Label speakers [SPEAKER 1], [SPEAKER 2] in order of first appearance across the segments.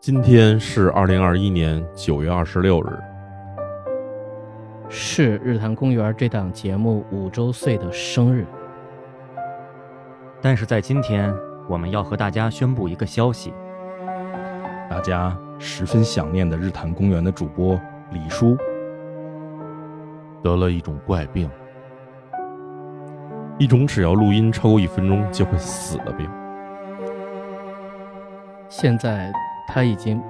[SPEAKER 1] 今天是二零二一年九月二十六日。
[SPEAKER 2] 是《日坛公园》这档节目五周岁的生日。
[SPEAKER 3] 但是在今天，我们要和大家宣布一个消息：
[SPEAKER 4] 大家十分想念的日坛公园的主播李叔
[SPEAKER 5] 得了一种怪病，
[SPEAKER 1] 一种只要录音超过一分钟就会死的病。
[SPEAKER 2] 现在他已经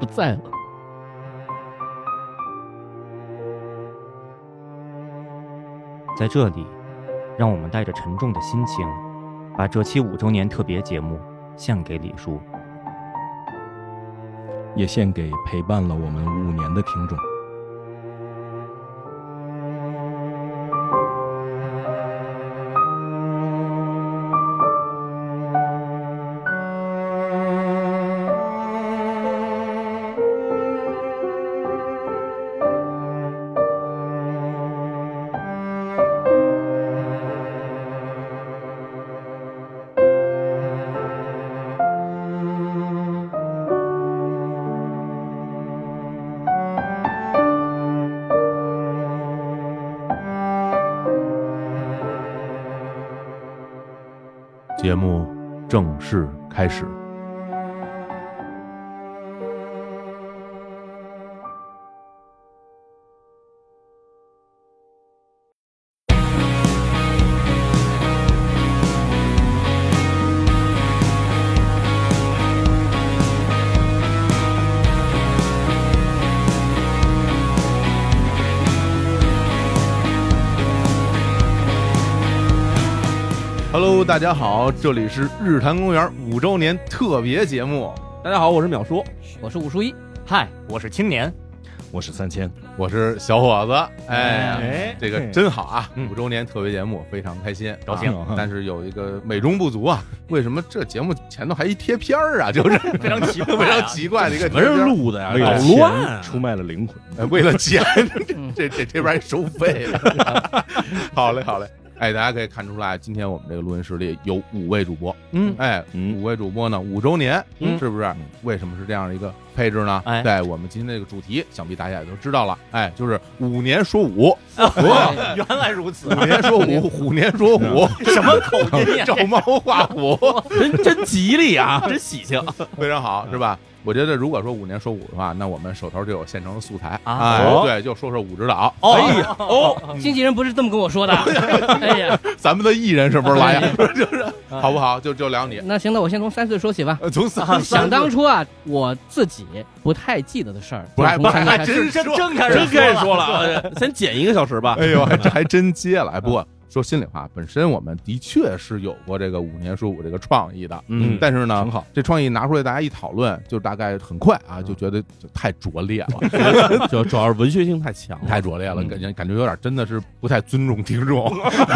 [SPEAKER 2] 不在了。
[SPEAKER 3] 在这里，让我们带着沉重的心情，把这期五周年特别节目献给李叔。
[SPEAKER 4] 也献给陪伴了我们五年的听众。
[SPEAKER 5] 节目正式开始。
[SPEAKER 6] Hello，大家好，这里是日坛公园五周年特别节目。
[SPEAKER 1] 大家好，我是淼叔。
[SPEAKER 2] 我是武叔一，
[SPEAKER 3] 嗨，我是青年，
[SPEAKER 4] 我是三千，
[SPEAKER 6] 我是小伙子，哎，
[SPEAKER 3] 哎，
[SPEAKER 6] 这个真好啊！五周年特别节目非常开心，
[SPEAKER 3] 高兴
[SPEAKER 6] 啊但是有一个美中不足啊，为什么这节目前头还一贴片儿啊？就是
[SPEAKER 3] 非常奇怪、
[SPEAKER 6] 非常，奇怪的一个
[SPEAKER 1] 什么人
[SPEAKER 6] 贴片儿，
[SPEAKER 1] 录的呀？
[SPEAKER 4] 为了
[SPEAKER 1] 搞乱
[SPEAKER 4] 钱
[SPEAKER 1] 啊！
[SPEAKER 4] 出卖了灵魂。
[SPEAKER 6] 哎为了 钱，
[SPEAKER 2] 嗯
[SPEAKER 6] 这这这边还收费了。 好嘞，好嘞。哎，大家可以看出来，今天我们这个录音室里有五位主播，
[SPEAKER 3] 嗯
[SPEAKER 6] 哎，
[SPEAKER 4] 嗯
[SPEAKER 6] 五位主播呢，五周年，
[SPEAKER 3] 嗯
[SPEAKER 6] 是不是？为什么是这样的一个配置呢？
[SPEAKER 3] 哎
[SPEAKER 6] 对我们今天这个主题，想必大家也都知道了，哎，就是五年说五，
[SPEAKER 3] 哦
[SPEAKER 2] 哎
[SPEAKER 3] 原来如此
[SPEAKER 6] 五，年说五，虎年说虎，
[SPEAKER 3] 什么口音呀？
[SPEAKER 6] 照猫画 虎，
[SPEAKER 1] 真真吉利啊，真喜庆。
[SPEAKER 6] 非常好，是吧？我觉得如果说五年说五的话，那我们手头就有现成的素材
[SPEAKER 3] 啊
[SPEAKER 6] 哎
[SPEAKER 3] 哦
[SPEAKER 6] 对，就说说武指导，
[SPEAKER 3] 哎
[SPEAKER 1] 呀，哦，
[SPEAKER 2] 经纪人不是这么跟我说的。哎呀，
[SPEAKER 6] 咱们的艺人是不是来 呀？
[SPEAKER 2] 哎
[SPEAKER 6] 好不好？就就聊你，
[SPEAKER 2] 那行，那我先从三岁说起吧。
[SPEAKER 6] 呃从三
[SPEAKER 2] 想当初啊，我自己不太记得的事儿，
[SPEAKER 6] 不太
[SPEAKER 2] 就从三岁
[SPEAKER 6] 不太
[SPEAKER 2] 开始
[SPEAKER 6] 真
[SPEAKER 3] 真真开
[SPEAKER 1] 真开始
[SPEAKER 3] 说
[SPEAKER 1] 说 了，先剪一个小时吧。
[SPEAKER 6] 哎呦，还这还真接了。哎，不
[SPEAKER 1] 嗯
[SPEAKER 6] 过说心里话，本身我们的确是有过这个五年说五这个创意的，
[SPEAKER 1] 嗯
[SPEAKER 6] 但是呢
[SPEAKER 4] 挺，好，
[SPEAKER 6] 这创意拿出来大家一讨论，就大概很快啊，就觉得就太拙劣了，
[SPEAKER 1] 主嗯主要是文学性太强了。
[SPEAKER 6] 太拙劣了，
[SPEAKER 1] 嗯
[SPEAKER 6] 感觉感觉有点真的是不太尊重 听众，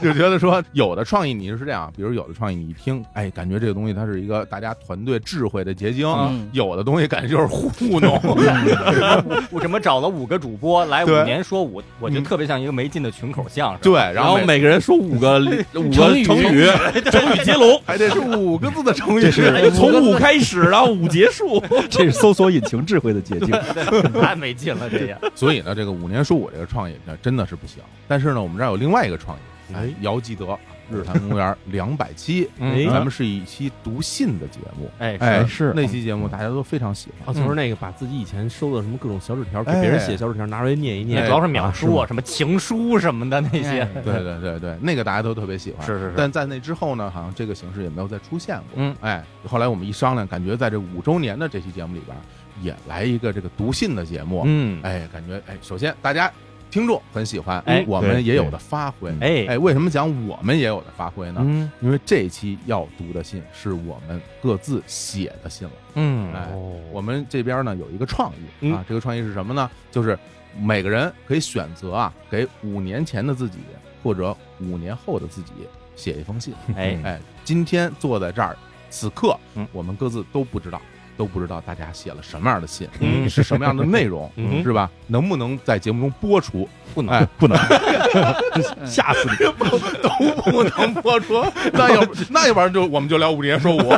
[SPEAKER 6] 就觉得说有的创意你是这样，比如有的创意你一听，哎，感觉这个东西它是一个大家团队智慧的结晶
[SPEAKER 2] 嗯，
[SPEAKER 6] 有的东西感觉就是糊弄，
[SPEAKER 3] 了，我怎么找了五个主播来
[SPEAKER 6] 对
[SPEAKER 3] 五年说五，我就
[SPEAKER 6] 嗯
[SPEAKER 3] 特别像一个没劲的群口相声。
[SPEAKER 6] 对，然
[SPEAKER 1] 然
[SPEAKER 6] 后
[SPEAKER 1] 后每
[SPEAKER 6] 每
[SPEAKER 1] 个人说五个五
[SPEAKER 2] 成
[SPEAKER 1] 个
[SPEAKER 2] 语
[SPEAKER 1] 成语， 成语接龙，
[SPEAKER 6] 还得是五个字的成语，
[SPEAKER 4] 这是
[SPEAKER 1] 哎从五开始，然后五结束。
[SPEAKER 4] 这是搜索引擎智慧的结晶。
[SPEAKER 3] 太没劲了，这也
[SPEAKER 6] 所以呢，这个五年说我这个创意呢真的是不行。但是呢，我们这儿有另外一个创意，
[SPEAKER 1] 哎，
[SPEAKER 6] 姚基德啊日坛公 园两百期，
[SPEAKER 1] 嗯
[SPEAKER 6] 咱们是一期读信的节目，
[SPEAKER 3] 哎是嗯
[SPEAKER 6] 哎
[SPEAKER 4] 是
[SPEAKER 6] 那期节目大家都非常喜
[SPEAKER 1] 啊，
[SPEAKER 6] 欢。
[SPEAKER 1] 就是那个把自己以前收的什么各种小纸条，给别人写小纸条，拿回来念一
[SPEAKER 3] 也
[SPEAKER 1] 念
[SPEAKER 3] 主。要是
[SPEAKER 1] 啊
[SPEAKER 3] 秒
[SPEAKER 1] 是
[SPEAKER 3] 叔
[SPEAKER 1] 吗
[SPEAKER 3] 啊，什么情书什么的那些，
[SPEAKER 2] 哎
[SPEAKER 6] 对对对对，那个大家都特别喜欢。
[SPEAKER 3] 是是是
[SPEAKER 6] 但在那之后呢，好像这个形式也没有再出现过。
[SPEAKER 3] 嗯，
[SPEAKER 6] 哎，后来我们一商量，感觉在这五周年的这期节目里边，也来一个这个读信的节目。
[SPEAKER 3] 嗯，
[SPEAKER 6] 哎，感觉哎，首先大家听众很喜欢，嗯
[SPEAKER 3] 哎
[SPEAKER 6] 我们
[SPEAKER 4] 对
[SPEAKER 6] 也有的发挥。
[SPEAKER 3] 哎
[SPEAKER 6] 哎，为什么讲我们也有的发挥呢？
[SPEAKER 3] 嗯
[SPEAKER 6] 因为这期要读的信是我们各自写的信了。
[SPEAKER 3] 嗯
[SPEAKER 6] 哎
[SPEAKER 1] 哦
[SPEAKER 6] 我们这边呢有一个创意啊
[SPEAKER 1] 嗯，
[SPEAKER 6] 这个创意是什么呢？就是每个人可以选择啊，给五年前的自己或者五年后的自己写一封信。
[SPEAKER 3] 哎
[SPEAKER 6] 哎，今天坐在这儿，此刻
[SPEAKER 3] 嗯
[SPEAKER 6] 我们各自都不知道，都不知道大家写了什么样的信，
[SPEAKER 1] 嗯
[SPEAKER 6] 是什么样的内容，
[SPEAKER 1] 嗯
[SPEAKER 6] 是吧？能不能在节目中播出？
[SPEAKER 3] 不能
[SPEAKER 6] 哎，
[SPEAKER 4] 不能，
[SPEAKER 2] 嗯
[SPEAKER 4] 吓死你！
[SPEAKER 6] 都不能播出，那要不那要不然就我们就聊五年说五，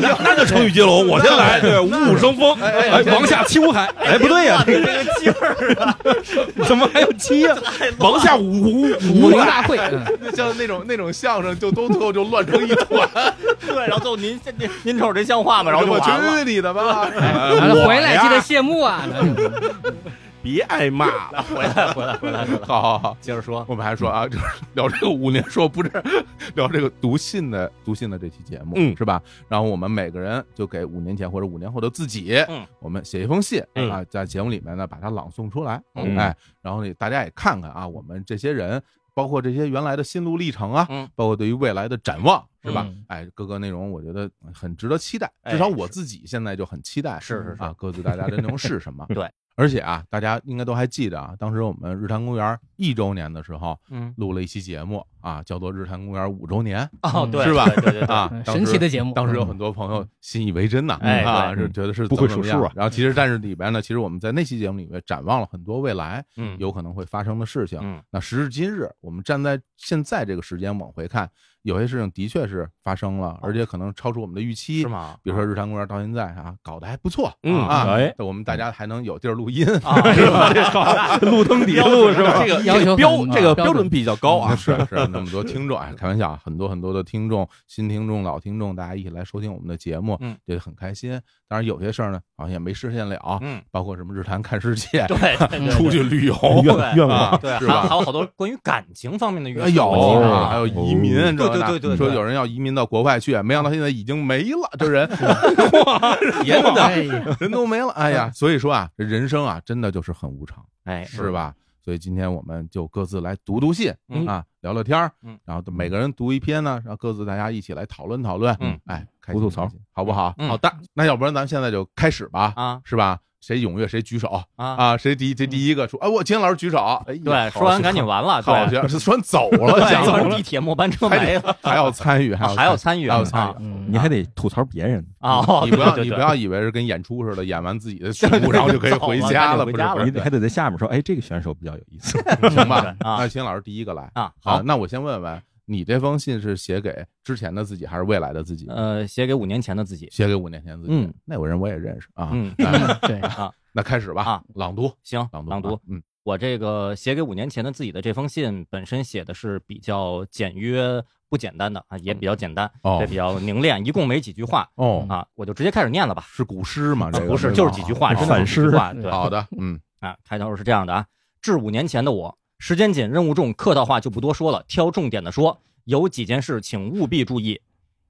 [SPEAKER 7] 那那就成语接龙，我先 来，对，五虎生风，哎，王下七武海，哎，不对呀，
[SPEAKER 3] 这个劲儿啊，
[SPEAKER 7] 怎么还有七呀？王下五虎五
[SPEAKER 2] 武
[SPEAKER 7] 虎
[SPEAKER 2] 林
[SPEAKER 7] 海，
[SPEAKER 2] 大会，嗯
[SPEAKER 6] 就像那种那种相声，就都最后就乱成一团，
[SPEAKER 3] 对，然后就您这您您瞅这像话吗？然后就
[SPEAKER 6] 我
[SPEAKER 3] 完了。
[SPEAKER 6] 去你的吧！
[SPEAKER 2] 完
[SPEAKER 6] 我
[SPEAKER 2] 了回来
[SPEAKER 6] 呀
[SPEAKER 2] 记得谢幕啊。
[SPEAKER 6] 别挨骂。
[SPEAKER 3] 来回来回来回来回来，
[SPEAKER 6] 好好好，
[SPEAKER 3] 接着说。嗯
[SPEAKER 6] 我们还说啊，就是聊这个五年说不是聊这个读信的读信的这期节目，
[SPEAKER 7] 嗯
[SPEAKER 6] 是吧？然后我们每个人就给五年前或者五年后的自己，
[SPEAKER 3] 嗯，
[SPEAKER 6] 我们写一封信、
[SPEAKER 7] 嗯
[SPEAKER 6] 啊，在节目里面呢把它朗诵出来，
[SPEAKER 7] 嗯
[SPEAKER 6] 哎，然后呢大家也看看啊，我们这些人。包括这些原来的心路历程啊，
[SPEAKER 3] 嗯
[SPEAKER 6] 包括对于未来的展望，是吧？
[SPEAKER 2] 嗯
[SPEAKER 6] 哎，各个内容我觉得很值得期待，
[SPEAKER 3] 哎
[SPEAKER 6] 至少我自己现在就很期待。
[SPEAKER 3] 是是是
[SPEAKER 6] 啊，各自大家的内容是什么？
[SPEAKER 3] 对，
[SPEAKER 6] 而且啊，大家应该都还记得啊，当时我们日坛公园一周年的时候，
[SPEAKER 3] 嗯，
[SPEAKER 6] 录了一期节目啊，叫做《日坛公园五周年
[SPEAKER 3] 哦，对，
[SPEAKER 6] 是吧
[SPEAKER 3] 对对对》 对，
[SPEAKER 6] 啊
[SPEAKER 2] 嗯，
[SPEAKER 6] 当
[SPEAKER 2] 神奇
[SPEAKER 6] 时
[SPEAKER 2] 的节目，
[SPEAKER 6] 当时有很多朋友信以为真呐，
[SPEAKER 3] 哎
[SPEAKER 6] 啊，
[SPEAKER 3] 对
[SPEAKER 6] 是觉得是
[SPEAKER 7] 不会
[SPEAKER 6] 怎么
[SPEAKER 7] 数
[SPEAKER 6] 怎么
[SPEAKER 7] 数
[SPEAKER 6] 样
[SPEAKER 7] 啊
[SPEAKER 6] 然后其实，但是里边呢，其实我们在那期节目里面展望了很多未来
[SPEAKER 3] 嗯，
[SPEAKER 6] 有可能会发生的事情。
[SPEAKER 3] 嗯
[SPEAKER 6] 那时至今日，我们站在现在这个时间往回看，有些事情的确是发生了，而且可能超出我们的预期。
[SPEAKER 3] 哦是？吗？
[SPEAKER 6] 比如说，日坛公园到现在啊，搞得还不错，
[SPEAKER 7] 嗯
[SPEAKER 6] 啊，
[SPEAKER 7] 哎
[SPEAKER 6] 我们大家还能有地儿录音，
[SPEAKER 3] 啊， 是吧？
[SPEAKER 7] 路灯底下路是吧？
[SPEAKER 2] 这个要求
[SPEAKER 1] 标
[SPEAKER 2] 很
[SPEAKER 1] 这个
[SPEAKER 2] 标
[SPEAKER 1] 标准比较高啊，
[SPEAKER 6] 啊嗯是是，那么多听众，哎，开玩笑，啊，很多很多的听众，新听众、老听众，大家一起来收听我们的节目，
[SPEAKER 3] 嗯，
[SPEAKER 6] 也很开心。当然，有些事儿呢，好像也没实现了，啊
[SPEAKER 3] 嗯，
[SPEAKER 6] 包括什么日坛看世界，
[SPEAKER 3] 对对对，对
[SPEAKER 7] 出去旅
[SPEAKER 1] 哎
[SPEAKER 7] 游
[SPEAKER 3] 对
[SPEAKER 7] 愿愿望
[SPEAKER 6] 啊，
[SPEAKER 3] 对，还
[SPEAKER 6] 是
[SPEAKER 3] 有
[SPEAKER 6] 吧？
[SPEAKER 3] 还有好多关于感情方面的
[SPEAKER 6] 哎
[SPEAKER 3] 约
[SPEAKER 6] 有
[SPEAKER 3] 束，我记得
[SPEAKER 6] 啊，
[SPEAKER 3] 啊
[SPEAKER 6] 还有移民，
[SPEAKER 7] 哦
[SPEAKER 6] 这那
[SPEAKER 3] 对对对对
[SPEAKER 6] 说
[SPEAKER 3] 对
[SPEAKER 6] 有人要移民到国外去，没想到现在已经没了，这人
[SPEAKER 3] 别的
[SPEAKER 2] 哎呀
[SPEAKER 6] 人都没了，哎呀，所以说啊，这人生啊，真的就是很无常，
[SPEAKER 3] 哎，
[SPEAKER 6] 是吧？所以今天我们就各自来读读信
[SPEAKER 3] 嗯
[SPEAKER 6] 啊，聊聊天儿
[SPEAKER 3] 嗯，
[SPEAKER 6] 然后每个人读一篇呢，然后各自大家一起来讨论讨论，
[SPEAKER 3] 嗯，
[SPEAKER 6] 哎，开
[SPEAKER 4] 吐
[SPEAKER 6] 心
[SPEAKER 4] 吐槽
[SPEAKER 6] 开心好不好？
[SPEAKER 3] 嗯
[SPEAKER 6] 好的，那要不然咱们现在就开始吧，
[SPEAKER 3] 啊
[SPEAKER 6] 是吧？谁踊跃谁举手
[SPEAKER 3] 啊，
[SPEAKER 6] 啊？谁第一谁第一个说？哎，我秦老师举手，哎呀
[SPEAKER 3] 对，说完赶紧，完了，
[SPEAKER 6] 好好
[SPEAKER 3] 对，
[SPEAKER 6] 学，是说走了，
[SPEAKER 3] 对
[SPEAKER 6] 讲
[SPEAKER 3] 坐
[SPEAKER 6] 了
[SPEAKER 3] 上地铁末班车没了，啊
[SPEAKER 6] 还要参与，还要
[SPEAKER 3] 还要
[SPEAKER 6] 参
[SPEAKER 3] 参与，
[SPEAKER 6] 还要参与
[SPEAKER 3] 与
[SPEAKER 2] 嗯
[SPEAKER 4] 你还得吐槽别人，
[SPEAKER 3] 啊！哦
[SPEAKER 6] 与，你不要
[SPEAKER 3] 对
[SPEAKER 6] 你不，
[SPEAKER 3] 对对
[SPEAKER 6] 要以为是跟演出似的，演完自 己的曲目然后就可以
[SPEAKER 3] 走了
[SPEAKER 6] 回家了，
[SPEAKER 3] 赶紧回
[SPEAKER 6] 不是
[SPEAKER 3] 家了
[SPEAKER 6] 不是
[SPEAKER 4] 你得还得在下面说，哎，这个选手比较有意思。
[SPEAKER 6] 行吧？
[SPEAKER 3] 啊
[SPEAKER 6] 那秦老师第一个来
[SPEAKER 3] 啊，
[SPEAKER 6] 啊
[SPEAKER 3] 好，，
[SPEAKER 6] 那我先问问你，这封信是写给之前的自己还是未来的自己？
[SPEAKER 3] 呃，写给五年前的自己，
[SPEAKER 6] 写给五年前自己，
[SPEAKER 3] 嗯，
[SPEAKER 6] 那我人我也认识啊。
[SPEAKER 3] 嗯
[SPEAKER 6] 哎
[SPEAKER 2] 对，
[SPEAKER 6] 那开始吧，
[SPEAKER 3] 啊，
[SPEAKER 6] 朗读，
[SPEAKER 3] 行，
[SPEAKER 6] 朗
[SPEAKER 3] 朗
[SPEAKER 6] 读
[SPEAKER 3] 读
[SPEAKER 6] 啊，，嗯，
[SPEAKER 3] 我这个写给五年前的自己的这封信，本身写的是比较简约。不简单的啊，也比较简单，
[SPEAKER 6] 哦
[SPEAKER 3] 对，比较凝练，一共没几句话
[SPEAKER 6] 哦，
[SPEAKER 3] 啊，我就直接开始念了吧。
[SPEAKER 6] 是古诗吗？这个
[SPEAKER 3] 啊不是，就是几句话，真的
[SPEAKER 6] 啊反
[SPEAKER 3] 就是几句话。对
[SPEAKER 6] 好的，嗯，
[SPEAKER 3] 啊，开头是这样的啊，至五年前的我，时间紧，任务重，客套话就不多说了，挑重点的说，有几件事请务必注意：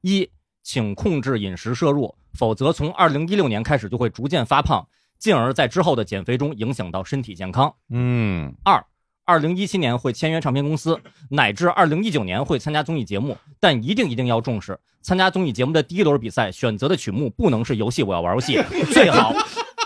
[SPEAKER 3] 一，请控制饮食摄入，否则从二零一六年开始就会逐渐发胖，进而在之后的减肥中影响到身体健康。
[SPEAKER 6] 嗯，
[SPEAKER 3] 二零一七年会签约唱片公司，乃至二零一九年会参加综艺节目，但一定一定要重视参加综艺节目的第一轮比赛，选择的曲目不能是游戏，我要玩游戏，最好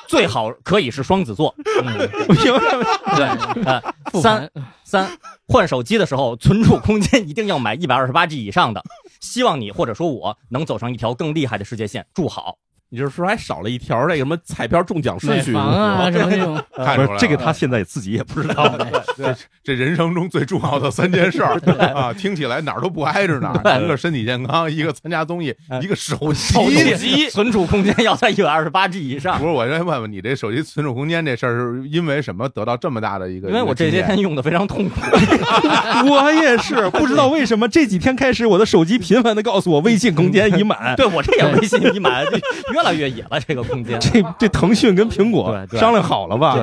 [SPEAKER 3] 最好可以是双子座。嗯 对，呃，
[SPEAKER 2] 复
[SPEAKER 3] 三
[SPEAKER 2] 盘
[SPEAKER 3] 三换手机的时候，存储空间一定要买一百二十八 G 以上的。希望你或者说我能走上一条更厉害的世界线。祝好，
[SPEAKER 1] 你就是说还少了一条那个什么彩票中奖顺
[SPEAKER 2] 买
[SPEAKER 1] 序
[SPEAKER 2] 房啊什么那种，
[SPEAKER 6] 看
[SPEAKER 4] 不
[SPEAKER 6] 出
[SPEAKER 4] 是
[SPEAKER 6] 来了
[SPEAKER 4] 这个，他现在自己也不知道。
[SPEAKER 6] 这人生中最重要的三件事儿啊，听起来哪儿都不挨着哪儿，
[SPEAKER 3] 对
[SPEAKER 6] 一个身体健康，一个参加综艺，一个手
[SPEAKER 3] 手
[SPEAKER 6] 机。
[SPEAKER 3] 机哦存储空间要在一百二十八 G 以上
[SPEAKER 6] 不。是，我先问问你，这手机存储空间这事儿是因为什么得到这么大的一个？
[SPEAKER 3] 因为我这些天用的非常痛苦，
[SPEAKER 4] 我也是不知道为什么这几天开始，我的手机频繁的告诉我微信空间已 满。
[SPEAKER 3] 对我这也微信一买，就越来越野了这个空间。
[SPEAKER 4] 这这腾讯跟苹果
[SPEAKER 3] 对对
[SPEAKER 4] 商量好了吧？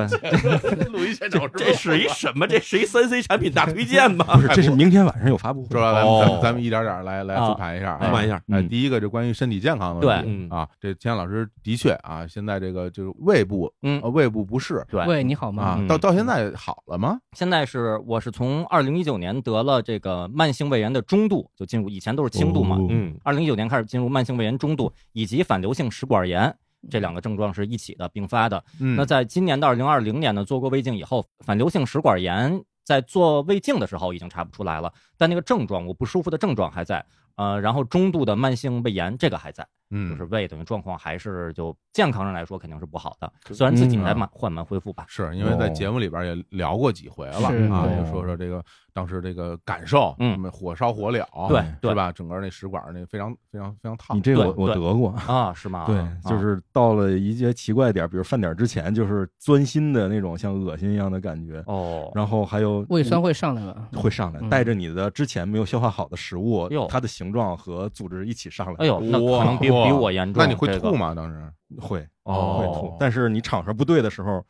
[SPEAKER 6] 录一现场，
[SPEAKER 1] 啊这是一什么？这是一三 C 产品大推荐吧？
[SPEAKER 4] 不
[SPEAKER 3] 哎
[SPEAKER 4] 是，这是明天晚上有发布
[SPEAKER 6] 是
[SPEAKER 4] 会。
[SPEAKER 6] 吧？咱们咱
[SPEAKER 1] 哦
[SPEAKER 6] 们咱们一点点儿来来
[SPEAKER 3] 啊
[SPEAKER 6] 复盘一下
[SPEAKER 3] 哎
[SPEAKER 1] 看
[SPEAKER 6] 啊
[SPEAKER 1] 一。下，
[SPEAKER 6] 哎，
[SPEAKER 4] 嗯
[SPEAKER 6] 第一个就关于身体健康的问
[SPEAKER 3] 对
[SPEAKER 6] 题
[SPEAKER 1] 嗯
[SPEAKER 6] 啊，这钱老师的确啊，现在这个就是胃部，
[SPEAKER 3] 嗯
[SPEAKER 6] 呃胃部不适
[SPEAKER 3] 对
[SPEAKER 2] 喂，你好吗？
[SPEAKER 6] 啊，
[SPEAKER 3] 嗯
[SPEAKER 6] 到到现在好了吗？
[SPEAKER 3] 现在是我是从二零一九年得了这个慢性胃炎的中度，就进入以前都是轻度嘛，
[SPEAKER 4] 哦
[SPEAKER 1] 嗯，
[SPEAKER 3] 二零一九年开始进入慢性胃炎中度以及反流性食管炎。这两个症状是一起的并发的。
[SPEAKER 6] 嗯，
[SPEAKER 3] 那在今年的二零二零年呢，做过胃镜以后，反流性食管炎在做胃镜的时候已经查不出来了，但那个症状，我不舒服的症状还在。呃，然后中度的慢性胃炎这个还在，就
[SPEAKER 6] 嗯
[SPEAKER 3] 是胃等于状况还是就健康上来说肯定是不好的，虽然自
[SPEAKER 6] 嗯
[SPEAKER 3] 己
[SPEAKER 6] 啊
[SPEAKER 3] 在慢缓慢恢复吧。
[SPEAKER 6] 是因为在节目里边也聊过几回了
[SPEAKER 2] 是
[SPEAKER 6] 啊，
[SPEAKER 2] 对
[SPEAKER 6] 就说说这个当时这个感受，
[SPEAKER 3] 嗯
[SPEAKER 6] 什么火烧火燎，
[SPEAKER 3] 对
[SPEAKER 6] 是
[SPEAKER 3] 对
[SPEAKER 6] 吧？整个那食管那非常非常非常烫
[SPEAKER 7] 嗯你，这我
[SPEAKER 3] 对
[SPEAKER 7] 我
[SPEAKER 3] 对
[SPEAKER 7] 得过，
[SPEAKER 3] 啊，是吗？
[SPEAKER 7] 对
[SPEAKER 3] 啊，
[SPEAKER 7] 就是到了一些奇怪点儿，比如饭点儿之前，就是钻心的那种像恶心一样的感觉，
[SPEAKER 3] 哦，
[SPEAKER 7] 然后还有
[SPEAKER 2] 胃酸会上来吧？
[SPEAKER 7] 会上来，
[SPEAKER 2] 嗯
[SPEAKER 7] 带着你的之前没有消化好的食物
[SPEAKER 3] 哟，
[SPEAKER 7] 它的形状和组织一起上来，
[SPEAKER 3] 哎呦，那
[SPEAKER 6] 哇
[SPEAKER 3] 可能比
[SPEAKER 6] 哇
[SPEAKER 3] 比我严重。
[SPEAKER 6] 那你会
[SPEAKER 3] 这个
[SPEAKER 6] 吐？吗？当时
[SPEAKER 7] 会
[SPEAKER 3] 哦，
[SPEAKER 7] 会吐，但是你场合不对的时候，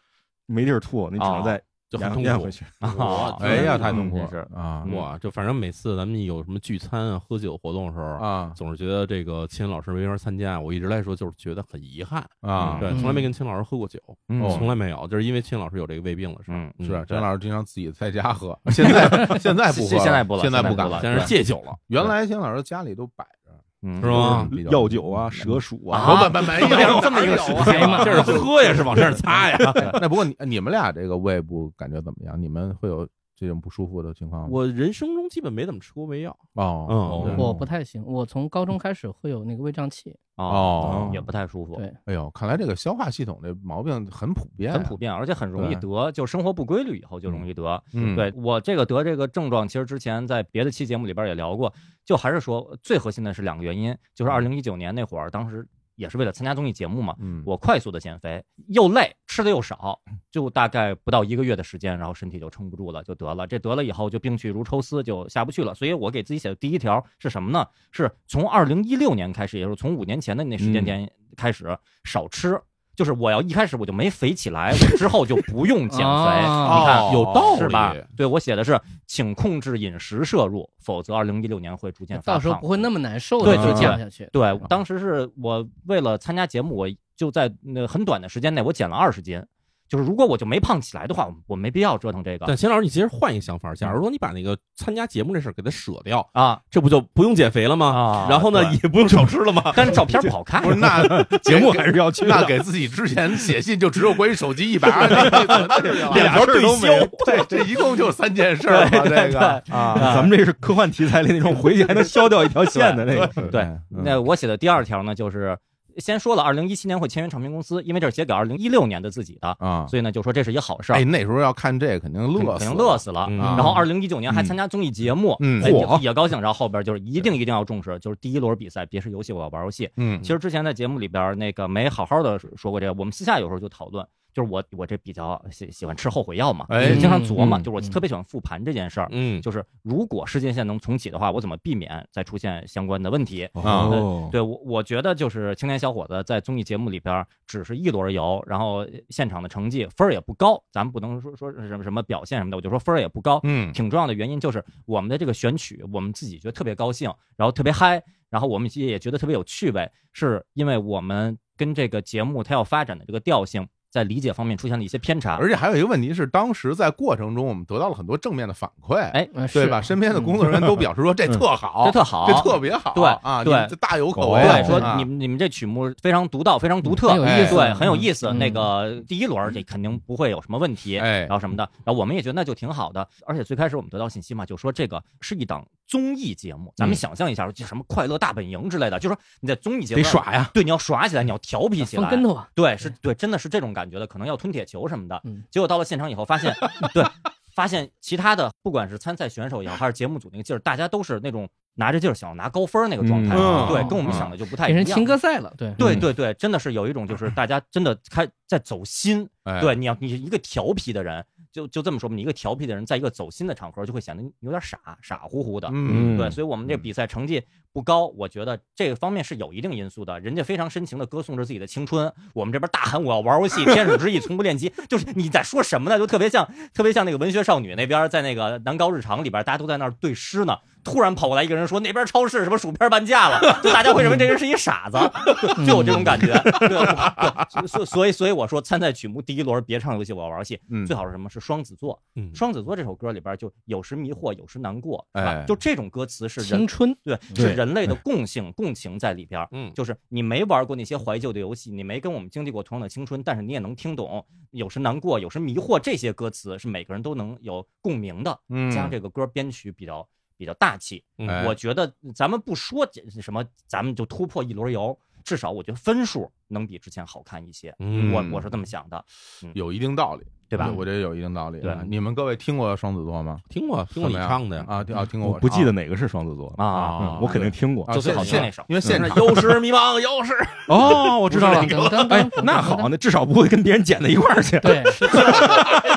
[SPEAKER 7] 没地儿吐，你只能
[SPEAKER 3] 哦
[SPEAKER 7] 再
[SPEAKER 1] 就很
[SPEAKER 7] 咽
[SPEAKER 1] 痛
[SPEAKER 7] 咽
[SPEAKER 1] 苦
[SPEAKER 7] 回去。
[SPEAKER 3] 啊
[SPEAKER 6] 哎呀，太痛苦
[SPEAKER 3] 真
[SPEAKER 6] 了
[SPEAKER 3] 是
[SPEAKER 6] 啊
[SPEAKER 3] 嗯
[SPEAKER 1] 我就反正每次咱们有什么聚餐啊、喝酒活动的时候，
[SPEAKER 6] 啊
[SPEAKER 1] 总是觉得这个秦老师没法参加。我一直来说就是觉得很遗憾，
[SPEAKER 6] 啊！
[SPEAKER 1] 对，从来没跟秦老师喝过酒，
[SPEAKER 3] 嗯
[SPEAKER 1] 从来没有，就是因为秦老师有这个胃病了，是吧？
[SPEAKER 3] 嗯，
[SPEAKER 1] 嗯
[SPEAKER 6] 是
[SPEAKER 1] 对
[SPEAKER 6] 张老师经常自己在家 喝，现在现在不喝
[SPEAKER 3] 现
[SPEAKER 6] 了，
[SPEAKER 3] 现在不了
[SPEAKER 6] 现在
[SPEAKER 3] 现在
[SPEAKER 6] 不
[SPEAKER 3] 不
[SPEAKER 6] 敢
[SPEAKER 3] 了
[SPEAKER 1] 但是戒酒了，
[SPEAKER 6] 原来金老师家里都摆着，
[SPEAKER 3] 嗯
[SPEAKER 1] 是吗？
[SPEAKER 6] 比较
[SPEAKER 7] 药酒啊，蛇鼠啊，
[SPEAKER 6] 不不不没有啊这么一个
[SPEAKER 3] 嗯
[SPEAKER 6] 事
[SPEAKER 2] 哎呀妈，
[SPEAKER 1] 就是喝呀，是往这儿擦呀。
[SPEAKER 6] 那不过你你们俩这个胃部感觉怎么样？你们会有这种不舒服的情况吗？
[SPEAKER 1] 我人生中基本没怎么吃过胃药，
[SPEAKER 6] 哦，
[SPEAKER 1] 嗯
[SPEAKER 6] 对
[SPEAKER 2] 我不太行，我从高中开始会有那个胃胀气，
[SPEAKER 3] 哦
[SPEAKER 6] 哦，
[SPEAKER 3] 也不太舒服，
[SPEAKER 2] 对
[SPEAKER 6] 哎呦，看来这个消化系统这毛病很普遍啊，
[SPEAKER 3] 很普遍，而且很容易得，就生活不规律以后就容易得。
[SPEAKER 6] 嗯，
[SPEAKER 3] 对我这个得这个症状，其实之前在别的期节目里边也聊过，就还是说最核心的是两个原因，就是二零一九年那会儿，当时也是为了参加综艺节目嘛，
[SPEAKER 6] 嗯，
[SPEAKER 3] 我快速的减肥，又累，吃的又少，
[SPEAKER 2] 嗯
[SPEAKER 3] 就大概不到一个月的时间，然后身体就撑不住了，就得了。这得了以后就病去如抽丝，就下不去了。所以我给自己写的第一条是什么呢？是从二零一六年开始，也就是从五年前的那时
[SPEAKER 2] 嗯
[SPEAKER 3] 间点开始、少吃。就是我要一开始我就没肥起来，我之后就不用减肥。
[SPEAKER 2] 啊
[SPEAKER 3] 你看
[SPEAKER 6] 哦
[SPEAKER 1] 有道
[SPEAKER 3] 是吧
[SPEAKER 1] 理？
[SPEAKER 3] 对我写的是，请控制饮食摄入，否则二零一六年会逐渐发
[SPEAKER 2] 到时候
[SPEAKER 3] 胖
[SPEAKER 2] 不会那么难受
[SPEAKER 3] 对
[SPEAKER 2] 的，
[SPEAKER 3] 对对
[SPEAKER 2] 降下去。
[SPEAKER 6] 啊
[SPEAKER 3] 对，当时是我为了参加节目，我就在那很短的时间内，我减了二十斤。就是如果我就没胖起来的话，我我没必要折腾这个
[SPEAKER 1] 但秦老师，你其实换一个想法，假如说你把那个参加节目这事儿给它舍掉，
[SPEAKER 3] 啊
[SPEAKER 1] 这不就不用减肥了吗？
[SPEAKER 3] 啊！
[SPEAKER 1] 然后呢，
[SPEAKER 3] 对，
[SPEAKER 1] 也不用少吃了吗？
[SPEAKER 3] 但是照片不好看
[SPEAKER 6] 啊不是那
[SPEAKER 7] 节目还是要去
[SPEAKER 6] 那
[SPEAKER 7] 的。
[SPEAKER 6] 给自己之前写信就只有关于手机一百 二，两
[SPEAKER 1] 条对消，
[SPEAKER 6] 这这一共就三件事 儿嘛，这个啊，
[SPEAKER 7] 咱们这是科幻题材里那种回去还能削掉一条线的那个，
[SPEAKER 3] 对，
[SPEAKER 4] 啊
[SPEAKER 6] 嗯
[SPEAKER 3] 那我写的第二条呢，就是先说了，二零一七年会签约唱片公司，因为这是写给二零一六年的自己的，
[SPEAKER 6] 啊，
[SPEAKER 3] 所以呢就说这是一好事儿
[SPEAKER 6] 哎，，那时候要看这肯定
[SPEAKER 3] 肯
[SPEAKER 6] 乐
[SPEAKER 3] 肯
[SPEAKER 6] 死
[SPEAKER 3] 定
[SPEAKER 6] 了，
[SPEAKER 3] 乐死了。
[SPEAKER 1] 嗯
[SPEAKER 2] 啊
[SPEAKER 3] 然后二零一九年还参加综艺节目，
[SPEAKER 6] 嗯
[SPEAKER 3] 哎
[SPEAKER 6] 嚯
[SPEAKER 3] 也也高兴。然后后边就是一定一定要重视，就是第一轮比赛别是游戏，我要玩游戏。
[SPEAKER 6] 嗯
[SPEAKER 3] 其实之前在节目里边儿那个没好好的说过这个，我们私下有时候就讨论，就是我我这比较喜喜欢吃后悔药嘛，
[SPEAKER 6] 哎
[SPEAKER 3] 就经常琢磨，
[SPEAKER 1] 嗯
[SPEAKER 3] 就是我
[SPEAKER 2] 嗯
[SPEAKER 3] 特别喜欢复盘这件事儿，
[SPEAKER 1] 嗯，
[SPEAKER 3] 就是如果时间线能重启的话，我怎么避免再出现相关的问题？
[SPEAKER 6] 啊
[SPEAKER 7] 哦，
[SPEAKER 3] 对我，我觉得就是青年小伙子在综艺节目里边儿只是一轮游，然后现场的成绩分儿也不高，咱们不能说说是什么什么表现什么的，我就说分儿也不高。
[SPEAKER 6] 嗯
[SPEAKER 3] 挺重要的原因就是我们的这个选曲，我们自己觉得特别高兴，然后特别嗨，然后我们也觉得特别有趣味，是因为我们跟这个节目它要发展的这个调性在理解方面出现了一些偏差。
[SPEAKER 6] 而且还有一个问题是，当时在过程中我们得到了很多正面的反馈，
[SPEAKER 3] 哎，
[SPEAKER 2] 嗯
[SPEAKER 6] 对
[SPEAKER 2] 是
[SPEAKER 6] 吧？身边的工作人员都表示说这特好，
[SPEAKER 3] 这特好，
[SPEAKER 6] 这特别好，
[SPEAKER 3] 对
[SPEAKER 6] 啊，
[SPEAKER 3] 对
[SPEAKER 6] 你这大有可为，
[SPEAKER 3] 对，说
[SPEAKER 6] 啊
[SPEAKER 3] 你们你们这曲目非常独到，非常独特，
[SPEAKER 2] 嗯
[SPEAKER 3] 哎
[SPEAKER 2] 很有意
[SPEAKER 6] 思
[SPEAKER 3] 对，很有意思。
[SPEAKER 2] 嗯
[SPEAKER 3] 那个第一轮儿这肯定不会有什么问题，
[SPEAKER 6] 哎
[SPEAKER 3] 然后什么的，
[SPEAKER 2] 嗯
[SPEAKER 3] 然后我们也觉得那就挺好的。而且最开始我们得到信息嘛，就说这个是一档综艺节目，
[SPEAKER 2] 嗯
[SPEAKER 3] 咱们想象一下，就什么快乐大本营之类的，就说你在综艺节目
[SPEAKER 1] 得耍呀。
[SPEAKER 3] 对，你要耍起来，你要调皮起
[SPEAKER 2] 翻
[SPEAKER 3] 来，
[SPEAKER 2] 跟头啊，
[SPEAKER 3] 对，是对，真的是这种感觉的，可能要吞铁球什么的。
[SPEAKER 2] 嗯
[SPEAKER 3] 结果到了现场以后，发现对，发现其他的不管是参赛选手也好，还是节目组那个劲儿，大家都是那种拿着劲儿想要拿高分儿那个状态，
[SPEAKER 6] 嗯
[SPEAKER 3] 对
[SPEAKER 2] 嗯，
[SPEAKER 3] 跟我们想的就不太一
[SPEAKER 2] 变
[SPEAKER 3] 样。
[SPEAKER 2] 成情歌赛了，对，
[SPEAKER 3] 对对对，真的是有一种就是大家真的开在走心，
[SPEAKER 6] 哎
[SPEAKER 3] 对，你要你一个调皮的人，就就这么说吧，你一个调皮的人，在一个走心的场合就会显得你有点傻傻乎乎的，
[SPEAKER 6] 嗯，
[SPEAKER 3] 对，所以我们这比赛成绩不高，我觉得这个方面是有一定因素的。人家非常深情的歌颂着自己的青春，我们这边大喊我要玩游戏，天使之翼从不练级，就是你在说什么呢？就特别像特别像那个文学少女那边，在那个南高日常里边，大家都在那儿对诗呢。突然跑过来一个人说那边超市什么薯片半价了，就大家会认为这人是一傻 子，就有
[SPEAKER 6] 嗯
[SPEAKER 3] 这种感觉。对，对所以所以所以我说参赛曲目第一轮别唱游戏，我要玩游戏，
[SPEAKER 6] 嗯
[SPEAKER 3] 最好是什么？是双子座，
[SPEAKER 1] 嗯
[SPEAKER 3] 双子座这首歌里边就有时迷惑，有时难过，是吧
[SPEAKER 6] 哎
[SPEAKER 3] 就这种歌词是人
[SPEAKER 2] 青春
[SPEAKER 3] 对是人类的共性共情在里边儿。
[SPEAKER 1] 嗯，
[SPEAKER 3] 就是你没玩过那些怀旧的游戏，你没跟我们经历过同样的青春，但是你也能听懂，有时难过，有时迷惑，这些歌词是每个人都能有共鸣的。
[SPEAKER 6] 嗯
[SPEAKER 3] 加上这个歌编曲比较比比较大气。
[SPEAKER 6] 哎
[SPEAKER 3] 我觉得咱们不说这什么，咱们就突破一轮游，至少我觉得分数能比之前好看一些。
[SPEAKER 6] 嗯
[SPEAKER 3] 我我是这么想的，
[SPEAKER 6] 有一定道理，
[SPEAKER 3] 对吧？
[SPEAKER 6] 我觉得有一定道理。
[SPEAKER 3] 对
[SPEAKER 6] 啊你们各位听过双子座吗？
[SPEAKER 7] 听过听过你
[SPEAKER 6] 怎么样
[SPEAKER 7] 唱的呀？
[SPEAKER 6] 啊，听啊听过
[SPEAKER 4] 我
[SPEAKER 6] 我
[SPEAKER 4] 不记得
[SPEAKER 6] 唱
[SPEAKER 4] 哪个是双子座，
[SPEAKER 3] 啊，
[SPEAKER 4] 我肯定听过
[SPEAKER 6] 啊
[SPEAKER 3] 就最好
[SPEAKER 6] 现
[SPEAKER 3] 听那首
[SPEAKER 6] 因为现场
[SPEAKER 7] 又是迷 茫，又是
[SPEAKER 4] 哦，我知道了。
[SPEAKER 2] 噔 噔
[SPEAKER 4] 哎
[SPEAKER 2] 噔噔，
[SPEAKER 4] 那好，那至少不会跟别人剪到一块儿去。
[SPEAKER 2] 对，就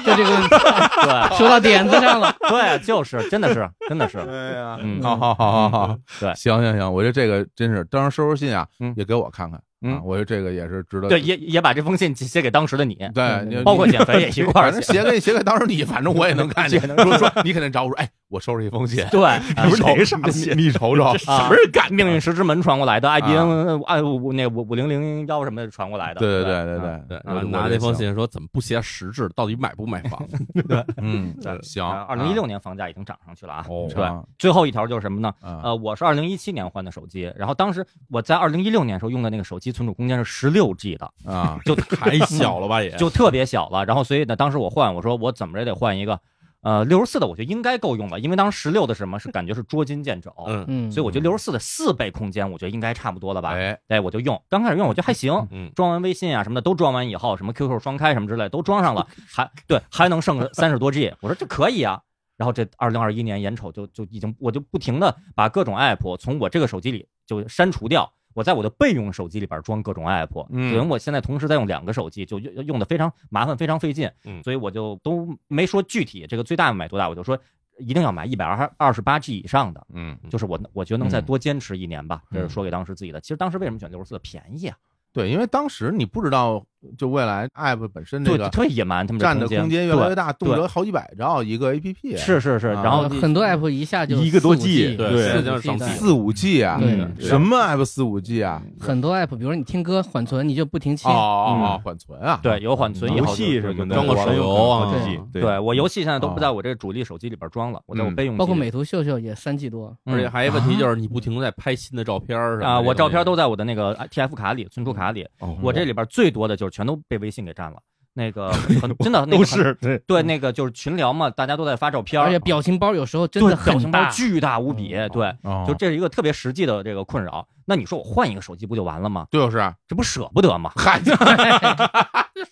[SPEAKER 2] 这个问题
[SPEAKER 3] 对
[SPEAKER 2] 说到点子上了。
[SPEAKER 3] 对，就是真的是真的是，
[SPEAKER 6] 哎呀
[SPEAKER 3] 嗯
[SPEAKER 6] 好好好好好，
[SPEAKER 3] 对
[SPEAKER 6] 行行行，我觉得这个真是，当时收收信啊
[SPEAKER 3] 嗯，
[SPEAKER 6] 也给我看看啊
[SPEAKER 3] 嗯，
[SPEAKER 6] 我觉得这个也是值得
[SPEAKER 3] 对，也也把这封信写给当时的你，
[SPEAKER 6] 对，你
[SPEAKER 3] 包括减肥也一块
[SPEAKER 6] 反
[SPEAKER 3] 儿
[SPEAKER 6] 正
[SPEAKER 3] 写。
[SPEAKER 6] 写给写给，当时你反正我也能看见，说说你肯定找我说，哎，我收拾一封信，
[SPEAKER 3] 对，
[SPEAKER 4] 你不是哪个傻
[SPEAKER 6] 你
[SPEAKER 4] 逼？
[SPEAKER 6] 你瞅瞅，
[SPEAKER 3] 啊，干命运石之门传过来的
[SPEAKER 6] 啊
[SPEAKER 3] ，IBM 哎五那五五零零幺什么的传过来的。
[SPEAKER 6] 对对对对
[SPEAKER 3] 啊
[SPEAKER 6] 对
[SPEAKER 7] 对，然后拿这封，信说怎么不写实质，到底买不买 房？
[SPEAKER 6] 我觉得行嗯，行，
[SPEAKER 3] 啊二零一六年房价已经涨上去了啊。
[SPEAKER 7] 哦
[SPEAKER 3] 对，最后一条就是什么呢？
[SPEAKER 6] 啊，
[SPEAKER 3] 呃，我是二零一七年换的手机，然后当时我在二零一六年时候用的那个手机存储空间是十六 G 的，
[SPEAKER 6] 啊，
[SPEAKER 3] 就
[SPEAKER 7] 太小了吧也？
[SPEAKER 3] 就特别小了。然后所以呢，当时我换，我说我怎么着也得换一个，呃，六十四的，我觉得应该够用了，因为当时十六的是什么是感觉是捉襟见肘，
[SPEAKER 7] 嗯
[SPEAKER 2] 嗯，
[SPEAKER 3] 所以我觉得六十四的四倍空间，我觉得应该差不多了吧。
[SPEAKER 6] 哎，
[SPEAKER 3] 哎，我就用，刚开始用我觉得还行，
[SPEAKER 7] 嗯
[SPEAKER 3] 装完微信啊什么的都装完以后，什么 QQ 双开什么之类都装 上了，还对还能剩三十多 G，我说这可以啊。然后这二零二一年眼瞅就就已经，我就不停的把各种 app 从我这个手机里就删除掉，我在我的备用手机里边装各种 app，
[SPEAKER 6] 嗯
[SPEAKER 3] 等于我现在同时在用两个手机，就用用的非常麻烦，非常费劲，
[SPEAKER 7] 嗯
[SPEAKER 3] 所以我就都没说具体这个最大买多大，我就说一定要买一百二二十八 G 以上的，
[SPEAKER 6] 嗯，
[SPEAKER 3] 就是我我觉得能再
[SPEAKER 6] 嗯
[SPEAKER 3] 多坚持一年吧，这是
[SPEAKER 6] 嗯
[SPEAKER 3] 说给当时自己的。其实当时为什么选六十四？便宜啊，
[SPEAKER 6] 对，因为当时你不知道，就未来 app 本身这
[SPEAKER 3] 对，
[SPEAKER 6] 个
[SPEAKER 3] 特别野蛮，他们这
[SPEAKER 6] 占的空间越来越
[SPEAKER 3] 对
[SPEAKER 6] 大，动辄好几百兆一个 app，
[SPEAKER 3] 是是是，
[SPEAKER 6] 啊
[SPEAKER 3] 然后
[SPEAKER 2] 呃很多 app 一下就
[SPEAKER 4] 一个多 G，
[SPEAKER 2] G，
[SPEAKER 7] 对
[SPEAKER 2] 四
[SPEAKER 7] 四加
[SPEAKER 2] 五 G
[SPEAKER 7] 上
[SPEAKER 2] 的
[SPEAKER 6] 四五 G 啊，
[SPEAKER 2] 对
[SPEAKER 6] 什么 app 四五 G 啊？
[SPEAKER 3] 嗯
[SPEAKER 2] 很多 app，比如说你听歌缓存，你就不停切
[SPEAKER 6] 哦。
[SPEAKER 3] 嗯
[SPEAKER 6] 哦哦，缓存啊，
[SPEAKER 3] 对有缓存以
[SPEAKER 4] 游
[SPEAKER 3] 后就
[SPEAKER 4] 戏什么的，
[SPEAKER 7] 装个手游啊
[SPEAKER 4] 手机对
[SPEAKER 3] 对我游戏现在都不
[SPEAKER 6] 啊
[SPEAKER 3] 在我这个主力手机里边装了，我在我
[SPEAKER 6] 嗯
[SPEAKER 3] 备用机里，
[SPEAKER 2] 包括美图秀秀也三 G 多，
[SPEAKER 3] 嗯
[SPEAKER 7] 而且还有一个问题就是你不停的在拍新的照片儿什么的
[SPEAKER 3] 啊，我照片都在我的那个 TF 卡里、存储卡里，
[SPEAKER 6] 哦
[SPEAKER 3] 我这里边最多的就是全都被微信给占了。那 个很真的那个
[SPEAKER 4] 都
[SPEAKER 3] 很
[SPEAKER 4] 是对。
[SPEAKER 3] 对那个就是群聊嘛，大家都在发照片儿，
[SPEAKER 2] 而且表情包有时候真
[SPEAKER 3] 对
[SPEAKER 2] 的
[SPEAKER 3] 表
[SPEAKER 2] 很
[SPEAKER 3] 情包
[SPEAKER 2] 大。
[SPEAKER 3] 巨大无比，对，
[SPEAKER 6] 哦，
[SPEAKER 3] 就这是一个特别实际的这个困扰。那你说我换一个手机不就完了吗？
[SPEAKER 6] 对， 就是啊
[SPEAKER 3] 这不舍不得吗？
[SPEAKER 6] 嗨，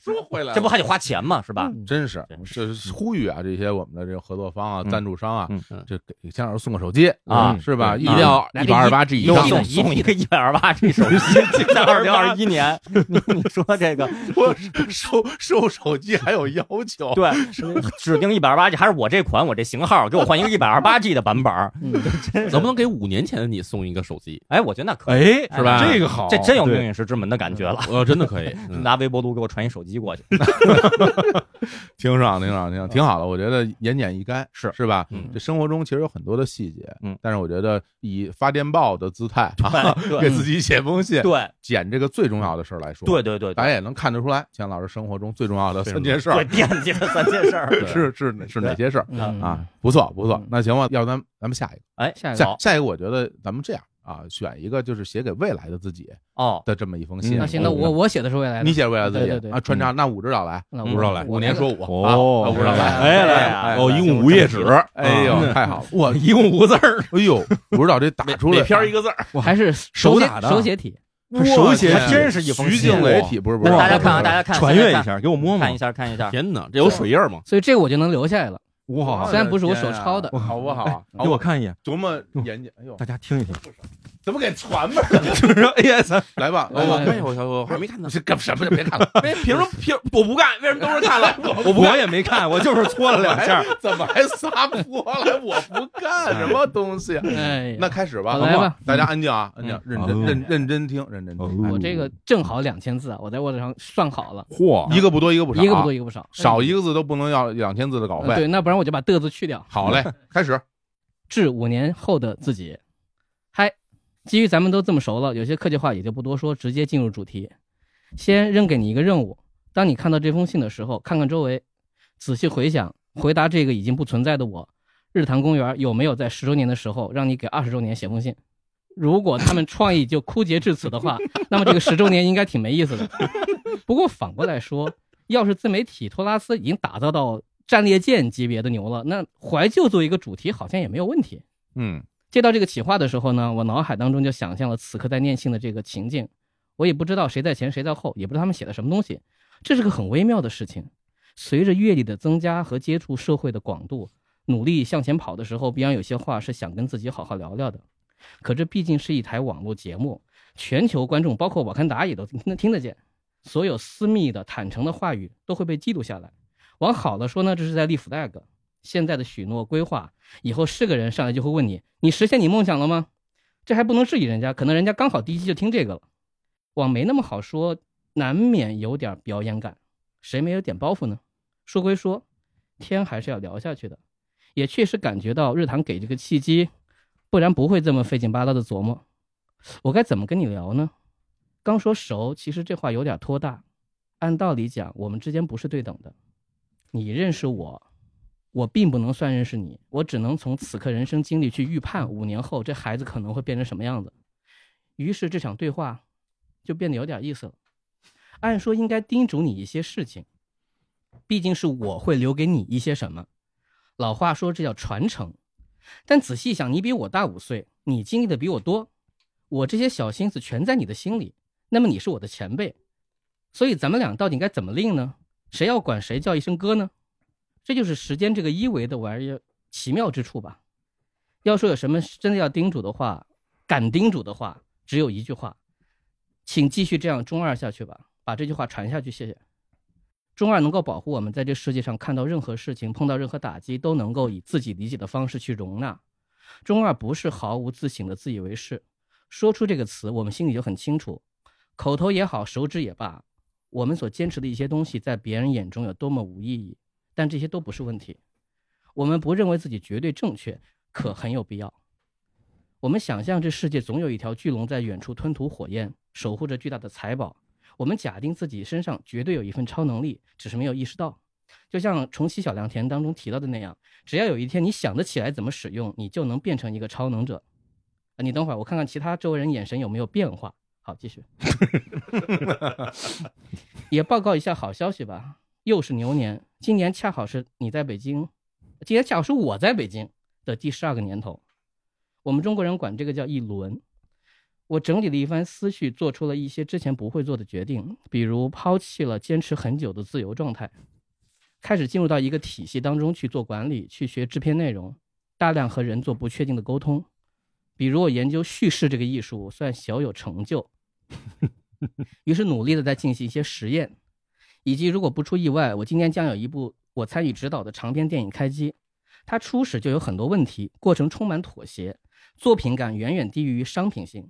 [SPEAKER 6] 说回来
[SPEAKER 3] 这不还得花钱吗？是吧？
[SPEAKER 6] 真是，这是呼吁啊，这些我们的这个合作方啊、
[SPEAKER 3] 嗯
[SPEAKER 6] 赞助商啊
[SPEAKER 3] 嗯，
[SPEAKER 6] 这给江老师送个手机
[SPEAKER 3] 啊
[SPEAKER 6] 是吧？
[SPEAKER 7] 一定要
[SPEAKER 2] 来
[SPEAKER 7] 一
[SPEAKER 2] 个
[SPEAKER 7] 百二十八 G 以
[SPEAKER 3] 又
[SPEAKER 7] 上
[SPEAKER 3] 送送一个一百二八这手机，在二零二一年，你你说这个
[SPEAKER 6] 我收收手机还有要求，
[SPEAKER 3] 对，指定一百二八 G，还是我这款我这型号，给我换一个一百二八 G 的版本儿。
[SPEAKER 2] 嗯，
[SPEAKER 7] 能不能给五年前的你送一个手机？
[SPEAKER 3] 哎，我觉得那可以，
[SPEAKER 4] 哎，
[SPEAKER 3] 是吧
[SPEAKER 4] 这个好，
[SPEAKER 3] 这真有命
[SPEAKER 4] 对。
[SPEAKER 3] 运石之门的感觉了。
[SPEAKER 7] 呃，真的可以，嗯
[SPEAKER 3] 拿微波炉给我传一手机过去，
[SPEAKER 6] 挺爽，挺爽，挺爽，挺好的。我觉得言简意赅，是是吧？
[SPEAKER 3] 嗯
[SPEAKER 6] 这生活中其实有很多的细节，
[SPEAKER 3] 嗯
[SPEAKER 6] 但是我觉得以发电报的姿态啊，
[SPEAKER 3] 对
[SPEAKER 6] 给自己写封信，
[SPEAKER 3] 对
[SPEAKER 6] 捡这个最重要的事儿来说，，
[SPEAKER 3] 对对对
[SPEAKER 6] 大家
[SPEAKER 3] 对，
[SPEAKER 6] 也能看得出来，钱老师生活中最重要的三件事儿
[SPEAKER 3] 对惦记了三件事儿。
[SPEAKER 6] 是是是哪些事儿
[SPEAKER 2] 嗯
[SPEAKER 6] 啊？不错不错
[SPEAKER 2] 嗯，
[SPEAKER 6] 那行吧，要不咱们咱们下一个，
[SPEAKER 3] 哎，
[SPEAKER 2] 下一个
[SPEAKER 6] 下
[SPEAKER 3] 好
[SPEAKER 6] 下一个，我觉得咱们这样啊，选一个就是写给未来的自己
[SPEAKER 3] 哦，
[SPEAKER 6] 的这么一封信。
[SPEAKER 2] 那行，那我我写的是未来的，
[SPEAKER 6] 你写未来自
[SPEAKER 2] 对对
[SPEAKER 6] 己
[SPEAKER 2] 对
[SPEAKER 6] 啊，穿插
[SPEAKER 3] 嗯
[SPEAKER 6] 那武指导来，
[SPEAKER 2] 那
[SPEAKER 3] 不知道
[SPEAKER 2] 来
[SPEAKER 7] 五年说我
[SPEAKER 6] 啊
[SPEAKER 4] 哦，
[SPEAKER 6] 不知道来
[SPEAKER 4] 哎
[SPEAKER 3] 哎
[SPEAKER 4] 来
[SPEAKER 3] 呀
[SPEAKER 4] 哦，一共五页纸，
[SPEAKER 6] 哎呦，太好了，我
[SPEAKER 4] 我一共五个字儿，
[SPEAKER 6] 哎呦，不知道这啊打出来
[SPEAKER 7] 每篇儿一个字儿，
[SPEAKER 2] 还是手
[SPEAKER 4] 手
[SPEAKER 2] 写
[SPEAKER 4] 打的
[SPEAKER 2] 手写体，
[SPEAKER 4] 手写
[SPEAKER 3] 还真是一封
[SPEAKER 6] 徐
[SPEAKER 3] 信
[SPEAKER 6] 静。蕾体不是不
[SPEAKER 3] 那
[SPEAKER 6] 是，
[SPEAKER 3] 大家看
[SPEAKER 6] 不
[SPEAKER 3] 啊，
[SPEAKER 6] 是
[SPEAKER 3] 大家看，
[SPEAKER 4] 传
[SPEAKER 3] 现
[SPEAKER 4] 阅
[SPEAKER 3] 在
[SPEAKER 4] 一下，给我摸摸
[SPEAKER 3] 看一。下，看一下，
[SPEAKER 7] 天哪，这有水印儿吗？
[SPEAKER 2] 所以这个我就能留下来了。
[SPEAKER 4] 哇，
[SPEAKER 2] 虽然不是我手抄的
[SPEAKER 6] 我天啊好不好？
[SPEAKER 4] 给我看一眼，
[SPEAKER 6] 琢磨严谨，哎呦
[SPEAKER 4] 大，家听一听，
[SPEAKER 6] 怎么给传吧？
[SPEAKER 4] 就是说 AS
[SPEAKER 6] 来吧，
[SPEAKER 7] 哎
[SPEAKER 6] 来
[SPEAKER 7] 呦
[SPEAKER 6] 吧，
[SPEAKER 7] 哎呦，我我还没看呢。
[SPEAKER 6] 这干什么？别看了，
[SPEAKER 7] 哎，凭什么凭？我不干，为什么都是看了？我不
[SPEAKER 4] 我也没看，我就是搓了两下。
[SPEAKER 6] 怎么还撒泼了？我不干什么东西啊？
[SPEAKER 2] 哎呀，
[SPEAKER 6] 那开始吧，
[SPEAKER 2] 好
[SPEAKER 6] 好不
[SPEAKER 2] 来
[SPEAKER 6] 好
[SPEAKER 2] 吧？嗯
[SPEAKER 6] 大家安静啊，安静，认真
[SPEAKER 4] 哦
[SPEAKER 6] 认认真听，认真 听。哎
[SPEAKER 2] 我这个正好两千字啊，我在 Word 上算好了，
[SPEAKER 4] 嚯，
[SPEAKER 6] 一个不多，一个不少啊，
[SPEAKER 2] 一个不多一个不少，
[SPEAKER 6] 少一个字都不能要两千字的稿
[SPEAKER 2] 呃
[SPEAKER 6] 费。
[SPEAKER 2] 对，那不然我就把的字去掉。
[SPEAKER 6] 好嘞，开始。
[SPEAKER 2] 致五年后的自己。嗨，基于咱们都这么熟了，有些客气话也就不多说，直接进入主题。先扔给你一个任务，当你看到这封信的时候，看看周围，仔细回想，回答这个已经不存在的我。日坛公园有没有在十周年的时候让你给二十周年写封信？如果他们创意就枯竭至此的话，那么这个十周年应该挺没意思的。 不过反过来说，要是自媒体托拉斯已经打造到战列舰级别的牛了，那怀旧作为一个主题好像也没有问题。
[SPEAKER 6] 嗯
[SPEAKER 2] 接到这个企划的时候呢，我脑海当中就想象了此刻在念信的这个情境，我也不知道谁在前谁在后，也不知道他们写的什么东西，这是个很微妙的事情。随着阅历的增加和接触社会的广度，努力向前跑的时候，必然有些话是想跟自己好好聊聊的。可这毕竟是一台网络节目，全球观众包括瓦坎达也都听得听得见，所有私密的、坦诚的话语都会被记录下来。往好了说呢，这是在立 flag。现在的许诺规划，以后是个人上来就会问你：“你实现你梦想了吗？”这还不能质疑人家，可能人家刚好第一期就听这个了。往没那么好说，难免有点表演感。谁没有点包袱呢？说归说，天还是要聊下去的。也确实感觉到日坛给这个契机，不然不会这么费劲巴拉的琢磨。我该怎么跟你聊呢？刚说熟，其实这话有点拖大。按道理讲，我们之间不是对等的。你认识我，我并不能算认识你，我只能从此刻人生经历去预判五年后这孩子可能会变成什么样子。于是这场对话就变得有点意思了。按说应该叮嘱你一些事情，毕竟是我会留给你一些什么。老话说这叫传承，但仔细想，你比我大五岁，你经历的比我多，我这些小心思全在你的心里，那么你是我的前辈，所以咱们俩到底该怎么令呢？谁要管谁叫一声哥呢？这就是时间这个一维的玩意儿奇妙之处吧。要说有什么真的要叮嘱的话，敢叮嘱的话，只有一句话，请继续这样中二下去吧，把这句话传下去，谢谢。中二能够保护我们在这世界上看到任何事情、碰到任何打击，都能够以自己理解的方式去容纳。中二不是毫无自省的自以为是，说出这个词，我们心里就很清楚，口头也好，手指也罢，我们所坚持的一些东西，在别人眼中有多么无意义，但这些都不是问题。我们不认为自己绝对正确，可很有必要。我们想象这世界总有一条巨龙在远处吞吐火焰，守护着巨大的财宝。我们假定自己身上绝对有一份超能力，只是没有意识到。就像《重启小良田》当中提到的那样，只要有一天你想得起来怎么使用，你就能变成一个超能者。啊，你等会儿，我看看其他周围人眼神有没有变化。好，继续。 也报告一下好消息吧，又是牛年，今年恰好是你在北京，今年恰好是我在北京的第十二个年头。我们中国人管这个叫一轮。我整理了一番思绪，做出了一些之前不会做的决定，比如抛弃了坚持很久的自由状态，开始进入到一个体系当中去做管理，去学制片内容，大量和人做不确定的沟通。比如我研究叙事这个艺术，算小有成就。 于是努力的在进行一些实验，以及如果不出意外，我今年将有一部我参与执导的长篇电影开机。它初始就有很多问题，过程充满妥协，作品感远远低于商品性。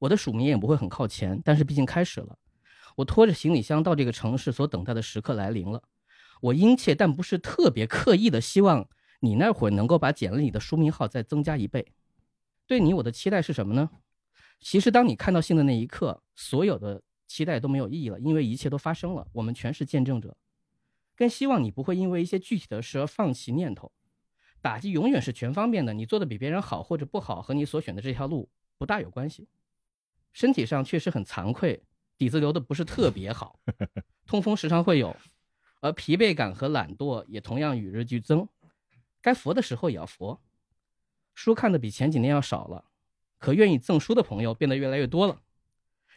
[SPEAKER 2] 我的署名也不会很靠前，但是毕竟开始了。我拖着行李箱到这个城市所等待的时刻来临了。我殷切但不是特别刻意的希望你那会儿能够把简历里的书名号再增加一倍。对你我的期待是什么呢？其实当你看到信的那一刻，所有的期待都没有意义了，因为一切都发生了，我们全是见证者。更希望你不会因为一些具体的事而放弃念头。打击永远是全方面的，你做的比别人好或者不好，和你所选的这条路不大有关系。身体上确实很惭愧，底子留的不是特别好，痛风时常会有，而疲惫感和懒惰也同样与日俱增。该佛的时候也要佛。书看的比前几年要少了，可愿意赠书的朋友变得越来越多了，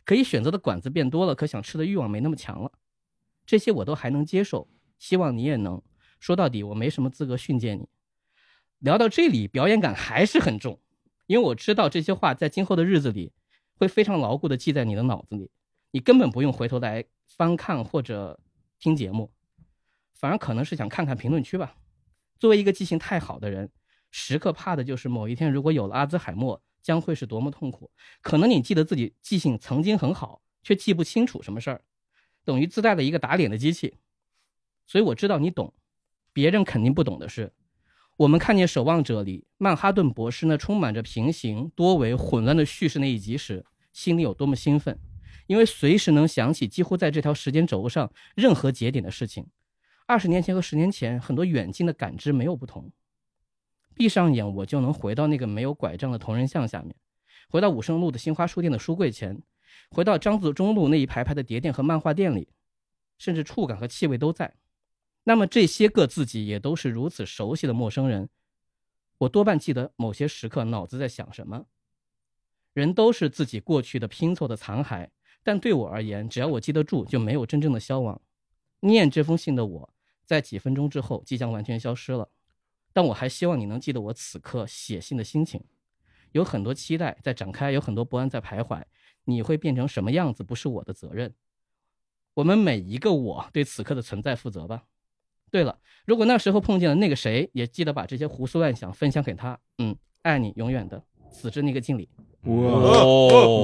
[SPEAKER 2] 可以选择的馆子变多了，可想吃的欲望没那么强了。这些我都还能接受，希望你也能。说到底，我没什么资格训诫你。聊到这里，表演感还是很重，因为我知道这些话在今后的日子里会非常牢固地记在你的脑子里，你根本不用回头来翻看或者听节目，反而可能是想看看评论区吧。作为一个记性太好的人，时刻怕的就是某一天如果有了阿兹海默，将会是多么痛苦。可能你记得自己记性曾经很好，却记不清楚什么事儿，等于自带了一个打脸的机器。所以我知道你懂，别人肯定不懂的是，我们看见《守望者》里曼哈顿博士那充满着平行、多维、混乱的叙事那一集时，心里有多么兴奋，因为随时能想起几乎在这条时间轴上任何节点的事情。二十年前和十年前，很多远近的感知没有不同。闭上眼，我就能回到那个没有拐杖的铜人像下面，回到武胜路的新华书店的书柜前，回到张自忠路那一排排的碟店和漫画店里，甚至触感和气味都在。那么这些个自己也都是如此熟悉的陌生人，我多半记得某些时刻脑子在想什么。人都是自己过去的拼凑的残骸，但对我而言，只要我记得住，就没有真正的消亡。念这封信的我，在几分钟之后即将完全消失了，但我还希望你能记得我此刻写信的心情。有很多期待在展开，有很多不安在徘徊。你会变成什么样子，不是我的责任。我们每一个我对此刻的存在负责吧。对了，如果那时候碰见了那个谁，也记得把这些胡思乱想分享给他。嗯，爱你，永远的，此致那个敬礼。
[SPEAKER 1] 呃
[SPEAKER 6] 哦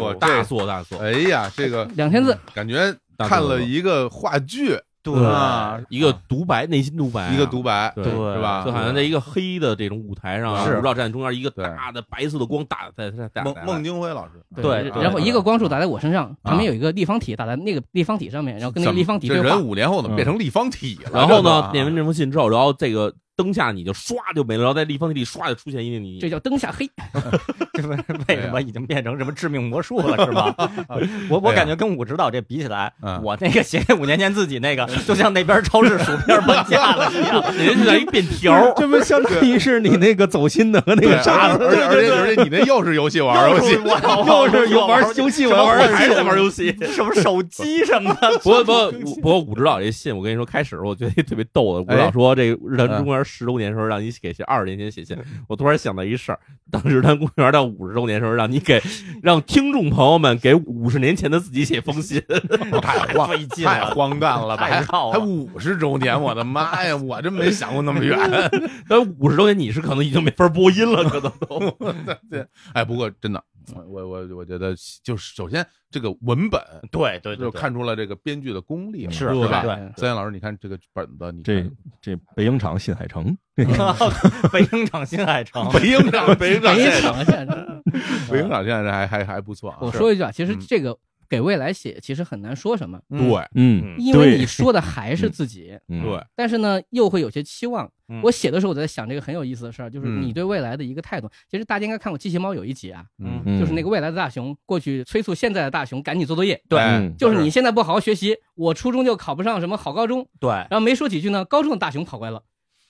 [SPEAKER 3] 哦
[SPEAKER 6] 大
[SPEAKER 1] 作大作，
[SPEAKER 6] 哎呀，这个
[SPEAKER 2] 两千字，
[SPEAKER 6] 感觉看了一个话剧，
[SPEAKER 8] 对
[SPEAKER 6] 啊
[SPEAKER 1] 一个独白，内心独白啊，
[SPEAKER 6] 一个独白，
[SPEAKER 1] 对
[SPEAKER 8] 对
[SPEAKER 6] 是吧
[SPEAKER 1] 就好像在一个黑的这种舞台上啊，
[SPEAKER 6] 是
[SPEAKER 1] 五照站中间一个大的白色的光打在在打
[SPEAKER 6] 孟
[SPEAKER 1] 在
[SPEAKER 6] 孟京辉老师，
[SPEAKER 1] 对
[SPEAKER 2] 然后一个光束打在我身上，
[SPEAKER 1] 啊
[SPEAKER 2] 旁边有一个立方体打在那个立方体上面，然后跟那个立方体
[SPEAKER 6] 这
[SPEAKER 2] 对话
[SPEAKER 6] 人。五年后怎么变成立方体了？
[SPEAKER 1] 然后呢，
[SPEAKER 6] 这啊
[SPEAKER 1] 念
[SPEAKER 6] 都
[SPEAKER 1] 完这封信之后，然后这个灯下 你就唰就没了，然后在立方体里唰就出现一个你
[SPEAKER 2] 这，叫灯下黑，
[SPEAKER 3] 这为为什么已经变成什么致命魔术了，是吧？我我感觉跟武指导这比起来，
[SPEAKER 6] 嗯
[SPEAKER 3] 我那个写给五年前自己那个，就像那边超市薯片搬家了一样，
[SPEAKER 1] 人家就在一便条 儿，
[SPEAKER 4] 这不相当于是你那个走心的和那
[SPEAKER 6] 对，啊
[SPEAKER 4] 个啥
[SPEAKER 6] 而且而且而且你那又是 游戏玩儿游戏，
[SPEAKER 4] 又是有玩游戏玩玩
[SPEAKER 1] 还是在玩游 戏。
[SPEAKER 3] 什么手机什么的，
[SPEAKER 1] 不过不过不过武指导这信，我跟你说，开始我觉得特别逗的。武指
[SPEAKER 3] 哎
[SPEAKER 1] 导说，这个日坛
[SPEAKER 3] 嗯
[SPEAKER 1] 公园十周年的时候让你给写二十年前写信，我突然想到一事儿，当时日坛公园到五十周年的时候，让你给让听众朋友们给五十年前的自己写封信，
[SPEAKER 6] 太荒
[SPEAKER 3] 费劲
[SPEAKER 6] 太
[SPEAKER 3] 了，
[SPEAKER 6] 荒诞了吧？
[SPEAKER 3] 太
[SPEAKER 6] 还
[SPEAKER 3] 套
[SPEAKER 6] 还
[SPEAKER 3] 了。
[SPEAKER 6] 五十周年，我的妈呀！我真没想过那么远。
[SPEAKER 1] 但五十周年你是可能已经没法播音了，可能都。
[SPEAKER 6] 对，哎，不过真的，我我我我觉得就是首先这个文本
[SPEAKER 3] 对对对，
[SPEAKER 6] 就看出了这个编剧的功力嘛，
[SPEAKER 3] 是
[SPEAKER 6] 对吧？
[SPEAKER 3] 对
[SPEAKER 6] 三岩老师，你看这个本子，你
[SPEAKER 7] 这
[SPEAKER 6] 看
[SPEAKER 7] 这北影厂信海城，
[SPEAKER 3] 对， 北京厂新海城，
[SPEAKER 6] 北影厂，北影厂
[SPEAKER 2] 没
[SPEAKER 6] 现在
[SPEAKER 2] 哎想一下。
[SPEAKER 6] 北影厂现在还还还不错啊。
[SPEAKER 2] 我
[SPEAKER 6] 是
[SPEAKER 2] 说一句啊，其实
[SPEAKER 6] 嗯
[SPEAKER 2] 这个给未来写，其实很难说什么，
[SPEAKER 6] 对，
[SPEAKER 7] 嗯
[SPEAKER 2] 因为
[SPEAKER 7] 对
[SPEAKER 2] 你说的还是自己。
[SPEAKER 7] 嗯
[SPEAKER 1] 对，
[SPEAKER 2] 但是呢，又会有些期望
[SPEAKER 3] 嗯。
[SPEAKER 2] 我写的时候，我在想这个很有意思的事儿，就是
[SPEAKER 6] 嗯
[SPEAKER 2] 你对未来的一个态度。其实大家应该看过《机器猫》有一集啊，
[SPEAKER 6] 嗯
[SPEAKER 7] 嗯
[SPEAKER 2] 就是那个未来的大熊过去催促现在的大熊赶紧做作业，
[SPEAKER 3] 对
[SPEAKER 6] 哎
[SPEAKER 7] 嗯
[SPEAKER 2] 就是你现在不好好学习，我初中就考不上什么好高中。
[SPEAKER 3] 对
[SPEAKER 2] 然后没说几句呢，高中的大熊跑过来了，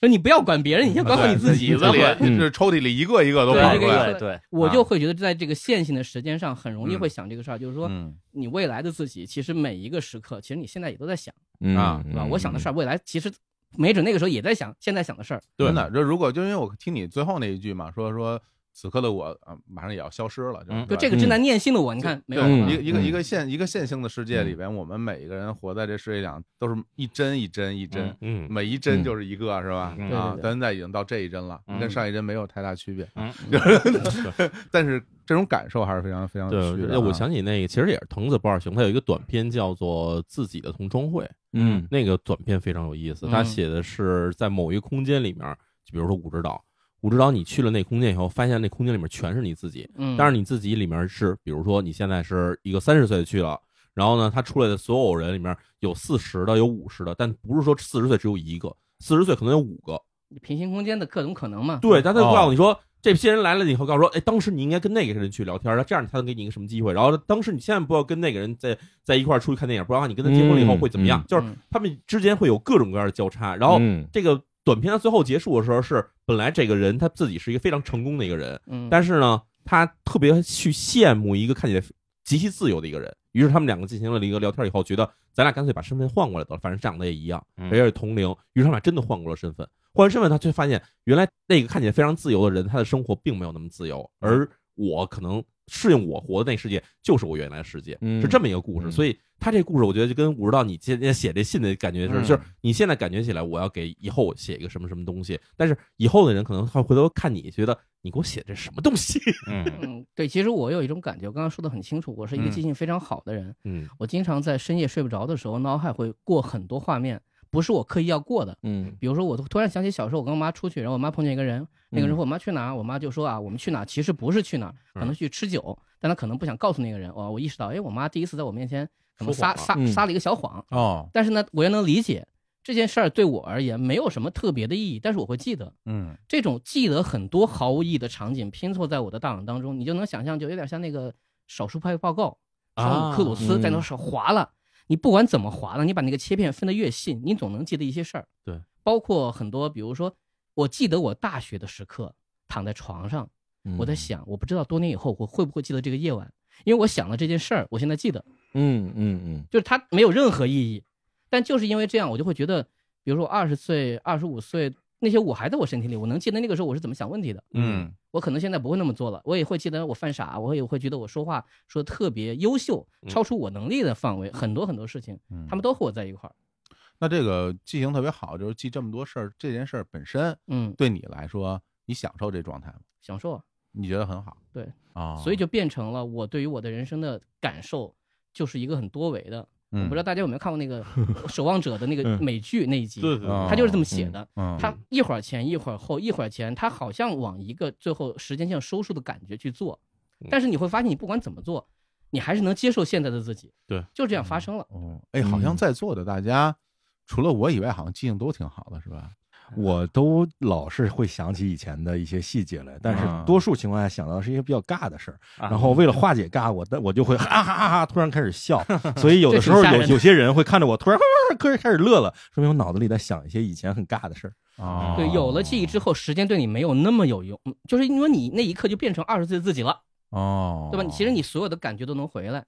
[SPEAKER 2] 说你不要管别人，你先管好你自己
[SPEAKER 6] 椅。子里
[SPEAKER 2] 对
[SPEAKER 7] 嗯
[SPEAKER 6] 这抽屉里一个一个都
[SPEAKER 2] 对
[SPEAKER 6] 跑
[SPEAKER 2] 这个
[SPEAKER 6] 出
[SPEAKER 2] 意
[SPEAKER 6] 来。
[SPEAKER 2] 思
[SPEAKER 3] 啊对对，
[SPEAKER 2] 我就会觉得在这个线性的时间上，很容易
[SPEAKER 6] 嗯
[SPEAKER 2] 会想这个事儿，就是说
[SPEAKER 6] 嗯
[SPEAKER 2] 你未来的自己，其实每一个时刻，其实你现在也都在想，
[SPEAKER 7] 嗯
[SPEAKER 6] 啊
[SPEAKER 2] 对吧？我想的事儿，未来其实没准那个时候也在想，现在想的事儿。
[SPEAKER 6] 真的，这如果就因为我听你最后那一句嘛，说说此刻的我啊，马上也要消失了，
[SPEAKER 3] 嗯
[SPEAKER 2] 就
[SPEAKER 6] 就
[SPEAKER 2] 这个正在念心的我，你看没有
[SPEAKER 6] 对
[SPEAKER 2] 了吧
[SPEAKER 6] 一个一个
[SPEAKER 7] 嗯
[SPEAKER 6] 一个线一个线性的世界里边，我们每一个人活在这世界上，都是一针一针一针，
[SPEAKER 1] 嗯，
[SPEAKER 6] 每一针就是一个，是吧？
[SPEAKER 3] 嗯
[SPEAKER 6] 啊
[SPEAKER 2] 对对，对
[SPEAKER 6] 咱现在已经到这一针了，
[SPEAKER 3] 嗯
[SPEAKER 6] 跟上一针没有太大区别。
[SPEAKER 3] 嗯
[SPEAKER 6] 但是 这种感受还是非常非常有趣
[SPEAKER 1] 对，
[SPEAKER 6] 的啊。
[SPEAKER 1] 哎我想起那个，其实也是藤子不二雄，他有一个短片叫做《自己的同窗会》，
[SPEAKER 7] 嗯
[SPEAKER 1] 那个短片非常有意思，
[SPEAKER 2] 嗯
[SPEAKER 1] 他写的是在某一个空间里面，就比如说武指导，武指导你去了那空间以后，发现那空间里面全是你自己，
[SPEAKER 2] 嗯，
[SPEAKER 1] 但是你自己里面是，比如说你现在是一个三十岁的去了，然后呢，他出来的所有人里面有四十的，有五十的，但不是说四十岁只有一个，四十岁可能有五个，
[SPEAKER 2] 平行空间的各种可能嘛。
[SPEAKER 1] 对，他就
[SPEAKER 6] 哦
[SPEAKER 1] 告诉你说。这些人来了以后，告诉说，哎，当时你应该跟那个人去聊天，然后这样他能给你一个什么机会？然后当时你千万不要跟那个人在在一块儿出去看电影，不然的话你跟他结婚了以后会怎么样？
[SPEAKER 7] 嗯
[SPEAKER 1] 就是他们之间会有各种各样的交叉。然后
[SPEAKER 7] 嗯
[SPEAKER 1] 这个短片到最后结束的时候是，本来这个人他自己是一个非常成功的一个人，
[SPEAKER 2] 嗯，嗯，
[SPEAKER 1] 但是呢，他特别去羡慕一个看起来极其自由的一个人。于是他们两个进行了一个聊天以后，觉得咱俩干脆把身份换过来得了，反正长得也一样，
[SPEAKER 3] 嗯
[SPEAKER 1] 而且是同龄。于是他们俩真的换过了身份。换完身份，他却发现原来那个看起来非常自由的人，他的生活并没有那么自由，
[SPEAKER 7] 嗯
[SPEAKER 1] 而我可能适应我活的那世界就是我原来的世界，
[SPEAKER 7] 嗯
[SPEAKER 1] 是这么一个故事。
[SPEAKER 7] 嗯
[SPEAKER 1] 所以他这故事，我觉得就跟武指导你今天写这信的感觉是，
[SPEAKER 6] 嗯
[SPEAKER 1] 就是你现在感觉起来，我要给以后写一个什么什么东西，但是以后的人可能会回头看你，觉得你给我写这什么东西？
[SPEAKER 3] 嗯
[SPEAKER 2] 嗯，对，其实我有一种感觉，我刚刚说的很清楚，我是一个
[SPEAKER 6] 嗯
[SPEAKER 2] 记性非常好的人，
[SPEAKER 1] 嗯
[SPEAKER 2] 我经常在深夜睡不着的时候，脑海会过很多画面，不是我刻意要过的。
[SPEAKER 7] 嗯
[SPEAKER 2] 比如说，我突然想起小时候我跟我妈出去，然后我妈碰见一个人，那个人问我妈去哪儿，我妈就说啊，我们去哪儿，其实不是去哪儿，可能去吃酒，但她可能不想告诉那个人。哦，我意识到，哎，我妈第一次在我面前可
[SPEAKER 1] 说
[SPEAKER 2] 能撒
[SPEAKER 1] 谎
[SPEAKER 2] 撒
[SPEAKER 7] 嗯
[SPEAKER 2] 撒了一个小谎，
[SPEAKER 6] 哦，
[SPEAKER 2] 但是呢，我又能理解这件事儿对我而言没有什么特别的意义，但是我会记得。
[SPEAKER 6] 嗯
[SPEAKER 2] 这种记得很多毫无意义的场景拼凑在我的大脑当中，你就能想象，就有点像那个少数派报告，汤姆克鲁斯在那手划了，你不管怎么划了，你把那个切片分得越细，你总能记得一些事儿。
[SPEAKER 1] 对，
[SPEAKER 2] 包括很多，比如说。我记得我大学的时刻，躺在床上，
[SPEAKER 4] 嗯
[SPEAKER 2] 我在想，我不知道多年以后我会不会记得这个夜晚，因为我想了这件事儿，我现在记得，
[SPEAKER 4] 嗯嗯嗯，
[SPEAKER 2] 就是它没有任何意义，但就是因为这样，我就会觉得，比如说二十岁、二十五岁那些我还在我身体里，我能记得那个时候我是怎么想问题的，
[SPEAKER 6] 嗯
[SPEAKER 2] 我可能现在不会那么做了，我也会记得我犯傻，我也会觉得我说话说得特别优秀，
[SPEAKER 1] 嗯
[SPEAKER 2] 超出我能力的范围，很多很多事情，
[SPEAKER 6] 嗯
[SPEAKER 2] 他们都和我在一块儿，
[SPEAKER 6] 那这个记性特别好，就是记这么多事儿，这件事儿本身
[SPEAKER 2] 嗯，
[SPEAKER 6] 对你来说，你享受这状态吗？
[SPEAKER 2] 享受啊，
[SPEAKER 6] 你觉得很好？
[SPEAKER 2] 对
[SPEAKER 6] 啊，
[SPEAKER 2] 所以就变成了我对于我的人生的感受就是一个很多维的，
[SPEAKER 6] 嗯
[SPEAKER 2] 我不知道大家有没有看过那 个《守望者》的那个美剧那一集，
[SPEAKER 1] 对对对，
[SPEAKER 6] 哦
[SPEAKER 2] 他就是这么写的。
[SPEAKER 6] 嗯，
[SPEAKER 2] 他一会儿前一会儿后一会儿前，他好像往一个最后时间线收束的感觉去做
[SPEAKER 1] 嗯，
[SPEAKER 2] 但是你会发现，你不管怎么做，你还是能接受现在的自己。
[SPEAKER 1] 对，
[SPEAKER 2] 就这样发生了。
[SPEAKER 6] 哦，哎，好
[SPEAKER 2] 嗯
[SPEAKER 6] 像在座的大家，除了我以外，好像记性都挺好的，是吧？
[SPEAKER 4] 我都老是会想起以前的一些细节来，但
[SPEAKER 6] 啊
[SPEAKER 4] 是多数情况下想到的是一些比较尬的事儿，
[SPEAKER 1] 啊
[SPEAKER 4] 然后为了化解尬，我但我就会哈哈哈哈突然开始笑，所以有的时候
[SPEAKER 2] 这挺吓
[SPEAKER 4] 有
[SPEAKER 2] 人的
[SPEAKER 4] 有些人会看着我突然哈哈哈突然开始乐了，说明我脑子里在想一些以前很尬的事儿。
[SPEAKER 6] 啊
[SPEAKER 2] 对，有了记忆之后，时间对你没有那么有用，嗯就是因为你那一刻就变成二十岁的自己了，
[SPEAKER 6] 哦，
[SPEAKER 2] 对吧？其实你所有的感觉都能回来，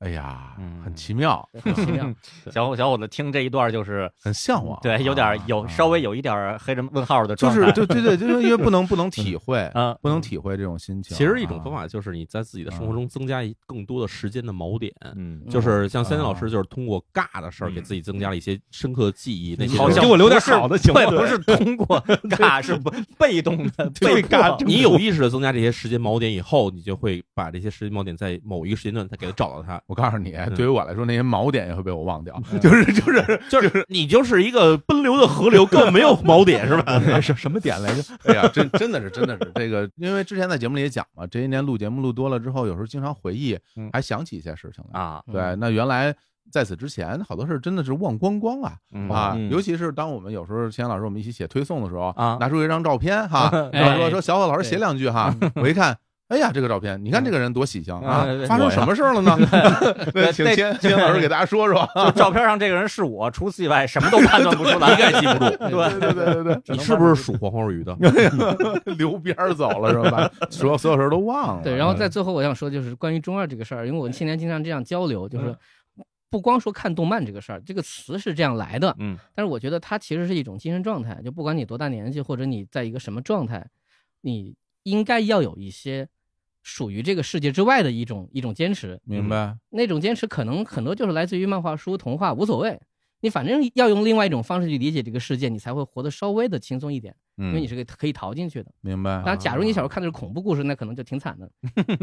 [SPEAKER 6] 哎呀，很
[SPEAKER 3] 嗯
[SPEAKER 6] 奇妙，
[SPEAKER 2] 很奇 妙。嗯
[SPEAKER 3] 小伙小伙子听这一段就是
[SPEAKER 6] 很向往，
[SPEAKER 3] 对，有点有
[SPEAKER 6] 啊
[SPEAKER 3] 稍微有一点黑人问号的
[SPEAKER 6] 就
[SPEAKER 3] 状态，
[SPEAKER 6] 是对对对，就是因为不能不能体会，
[SPEAKER 3] 啊，
[SPEAKER 6] 不能体会这种心情。
[SPEAKER 1] 其实一种方
[SPEAKER 6] 啊，
[SPEAKER 1] 法就是你在自己的生活中增加一更多的时间的锚点，
[SPEAKER 4] 嗯，
[SPEAKER 1] 就是像三金老师，就是通过尬的事儿给自己增加了一些深刻的记忆。那些
[SPEAKER 3] 嗯好像
[SPEAKER 4] 给我留点
[SPEAKER 3] 不是
[SPEAKER 4] 好的行
[SPEAKER 3] 对，
[SPEAKER 4] 吗
[SPEAKER 3] 不是通过 尬，是不被动的，
[SPEAKER 4] 对
[SPEAKER 3] 被
[SPEAKER 4] 尬
[SPEAKER 3] 迫
[SPEAKER 4] 就
[SPEAKER 1] 你有意识的增加这些时间锚点以后，你就会把这些时间锚点在某一个时间段再给它找到 它。
[SPEAKER 6] 我告诉你，对于我来说，那些锚点也会被我忘掉，就是就是
[SPEAKER 1] 就是你就是一个奔流的河流，根本没有锚点，是吧？
[SPEAKER 4] 什什么点来着？
[SPEAKER 6] 哎呀，真真的是，真的是这个，因为之前在节目里也讲嘛，这些年录节目录多了之后，有时候经常回忆，
[SPEAKER 3] 嗯
[SPEAKER 6] 还想起一些事情 来。
[SPEAKER 3] 啊，
[SPEAKER 2] 哎
[SPEAKER 6] 对，那原来在此之前，好多事真的是忘光光啊
[SPEAKER 3] 嗯
[SPEAKER 6] 啊！
[SPEAKER 4] 嗯
[SPEAKER 6] 尤其是当我们有时候钱老师我们一起写推送的时候
[SPEAKER 3] 啊哎
[SPEAKER 6] 拿出一张照片哈，然后说说小伙老师写两句哈，我一看。哎呀，这个照片，你看这个人多喜庆啊
[SPEAKER 3] 嗯！
[SPEAKER 6] 发生什么事儿了呢？ 那请
[SPEAKER 3] 对
[SPEAKER 6] 钱钱老师给大家说说。
[SPEAKER 1] 啊
[SPEAKER 3] 就照片上这个人是我，除此以外什么都判断 不出来，一概记不住。对，
[SPEAKER 6] 对对对
[SPEAKER 1] 你是不是属黄花鱼 的？
[SPEAKER 6] 对，溜边儿走了是吧？把所有所有事儿都嗯忘了。嗯
[SPEAKER 2] 对，然后在最后我想说，就是关于中二这个事儿，因为我们现在经常这样交流，
[SPEAKER 6] 嗯
[SPEAKER 2] 就是不光说看动漫这个事儿，这个词是这样来的，
[SPEAKER 3] 嗯，
[SPEAKER 2] 但是我觉得它其实是一种精神状态，就不管你多大年纪，或者你在一个什么状态，你应该要有一些属于这个世界之外的一种一种坚持，
[SPEAKER 6] 明
[SPEAKER 1] 嗯
[SPEAKER 6] 白，
[SPEAKER 2] 那种坚持可能很多就是来自于漫画书、童话，无所谓。你反正要用另外一种方式去理解这个世界，你才会活得稍微的轻松一点，因为你
[SPEAKER 6] 嗯，
[SPEAKER 2] 是个可以逃进去的。
[SPEAKER 6] 明白。
[SPEAKER 2] 当然，假如你小时候看的是恐怖故事，那可能就挺惨的，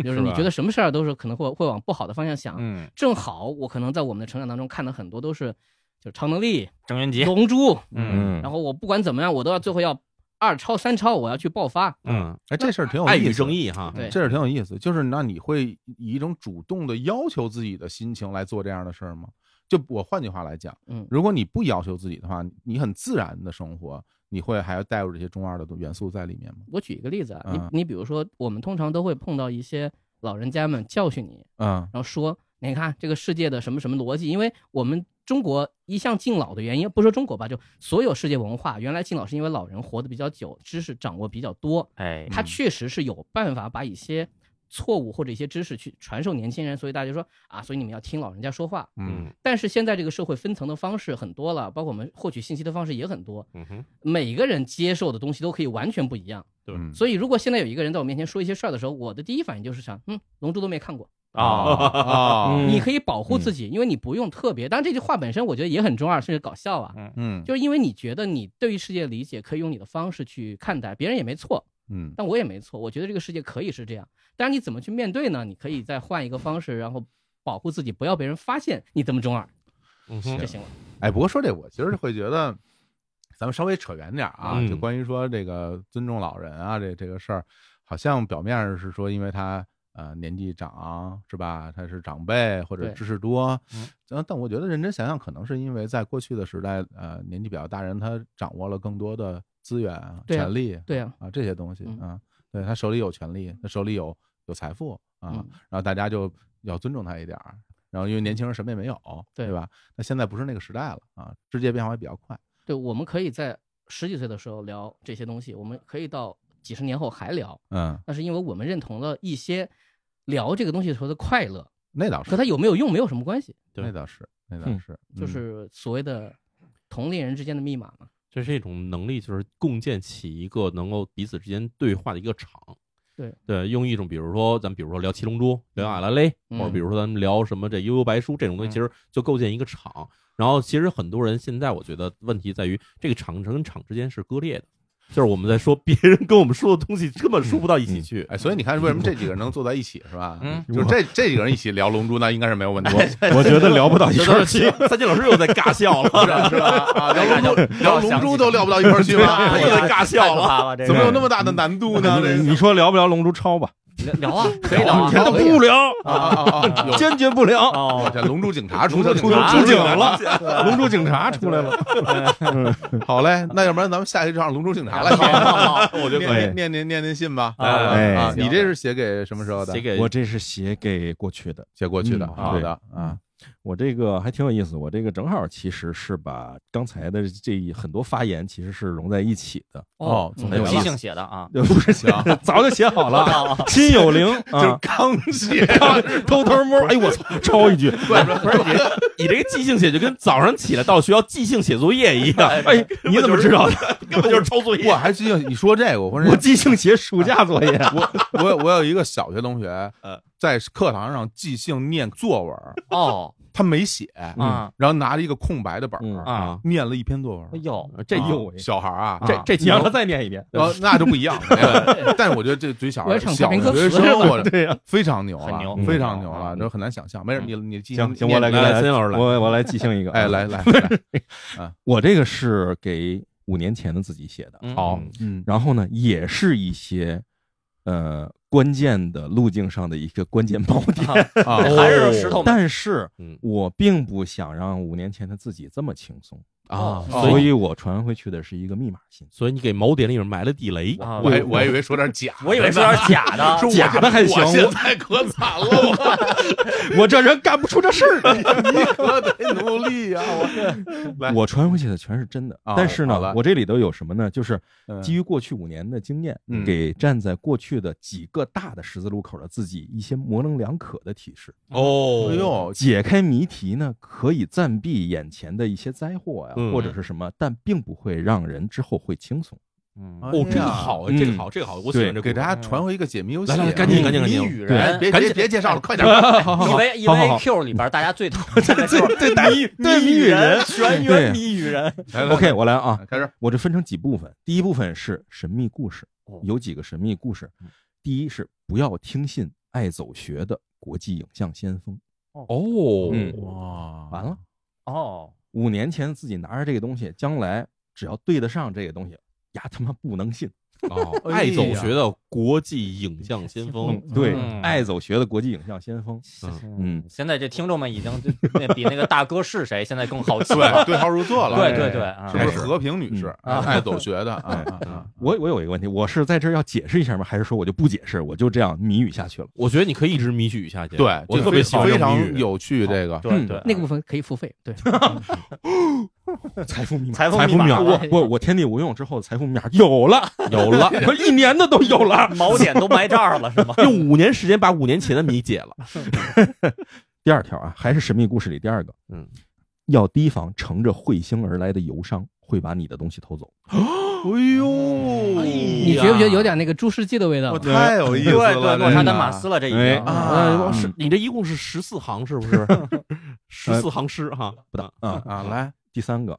[SPEAKER 2] 就是
[SPEAKER 6] 啊是
[SPEAKER 2] 你
[SPEAKER 6] 吧
[SPEAKER 2] 觉得什么事儿都是可能会会往不好的方向想。
[SPEAKER 3] 嗯，
[SPEAKER 2] 正好我可能在我们的成长当中看的很多都是，就是超能力、
[SPEAKER 3] 郑渊洁，
[SPEAKER 2] 龙珠，
[SPEAKER 3] 嗯，
[SPEAKER 2] 然后我不管怎么样，我都要最后要二超三超，我要去爆发。
[SPEAKER 1] 嗯，
[SPEAKER 6] 哎，这事儿挺有
[SPEAKER 1] 爱与
[SPEAKER 6] 意思，
[SPEAKER 1] 正义哈。
[SPEAKER 2] 对
[SPEAKER 6] 这事儿挺有意思。就是那你会以一种主动的要求自己的心情来做这样的事儿吗？就我换句话来讲，
[SPEAKER 2] 嗯
[SPEAKER 6] 如果你不要求自己的话，你很自然的生活，你会还要带入这些中二的元素在里面吗？
[SPEAKER 2] 我举一个例子啊，
[SPEAKER 6] 嗯
[SPEAKER 2] 你你比如说，我们通常都会碰到一些老人家们教训你，
[SPEAKER 6] 嗯
[SPEAKER 2] 然后说你看这个世界的什么什么逻辑，因为我们中国一向敬老的原因，不说中国吧，就所有世界文化，原来敬老是因为老人活得比较久，知识掌握比较多，
[SPEAKER 6] 嗯
[SPEAKER 3] 哎，
[SPEAKER 1] 嗯
[SPEAKER 2] 他确实是有办法把一些错误或者一些知识去传授年轻人，所以大家就说啊，所以你们要听老人家说话。
[SPEAKER 6] 嗯
[SPEAKER 1] 嗯
[SPEAKER 2] 但是现在这个社会分层的方式很多了，包括我们获取信息的方式也很多，
[SPEAKER 1] 嗯哼，
[SPEAKER 2] 每个人接受的东西都可以完全不一样。
[SPEAKER 1] 对
[SPEAKER 6] 嗯
[SPEAKER 2] 所以如果现在有一个人在我面前说一些事儿的时候，我的第一反应就是想，嗯，龙珠都没看过。
[SPEAKER 6] 嗯
[SPEAKER 3] 啊，
[SPEAKER 4] 嗯
[SPEAKER 6] 啊
[SPEAKER 1] 嗯
[SPEAKER 2] 你可以保护自己，因为你不用特别。当然，这句话本身我觉得也很中二，甚至搞笑啊。
[SPEAKER 6] 嗯
[SPEAKER 2] 就是因为你觉得你对于世界的理解可以用你的方式去看待，别人也没错，
[SPEAKER 6] 嗯
[SPEAKER 2] 但我也没错。我觉得这个世界可以是这样，但是你怎么去面对呢？你可以再换一个方式，然后保护自己，不要被人发现你这么中二
[SPEAKER 1] 嗯
[SPEAKER 2] 就
[SPEAKER 1] 哼，
[SPEAKER 2] 行了。
[SPEAKER 6] 哎，不过说这，我其实会觉得，咱们稍微扯远点儿啊，
[SPEAKER 1] 嗯
[SPEAKER 6] 就关于说这个尊重老人啊，这这个事儿，好像表面上是说，因为他呃年纪长是吧，他是长辈或者
[SPEAKER 2] 对
[SPEAKER 6] 知识多，
[SPEAKER 1] 嗯
[SPEAKER 6] 嗯，但我觉得认真想想，可能是因为在过去的时代，呃，年纪比较大人他掌握了更多的资源、
[SPEAKER 2] 对啊
[SPEAKER 6] 权利
[SPEAKER 2] 对啊，
[SPEAKER 6] 啊这些东西
[SPEAKER 2] 嗯
[SPEAKER 6] 啊，对他手里有权利，他手里有有财富啊，
[SPEAKER 2] 嗯
[SPEAKER 6] 然后大家就要尊重他一点儿。然后因为年轻人什么也没有，
[SPEAKER 2] 对
[SPEAKER 6] 吧？那现在不是那个时代了啊，世界变化也比较快。
[SPEAKER 2] 对，我们可以在十几岁的时候聊这些东西，我们可以到几十年后还聊，
[SPEAKER 6] 嗯，
[SPEAKER 2] 那是因为我们认同了一些聊这个东西的时候的快乐，
[SPEAKER 6] 那倒
[SPEAKER 2] 和
[SPEAKER 6] 是，
[SPEAKER 2] 它有没有用没有什么关系，
[SPEAKER 1] 对
[SPEAKER 6] 那倒是，那倒是，
[SPEAKER 2] 就
[SPEAKER 6] 嗯
[SPEAKER 2] 是所谓的同龄人之间的密码嘛。
[SPEAKER 1] 这是一种能力，就是共建起一个能够彼此之间对话的一个场。
[SPEAKER 2] 对
[SPEAKER 1] 对，用一种比如说咱们比如说聊七龙珠，聊阿拉蕾，
[SPEAKER 2] 嗯
[SPEAKER 1] 或者比如说咱们聊什么这悠悠白书这种东西，
[SPEAKER 2] 嗯
[SPEAKER 1] 其实就构建一个场。然后其实很多人现在我觉得问题在于这个场跟场之间是割裂的，就是我们在说别人跟我们说的东西根本说不到一起去。
[SPEAKER 6] 哎，所以你看，为什么这几个人能坐在一起是吧？
[SPEAKER 3] 嗯
[SPEAKER 6] 就这这几个人一起聊《龙珠》，那应该是没有问题，
[SPEAKER 4] 我觉得聊不到一
[SPEAKER 1] 这
[SPEAKER 4] 块
[SPEAKER 1] 都
[SPEAKER 4] 儿
[SPEAKER 6] 嗯
[SPEAKER 1] 是
[SPEAKER 4] 去。
[SPEAKER 1] 三金老师又在尬笑了，
[SPEAKER 6] 是吧？是 吧？啊，聊
[SPEAKER 3] 哎
[SPEAKER 6] 《龙珠》聊《龙珠》都聊不到一块儿去啊吗？
[SPEAKER 1] 又
[SPEAKER 3] 啊
[SPEAKER 1] 在尬笑了。
[SPEAKER 3] 怕了，这
[SPEAKER 6] 怎么有那么大的难度呢？
[SPEAKER 4] 你你说聊不聊《龙珠超》吧？
[SPEAKER 3] 么聊啊？可以聊 啊，
[SPEAKER 4] 那不聊，
[SPEAKER 6] 啊啊啊！ 有
[SPEAKER 4] 坚决 不聊。
[SPEAKER 6] 哦，
[SPEAKER 3] 哦，
[SPEAKER 6] 这龙珠 警察
[SPEAKER 4] 出
[SPEAKER 6] 出的啊
[SPEAKER 4] 出
[SPEAKER 3] 察
[SPEAKER 4] 出警了，龙珠警察出来了。
[SPEAKER 6] 好嘞，那要不然咱们下期就让龙珠警察来
[SPEAKER 1] 我觉得可以。
[SPEAKER 6] 念念念念念信吧。
[SPEAKER 4] 哎
[SPEAKER 6] 啊，
[SPEAKER 3] 行
[SPEAKER 6] 你这是写给什么时候的
[SPEAKER 1] 写？给
[SPEAKER 4] 我这是写给过去的，
[SPEAKER 6] 写过去的，
[SPEAKER 4] 嗯
[SPEAKER 6] 好的啊，
[SPEAKER 4] 我这个还挺有意思。我这个正好其实是把刚才的这一很多发言其实是融在一起的，
[SPEAKER 6] 哦
[SPEAKER 2] 嗯
[SPEAKER 4] 没有
[SPEAKER 3] 有
[SPEAKER 4] 了
[SPEAKER 3] 即兴写的啊，哦
[SPEAKER 4] 不是写
[SPEAKER 6] 行
[SPEAKER 4] 早就写 好了。心有灵
[SPEAKER 6] 就是
[SPEAKER 4] 啊，
[SPEAKER 6] 刚 写，
[SPEAKER 4] 偷偷摸，哎我操，抄一句，
[SPEAKER 1] 不是不是你，你这个即兴写就跟早上起来到学校即兴写作业一样，
[SPEAKER 4] 哎你怎么知道的？
[SPEAKER 1] 根本就是抄作业
[SPEAKER 6] 我。还记得你说这个，我
[SPEAKER 4] 我
[SPEAKER 6] 说
[SPEAKER 4] 即兴写暑假作业，
[SPEAKER 6] 我有我有一个小学同学
[SPEAKER 4] 嗯
[SPEAKER 1] 呃，
[SPEAKER 6] 在课堂上即兴念作文，
[SPEAKER 3] 哦
[SPEAKER 6] 他没写，
[SPEAKER 1] 嗯
[SPEAKER 3] 啊
[SPEAKER 6] 然后拿了一个空白的本
[SPEAKER 4] 嗯
[SPEAKER 6] 儿，
[SPEAKER 3] 啊，
[SPEAKER 6] 念了一篇作文
[SPEAKER 3] 哎。呦，
[SPEAKER 6] 呃
[SPEAKER 1] 这
[SPEAKER 4] 哎呦
[SPEAKER 1] 又
[SPEAKER 4] 喂
[SPEAKER 6] 小孩儿啊，
[SPEAKER 3] 啊
[SPEAKER 1] 这这
[SPEAKER 4] 你让他再念一遍。
[SPEAKER 6] 然后哦那就不 一样了。但是我觉得这对于小
[SPEAKER 2] 我
[SPEAKER 6] 孩
[SPEAKER 2] 也
[SPEAKER 6] 小
[SPEAKER 2] 唱太平歌
[SPEAKER 6] 学
[SPEAKER 2] 词
[SPEAKER 6] 生， 我
[SPEAKER 4] 对
[SPEAKER 2] 啊
[SPEAKER 4] 呀，
[SPEAKER 6] 非常牛
[SPEAKER 3] 很
[SPEAKER 6] 了，
[SPEAKER 3] 牛
[SPEAKER 6] 非常
[SPEAKER 1] 嗯
[SPEAKER 6] 牛了，这很难想象。没事，你你继续
[SPEAKER 4] 行行，
[SPEAKER 6] 念
[SPEAKER 4] 我来给
[SPEAKER 1] 来
[SPEAKER 4] 大
[SPEAKER 1] 来
[SPEAKER 4] 家
[SPEAKER 1] 孙老师来
[SPEAKER 4] 我我来即兴一个。啊
[SPEAKER 6] 哎，来，来，来
[SPEAKER 4] 我这个是给五年前的自己写的。
[SPEAKER 6] 好， 嗯
[SPEAKER 4] 然后呢，也是一些呃关键的路径上的一个关键锚 点，
[SPEAKER 6] 啊，
[SPEAKER 3] 还是石头门
[SPEAKER 4] 但是
[SPEAKER 1] 嗯
[SPEAKER 4] 我并不想让五年前的自己这么轻松，
[SPEAKER 6] 哦
[SPEAKER 1] 啊，
[SPEAKER 3] 哦
[SPEAKER 4] 所
[SPEAKER 1] 所以
[SPEAKER 4] 以我传回去的是一个密码信。
[SPEAKER 1] 所以你给锚点里面埋了地雷，
[SPEAKER 3] 啊
[SPEAKER 6] 我还我还以为说点假，
[SPEAKER 3] 我以为是点假的，
[SPEAKER 6] 说我
[SPEAKER 4] 假的还行
[SPEAKER 6] 我现在可惨 了，我
[SPEAKER 4] 我这人干不出这事儿。
[SPEAKER 6] 你可得努力呀，我来
[SPEAKER 4] 我传回去的全是真的，
[SPEAKER 1] 哦
[SPEAKER 6] 啊
[SPEAKER 4] 但是
[SPEAKER 6] 好
[SPEAKER 4] 呢
[SPEAKER 6] 了，
[SPEAKER 4] 我这里头有什么呢？就是
[SPEAKER 6] 嗯
[SPEAKER 4] 基于过去五年的经验
[SPEAKER 6] 嗯，
[SPEAKER 4] 给站在过去的几个大的十字路口的自己一些模棱两可的提示。
[SPEAKER 1] 哦
[SPEAKER 6] 哎呦，
[SPEAKER 4] 解开谜题呢，可以暂避眼前的一些灾祸呀、
[SPEAKER 1] 嗯
[SPEAKER 4] 或者是什么，但并不会让人之后会轻松。
[SPEAKER 3] 嗯，
[SPEAKER 1] 哦，这个
[SPEAKER 6] 哎呀
[SPEAKER 1] 好，
[SPEAKER 4] 嗯
[SPEAKER 1] 这个好，这个好，我喜欢这个故事嗯
[SPEAKER 6] 给大家传回一个解谜游戏，啊
[SPEAKER 1] 来来来赶紧赶紧赶紧哎
[SPEAKER 6] 谜语
[SPEAKER 4] 对
[SPEAKER 6] 人，别
[SPEAKER 1] 赶
[SPEAKER 6] 别
[SPEAKER 1] 紧
[SPEAKER 6] 别介绍 了，快点儿，
[SPEAKER 3] E V E
[SPEAKER 4] 好好
[SPEAKER 3] V
[SPEAKER 4] 好
[SPEAKER 3] Q 里边大家最讨厌的就是
[SPEAKER 4] 对谜对谜语人
[SPEAKER 3] 全员谜语人，
[SPEAKER 6] 来来
[SPEAKER 4] OK，我来
[SPEAKER 3] 呃
[SPEAKER 4] 啊，
[SPEAKER 6] 开始，
[SPEAKER 4] 我这分成几部分，第一部分是神秘故事，
[SPEAKER 3] 嗯
[SPEAKER 4] 有几个神秘故事。第一是不要听信爱走学的国际影像先锋。
[SPEAKER 1] 哦，
[SPEAKER 4] 嗯
[SPEAKER 3] 啊
[SPEAKER 6] 哇
[SPEAKER 4] 完了，
[SPEAKER 3] 哦，
[SPEAKER 4] 五年前自己拿着这个东西，将来只要对得上这个东西，呀他妈不能信。
[SPEAKER 1] 哦，
[SPEAKER 6] 哎
[SPEAKER 1] 爱
[SPEAKER 6] 呀
[SPEAKER 1] 走学的国际影像先锋，
[SPEAKER 4] 对，
[SPEAKER 3] 嗯啊
[SPEAKER 4] 爱走学的国际影像先锋。嗯，
[SPEAKER 3] 现在这听众们已经就那比那个大哥是谁现在更好奇了，
[SPEAKER 6] 对对号入座了，
[SPEAKER 3] 对对
[SPEAKER 6] 哎
[SPEAKER 3] 对，啊
[SPEAKER 6] 是不是和平女士
[SPEAKER 3] 嗯啊
[SPEAKER 6] 爱走学的啊
[SPEAKER 4] 哎
[SPEAKER 6] 啊？
[SPEAKER 1] 嗯
[SPEAKER 6] 啊
[SPEAKER 4] 我我有一个问题，我是在这儿要解释一下吗？还是说我就不解释，我就这样谜语下去了？
[SPEAKER 1] 我觉得你可以一直迷语下去，
[SPEAKER 6] 对，
[SPEAKER 1] 我
[SPEAKER 6] 这啊
[SPEAKER 1] 特
[SPEAKER 6] 非
[SPEAKER 1] 别喜欢这
[SPEAKER 6] 非
[SPEAKER 1] 种谜
[SPEAKER 6] 常
[SPEAKER 1] 语
[SPEAKER 6] 有趣，这个
[SPEAKER 3] 对对，
[SPEAKER 2] 那个部分可以付费，对，
[SPEAKER 4] 财富密
[SPEAKER 3] 财富
[SPEAKER 4] 财
[SPEAKER 3] 密码哎
[SPEAKER 4] 码，我我我天地无用之后，财富密码有了，有了，我 一年的都有了。
[SPEAKER 3] 锚点都埋这儿了是吗？
[SPEAKER 1] 用五年时间把五年前的谜解了，
[SPEAKER 4] 第二条啊，还是神秘故事里第二个，
[SPEAKER 1] 嗯，
[SPEAKER 4] 要提防乘着彗星而来的游商会把你的东西偷走。
[SPEAKER 6] 哎呦，
[SPEAKER 2] 你觉不觉得有点那个《诸世纪》的味道
[SPEAKER 6] 我
[SPEAKER 2] 啊？
[SPEAKER 6] 太有意思
[SPEAKER 3] 对
[SPEAKER 6] 了，
[SPEAKER 3] 对，
[SPEAKER 6] 这
[SPEAKER 3] 诺查
[SPEAKER 6] 个
[SPEAKER 3] 丹马斯了这已
[SPEAKER 4] 哎
[SPEAKER 3] 经
[SPEAKER 6] 啊
[SPEAKER 1] 呃是你这一共是十四行是不 是？十四行诗哈，呃嗯不大
[SPEAKER 4] 啊
[SPEAKER 6] 啊，来，
[SPEAKER 4] 第三个，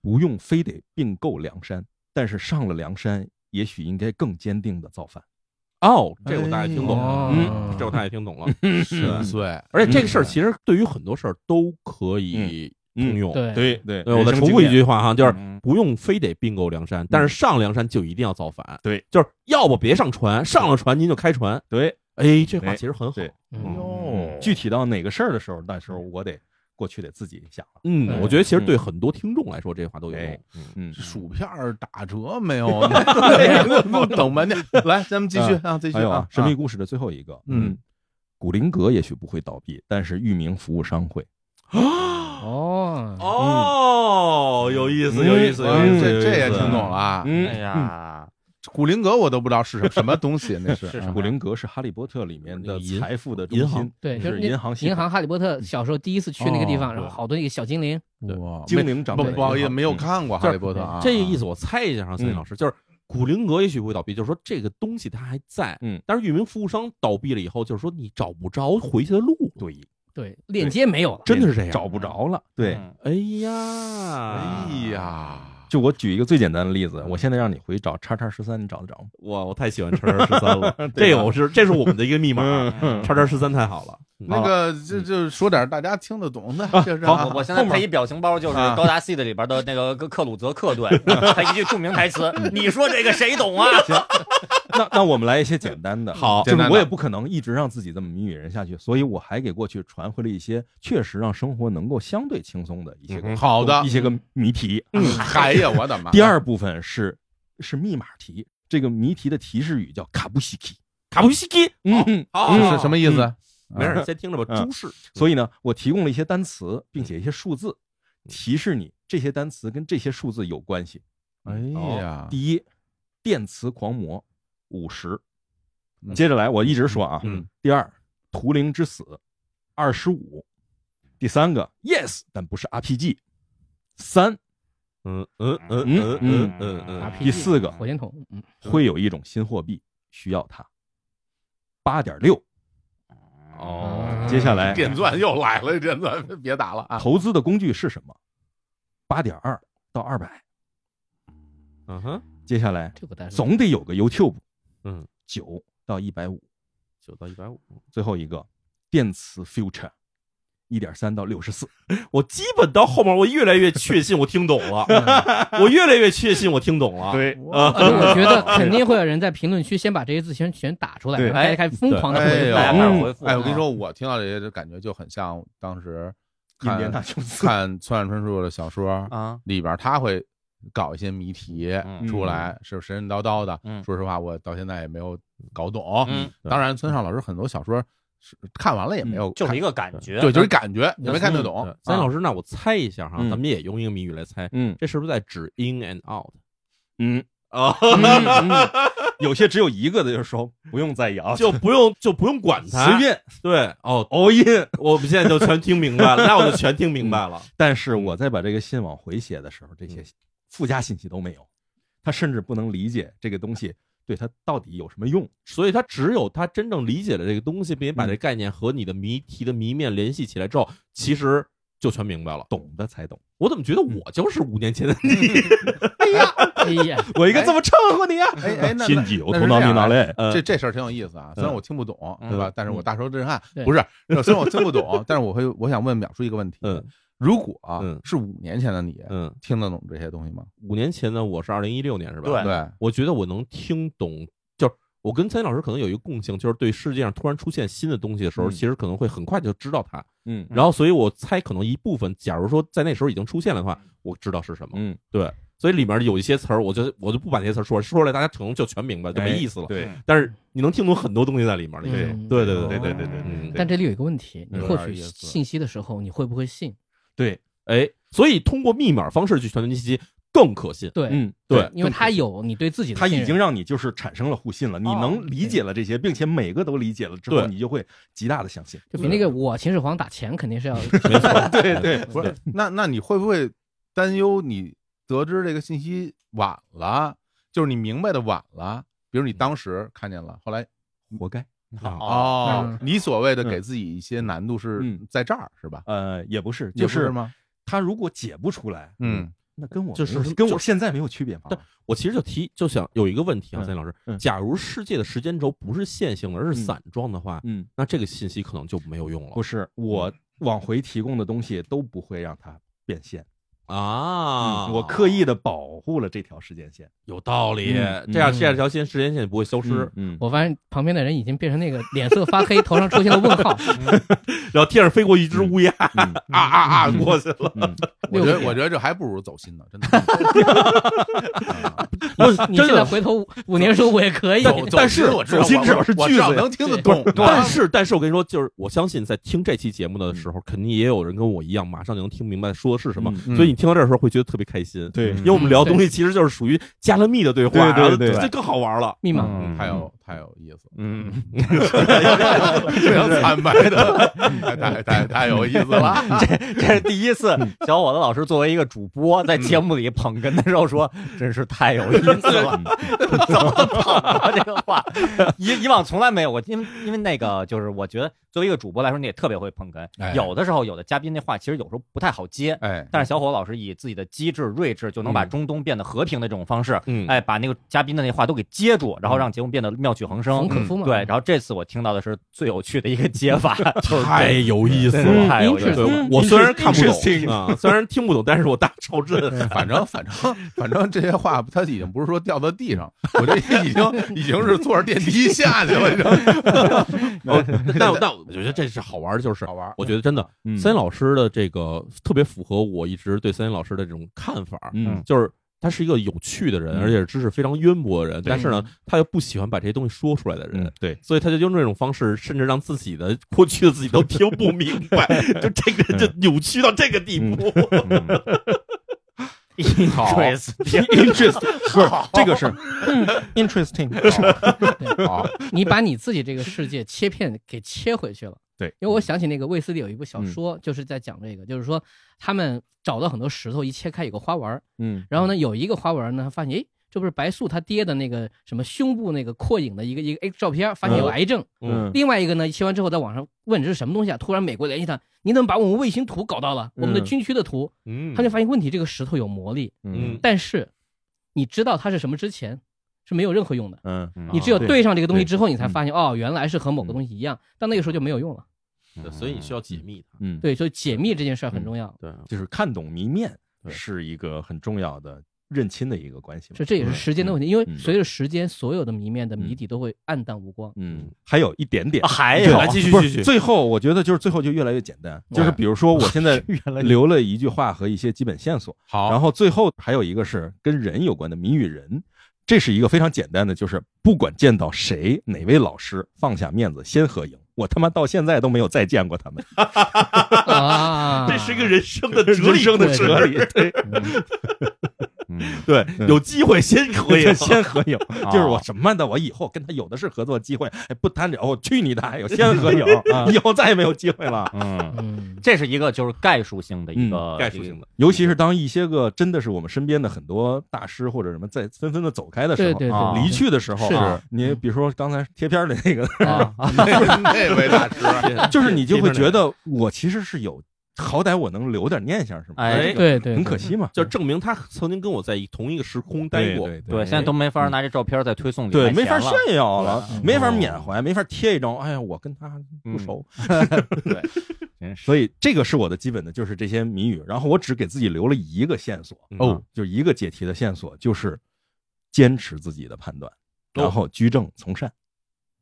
[SPEAKER 4] 不用非得并购梁山，但是上了梁山，也许应该更坚定的造反。
[SPEAKER 1] 哦，这个我大概听懂
[SPEAKER 6] 哦
[SPEAKER 1] 了，
[SPEAKER 2] 哎
[SPEAKER 1] 嗯，这我大概听 懂了，
[SPEAKER 6] 深邃，
[SPEAKER 1] 而且这个事儿其实对于很多事儿都可以通用。
[SPEAKER 2] 对
[SPEAKER 4] 对对
[SPEAKER 1] 嗯对，我再重复一句，话哈，就是
[SPEAKER 6] 嗯
[SPEAKER 1] 不用非得并购梁山，但是上梁山就一定要造反。
[SPEAKER 4] 对，
[SPEAKER 1] 就是要不别上船，上了船您就开船。
[SPEAKER 4] 对，
[SPEAKER 1] 哎，这话
[SPEAKER 4] 对
[SPEAKER 1] 其实很好。
[SPEAKER 4] 对
[SPEAKER 2] 嗯
[SPEAKER 6] 哟
[SPEAKER 4] 具体到哪个事儿的时候，那时候我得过去得自己想了。
[SPEAKER 1] 嗯，
[SPEAKER 2] 对
[SPEAKER 1] 我觉得其实对很多听众来说，这话都有用
[SPEAKER 4] 哎。嗯，
[SPEAKER 6] 薯片儿打折没有？ 我等半天，来，咱们继续啊，继续
[SPEAKER 4] 还有
[SPEAKER 6] 啊
[SPEAKER 4] 啊，，神秘故事的最后一个，
[SPEAKER 6] 嗯，
[SPEAKER 4] 古灵阁也许不会倒闭，但是域名服务商会。
[SPEAKER 2] 哦，
[SPEAKER 1] 哦，有意思，有意思，有意
[SPEAKER 6] 嗯
[SPEAKER 1] 思，有
[SPEAKER 6] 这
[SPEAKER 1] 意思
[SPEAKER 6] 这也听懂了啊。
[SPEAKER 4] 嗯
[SPEAKER 3] 哎呀，
[SPEAKER 6] 古灵阁我都不知道是什么什么东西，那是
[SPEAKER 3] 是
[SPEAKER 6] 啊
[SPEAKER 3] 什
[SPEAKER 4] 古灵阁是《哈利波特》里面
[SPEAKER 1] 那
[SPEAKER 4] 的
[SPEAKER 1] 个银
[SPEAKER 4] 财富的
[SPEAKER 1] 银
[SPEAKER 4] 中
[SPEAKER 1] 行
[SPEAKER 4] 心，
[SPEAKER 2] 对，就是是
[SPEAKER 4] 哦银行系
[SPEAKER 2] 银
[SPEAKER 4] 统
[SPEAKER 2] 行哈利波特小时候第一次去那个地方，
[SPEAKER 1] 哦
[SPEAKER 2] 然后好多那个小精灵，
[SPEAKER 6] 哇
[SPEAKER 4] 精灵长
[SPEAKER 6] 不
[SPEAKER 4] 在
[SPEAKER 6] 不好
[SPEAKER 4] 银
[SPEAKER 6] 意思，
[SPEAKER 4] 行
[SPEAKER 6] 没有
[SPEAKER 4] 嗯
[SPEAKER 6] 看过《哈利波特》啊。
[SPEAKER 1] 这个意思我猜一下哈，孙老师就是。古灵阁也许不会倒闭，就是说这个东西它还在，
[SPEAKER 4] 嗯，
[SPEAKER 1] 但是域名服务商倒闭了以后，就是说你找不着回去的路，对，
[SPEAKER 2] 对，链接没有了。
[SPEAKER 1] 真的是这样，
[SPEAKER 4] 找不。着了。对，
[SPEAKER 3] 嗯
[SPEAKER 1] 哎呀，
[SPEAKER 6] 哎，呀，
[SPEAKER 4] 就我举一个最简单的例子，我现在让你回找叉叉十三，你找得着吗？
[SPEAKER 1] 我我太喜欢叉叉十三 了，这
[SPEAKER 4] 啊
[SPEAKER 1] 个我是这是我们的一个密
[SPEAKER 4] 嗯
[SPEAKER 1] 码，啊叉叉十三太好了，
[SPEAKER 6] 那个就就说点大家听得懂的，就是啊
[SPEAKER 3] 好，我现在配一表情包，就是
[SPEAKER 6] 啊
[SPEAKER 3] 《高达 seed》里边的那个克克鲁泽克队，他一句著名台词：“你说这个谁懂啊
[SPEAKER 4] 那那我们来一些简单的，
[SPEAKER 1] 好
[SPEAKER 4] 就是
[SPEAKER 6] 简单的
[SPEAKER 4] 我也不可能一直让自己这么谜语人下去，所以我还给过去传回了一些确实让生活能够相对轻松的一些个、
[SPEAKER 6] 嗯好的
[SPEAKER 4] 一，些个谜题。啊
[SPEAKER 6] 哎呀，我的妈！
[SPEAKER 4] 嗯第二部分是是密码题，这个谜题的提示语叫卡布西基，
[SPEAKER 1] 卡布西基，
[SPEAKER 4] 嗯，
[SPEAKER 1] 好
[SPEAKER 6] 是是什么意思？啊
[SPEAKER 1] 没事，先听着吧，
[SPEAKER 4] 嗯
[SPEAKER 1] 朱氏，
[SPEAKER 4] 所以呢，我提供了一些单词，并且一些数字，提示你这些单词跟这些数字有关系。
[SPEAKER 6] 哎呀，
[SPEAKER 4] 第一，电磁狂魔五十。接着来，我一直说啊。
[SPEAKER 1] 嗯
[SPEAKER 4] 第二，图灵之死二十五。第三个，yes，但不是 RPG。三，
[SPEAKER 1] 嗯嗯嗯嗯嗯嗯嗯，
[SPEAKER 2] RPG
[SPEAKER 4] 第四个
[SPEAKER 2] 火箭筒，嗯，
[SPEAKER 4] 会有一种新货币需要它。八点六。
[SPEAKER 1] 哦
[SPEAKER 4] 接下来，
[SPEAKER 6] 电钻又来了，电钻别打了嗯啊！
[SPEAKER 4] 投资的工具是什么？八点二到二百。
[SPEAKER 1] 嗯哼，
[SPEAKER 4] 接下来，
[SPEAKER 2] 这不带
[SPEAKER 4] 总得有个 YouTube。
[SPEAKER 1] 嗯，
[SPEAKER 4] 九到一百五。
[SPEAKER 1] 九到一百五，
[SPEAKER 4] 最后一个，电磁 future。一点三到六十四，
[SPEAKER 1] 我基本到后面，我越来越确信我听懂了，我越来越确信我听懂了。
[SPEAKER 4] 对
[SPEAKER 1] 啊，
[SPEAKER 2] 而且我觉得肯定会有人在评论区先把这些字全全打出来，
[SPEAKER 4] 对
[SPEAKER 2] 然后大家开始疯狂的
[SPEAKER 6] 哎
[SPEAKER 2] 回
[SPEAKER 6] 呦
[SPEAKER 2] 复。
[SPEAKER 3] 大家开始回复
[SPEAKER 6] 哎，我跟你说，我听到这些就感觉就很像当时
[SPEAKER 4] 印第安
[SPEAKER 6] 看
[SPEAKER 4] 纳琼斯。
[SPEAKER 6] 看村上春树的小说？”
[SPEAKER 3] 啊，
[SPEAKER 6] 里边，他会搞一些谜题
[SPEAKER 3] 嗯
[SPEAKER 6] 出来，是神神叨叨的。
[SPEAKER 3] 嗯
[SPEAKER 6] 说实话，我到现在也没有搞懂。
[SPEAKER 3] 嗯
[SPEAKER 6] 当然，村上老师很多小说是看完了也嗯没有看，
[SPEAKER 3] 就是一个感觉，
[SPEAKER 6] 对，嗯就是感觉，也没看得懂。
[SPEAKER 1] 对咱老
[SPEAKER 6] 师
[SPEAKER 1] 师，那我猜一下哈，
[SPEAKER 4] 哦嗯
[SPEAKER 1] 咱们也用一个谜语来猜，
[SPEAKER 4] 嗯
[SPEAKER 1] 这是不是在指 in and out？
[SPEAKER 4] 嗯，
[SPEAKER 1] 啊，
[SPEAKER 4] 嗯嗯 有些只有一个的，就是说不用在意啊，
[SPEAKER 1] 就不用就不用管它，
[SPEAKER 4] 随便嗯
[SPEAKER 1] 对哦，
[SPEAKER 4] all in。
[SPEAKER 1] 我们现在就全听明白了，那我就全听明白了。
[SPEAKER 4] 但是我在把这个信往回写的时候，这些附加信息都没有，他甚至不能理解这个东西对他到底有什么用。
[SPEAKER 1] 所以他只有他真正理解了这个东西，并且
[SPEAKER 4] 嗯
[SPEAKER 1] 把这概念和你的谜题的谜面联系起来之后，其实就全明白了。
[SPEAKER 4] 懂的才懂。嗯
[SPEAKER 1] 我怎么觉得我就是五年 前的你？
[SPEAKER 2] 哎呀，
[SPEAKER 4] 我应该这么称呼你啊！
[SPEAKER 6] 哎哎，那
[SPEAKER 4] 心
[SPEAKER 6] 那
[SPEAKER 4] 机有
[SPEAKER 6] 那
[SPEAKER 4] 头脑
[SPEAKER 6] 是这
[SPEAKER 4] 你
[SPEAKER 6] 样
[SPEAKER 4] 哪来？
[SPEAKER 1] 呃
[SPEAKER 6] 这这事儿挺有意思啊，虽然我听不懂，
[SPEAKER 3] 嗯
[SPEAKER 6] 对吧？但是我大受震撼。
[SPEAKER 2] 对
[SPEAKER 6] 不是，虽然我听不懂，但是我会，我想问淼叔一个问题：
[SPEAKER 1] 嗯
[SPEAKER 6] 如果啊
[SPEAKER 1] 嗯
[SPEAKER 6] 是五年前的你，
[SPEAKER 1] 嗯，
[SPEAKER 6] 听得懂这些东西吗？
[SPEAKER 1] 五年前呢，我是二零一六年是吧？
[SPEAKER 3] 对
[SPEAKER 6] 对，
[SPEAKER 1] 我觉得我能听懂，就是我跟参老师可能有一个共性，就是对世界上突然出现新的东西的时候，
[SPEAKER 4] 嗯
[SPEAKER 1] 其实可能会很快就知道它。
[SPEAKER 4] 嗯
[SPEAKER 1] 然后，所以我猜可能一部分，假如说在那时候已经出现了的话，我知道是什么。
[SPEAKER 4] 嗯，
[SPEAKER 1] 对，所以里面有一些词儿，我就我就不把那些词儿说了，说出来大家可能就全明白，就
[SPEAKER 4] 哎
[SPEAKER 1] 没意思了。
[SPEAKER 4] 对，
[SPEAKER 1] 但是你能听懂很多东西在里面了已经。
[SPEAKER 2] 嗯
[SPEAKER 1] 对对对
[SPEAKER 4] 对对对对
[SPEAKER 1] 嗯
[SPEAKER 2] 但这里有一个问题，你
[SPEAKER 6] 有
[SPEAKER 2] 获
[SPEAKER 6] 点
[SPEAKER 2] 取
[SPEAKER 6] 意思
[SPEAKER 2] 信息的时候，你会不会信？
[SPEAKER 4] 对，
[SPEAKER 1] 哎，所以通过密码方式去传递信息更可信。
[SPEAKER 2] 对，
[SPEAKER 4] 嗯，
[SPEAKER 1] 对，
[SPEAKER 2] 因为他有你对自己的
[SPEAKER 4] 他
[SPEAKER 2] 信
[SPEAKER 4] 已
[SPEAKER 2] 任
[SPEAKER 4] 经让你就是产生了互信了，你能理解了这些，并且每个都理解了之后，
[SPEAKER 1] 对
[SPEAKER 4] 你就会极大的相信。
[SPEAKER 2] 就比那个我秦始皇打钱肯定是要
[SPEAKER 1] 没错，
[SPEAKER 4] 对对，
[SPEAKER 6] 不是，那那你会不会担忧你得知这个信息晚了？就是你明白的晚了，比如你当时看见了，后来
[SPEAKER 4] 活该。
[SPEAKER 6] 哦
[SPEAKER 2] 嗯，
[SPEAKER 6] 你所谓的给自己一些难度是
[SPEAKER 4] 嗯
[SPEAKER 6] 在这儿是吧？
[SPEAKER 4] 呃，也不是，就
[SPEAKER 6] 也不是吗？
[SPEAKER 4] 他如果解不出来，
[SPEAKER 6] 嗯，
[SPEAKER 4] 那跟我
[SPEAKER 1] 就
[SPEAKER 4] 没有
[SPEAKER 1] 是
[SPEAKER 4] 跟
[SPEAKER 1] 就
[SPEAKER 4] 我现在没有区别嘛。
[SPEAKER 1] 但我其实就提就想有一个问题啊，
[SPEAKER 4] 嗯
[SPEAKER 1] 三老师
[SPEAKER 4] 嗯，
[SPEAKER 1] 假如世界的时间轴不是线性的，而是散状的话，
[SPEAKER 4] 嗯，
[SPEAKER 1] 那这个信息可能就没有用
[SPEAKER 4] 不
[SPEAKER 1] 了
[SPEAKER 4] 是，我往回提供的东西都不会让它变现嗯
[SPEAKER 1] 啊
[SPEAKER 4] 我刻意的保护了这条时间线，
[SPEAKER 1] 有道理，
[SPEAKER 4] 嗯
[SPEAKER 1] 这样
[SPEAKER 2] 嗯
[SPEAKER 1] 这样一条线时间线也不会消失
[SPEAKER 4] 是，，嗯，
[SPEAKER 2] 我发现旁边的人已经变成那个脸色发黑，头上出现了问号。
[SPEAKER 1] 然后天上飞过一只乌鸦，
[SPEAKER 4] 嗯
[SPEAKER 1] 啊啊啊过去了。
[SPEAKER 4] 嗯
[SPEAKER 6] 我
[SPEAKER 2] 六
[SPEAKER 6] 觉
[SPEAKER 2] 个
[SPEAKER 6] 得
[SPEAKER 2] 点
[SPEAKER 6] 我觉得这还不如走心呢，真的。啊
[SPEAKER 2] 你你现在回头五五年说我也可以，
[SPEAKER 6] 走走
[SPEAKER 1] 但是
[SPEAKER 6] 心我知道，
[SPEAKER 4] 走心
[SPEAKER 6] 我
[SPEAKER 4] 至少是
[SPEAKER 6] 我
[SPEAKER 4] 句
[SPEAKER 6] 知道
[SPEAKER 4] 子呀
[SPEAKER 6] 能听得懂 的。
[SPEAKER 1] 但是，但是我跟你说，嗯就是我相信在听这期节目的时候，肯定也有人跟我一样，马上就能听明白说的是什么。
[SPEAKER 4] 嗯
[SPEAKER 6] 嗯
[SPEAKER 1] 所以你听到这儿的时候会觉得特别开心，
[SPEAKER 4] 对
[SPEAKER 1] 因为我们聊的东西其实就是属于加了密的对话，
[SPEAKER 4] 对对
[SPEAKER 1] 然后
[SPEAKER 4] 对
[SPEAKER 1] 这更好玩了。
[SPEAKER 2] 密码，
[SPEAKER 6] 嗯嗯太有太有意思了，
[SPEAKER 1] 嗯，
[SPEAKER 6] 非常 坦白的，太太太太有意思了。
[SPEAKER 3] 这是第一次，小伙子老师作为一个主播，在节目里捧哏的时候说，真是太有意思了， 怎么捧啊这个话？以以往从来没有过，因为因为那个就是我觉得作为一个主播来说，你也特别会捧哏，
[SPEAKER 6] 哎
[SPEAKER 3] 有的时候有的嘉宾那话其实有时候不太好接。
[SPEAKER 6] 哎，
[SPEAKER 3] 但是小伙子老师以自己的机智睿智，就能把中东变得和平的这种方式，
[SPEAKER 1] 嗯
[SPEAKER 3] 哎，把那个嘉宾的那话都给接住，然后让节目变得妙趣横
[SPEAKER 2] 冯。
[SPEAKER 3] 生
[SPEAKER 2] 可夫嘛，
[SPEAKER 3] 对，然后这次我听到的是最有趣的一个接法，就是
[SPEAKER 6] 太有意思了。
[SPEAKER 3] 对太有意思了。
[SPEAKER 1] 对，我虽然看不懂啊， 虽然听不懂，但是我大超 真。
[SPEAKER 6] 反正反正反正这些话，他已经不是说掉到地上，我这已经已经是坐着电梯下去了，你知道吗？
[SPEAKER 1] 哦但但我觉得这是好玩儿，就是
[SPEAKER 6] 好玩儿
[SPEAKER 1] 我觉得真的，
[SPEAKER 4] 嗯
[SPEAKER 1] 森林老师的这个特别符合我一直对森林老师的这种看法儿，
[SPEAKER 4] 嗯
[SPEAKER 1] 就是他是一个有趣的人，
[SPEAKER 4] 嗯
[SPEAKER 1] 而且知识非常渊博的人，但是呢，他又不喜欢把这些东西说出来的人
[SPEAKER 4] 嗯， 对，
[SPEAKER 1] 所以他就用这种方式，甚至让自己的 过去的自己都听不明白，就这个人就扭曲到这个地步。
[SPEAKER 4] 嗯
[SPEAKER 3] Interesting
[SPEAKER 4] interest 不是这个是 interesting，
[SPEAKER 6] 好，
[SPEAKER 2] 你把你自己这个世界切片给切回去了。
[SPEAKER 4] 对，
[SPEAKER 2] 因为我想起那个卫斯理有一部小说，就是在讲这个，就是说他们找到很多石头，一切开有个花纹儿，
[SPEAKER 4] 嗯，
[SPEAKER 2] 然后呢有一个花纹儿呢，他发现诶，这不是白素他爹的那个什么胸部那个扩影的一个一个 X 照片儿，发现有癌症。
[SPEAKER 4] 嗯
[SPEAKER 2] 另外一个呢，切完之后在网上问这是什么东西啊？突然美国联系他，你怎么把我们卫星图搞到了？我们的
[SPEAKER 4] 嗯
[SPEAKER 2] 军区的图，
[SPEAKER 1] 嗯
[SPEAKER 2] 他就发现问题，这个石头有魔力，
[SPEAKER 4] 嗯
[SPEAKER 2] 但是你知道它是什么之前是没有任何用的。
[SPEAKER 4] 嗯，
[SPEAKER 2] 你只有
[SPEAKER 4] 对
[SPEAKER 2] 对上这个东西之后，你才
[SPEAKER 4] 嗯
[SPEAKER 2] 发现哦，原来是和某个东西一样，但那个时候就没有用了。
[SPEAKER 1] 对所以你需要解密它。
[SPEAKER 4] 嗯，
[SPEAKER 2] 对，所以解密这件事儿很重要，
[SPEAKER 1] 对，啊
[SPEAKER 4] 就是看懂谜面
[SPEAKER 1] 对
[SPEAKER 4] 是一个很重要的认亲的一个关系嘛。
[SPEAKER 2] 所以这也是时间的问题，因为
[SPEAKER 4] 嗯
[SPEAKER 2] 随着时间，所有的谜面的谜底都会暗淡无光。
[SPEAKER 4] 嗯，还有一点点，
[SPEAKER 3] 啊还
[SPEAKER 4] 对
[SPEAKER 3] 有
[SPEAKER 1] 来继续
[SPEAKER 4] 不
[SPEAKER 1] 继
[SPEAKER 4] 是
[SPEAKER 1] 续。
[SPEAKER 4] 最后我觉得就是最后就越来越简单，就是比如说我 现 在留了一句话和一些基本线索，
[SPEAKER 6] 好
[SPEAKER 4] 然后最后还有一个是跟人有关的谜语人。这是一个非常简单的，就是不管见到谁哪位老师，放下面子先合影。我他妈到现在都没有再见过他们， 嗯
[SPEAKER 2] 啊，
[SPEAKER 1] 这是一个人生的哲理，
[SPEAKER 4] 生的哲理，对
[SPEAKER 1] 对，
[SPEAKER 4] 嗯
[SPEAKER 1] 有机会先可以
[SPEAKER 4] 先先合影，就是我什么的，我以后跟他有的是合作机会，哎，不谈了，我去你的，哎呦， 先啊合影， 以后再也没有机会了。
[SPEAKER 3] 嗯，
[SPEAKER 2] 嗯，
[SPEAKER 3] 这是一个就是概述性的一个
[SPEAKER 1] 嗯概述性的。
[SPEAKER 4] 尤其是当一些个真的是我们身边的很多大师或者什么在纷纷的走开的时
[SPEAKER 2] 对
[SPEAKER 4] 候，
[SPEAKER 2] 对
[SPEAKER 3] 啊
[SPEAKER 2] 对，
[SPEAKER 4] 离去的时候，
[SPEAKER 2] 是
[SPEAKER 4] 啊你比如说刚才贴片儿的那个，
[SPEAKER 3] 啊，
[SPEAKER 6] 那那位大师，
[SPEAKER 4] 就是你就会觉得我其实是有，好歹我能留点念想是吗？
[SPEAKER 3] 哎，
[SPEAKER 2] 对对，
[SPEAKER 4] 很可惜嘛，
[SPEAKER 1] 就证明他曾经跟我在一同一个时空待过。
[SPEAKER 4] 对
[SPEAKER 3] 对，现在都没法拿这照片在推送里
[SPEAKER 4] 对，
[SPEAKER 3] 卖
[SPEAKER 4] 没
[SPEAKER 3] 钱
[SPEAKER 4] 法
[SPEAKER 3] 嗯了
[SPEAKER 4] 炫耀了
[SPEAKER 2] 嗯，
[SPEAKER 4] 没法缅怀，没法贴一张，哎呀，我跟他不熟，
[SPEAKER 3] 真是
[SPEAKER 4] 所以这个是我的基本的，就是这些谜语。然后我只给自己留了一个线索，
[SPEAKER 1] 嗯
[SPEAKER 4] 哦，就一个解题的线索，就是坚持自己的判断，然后居正从善。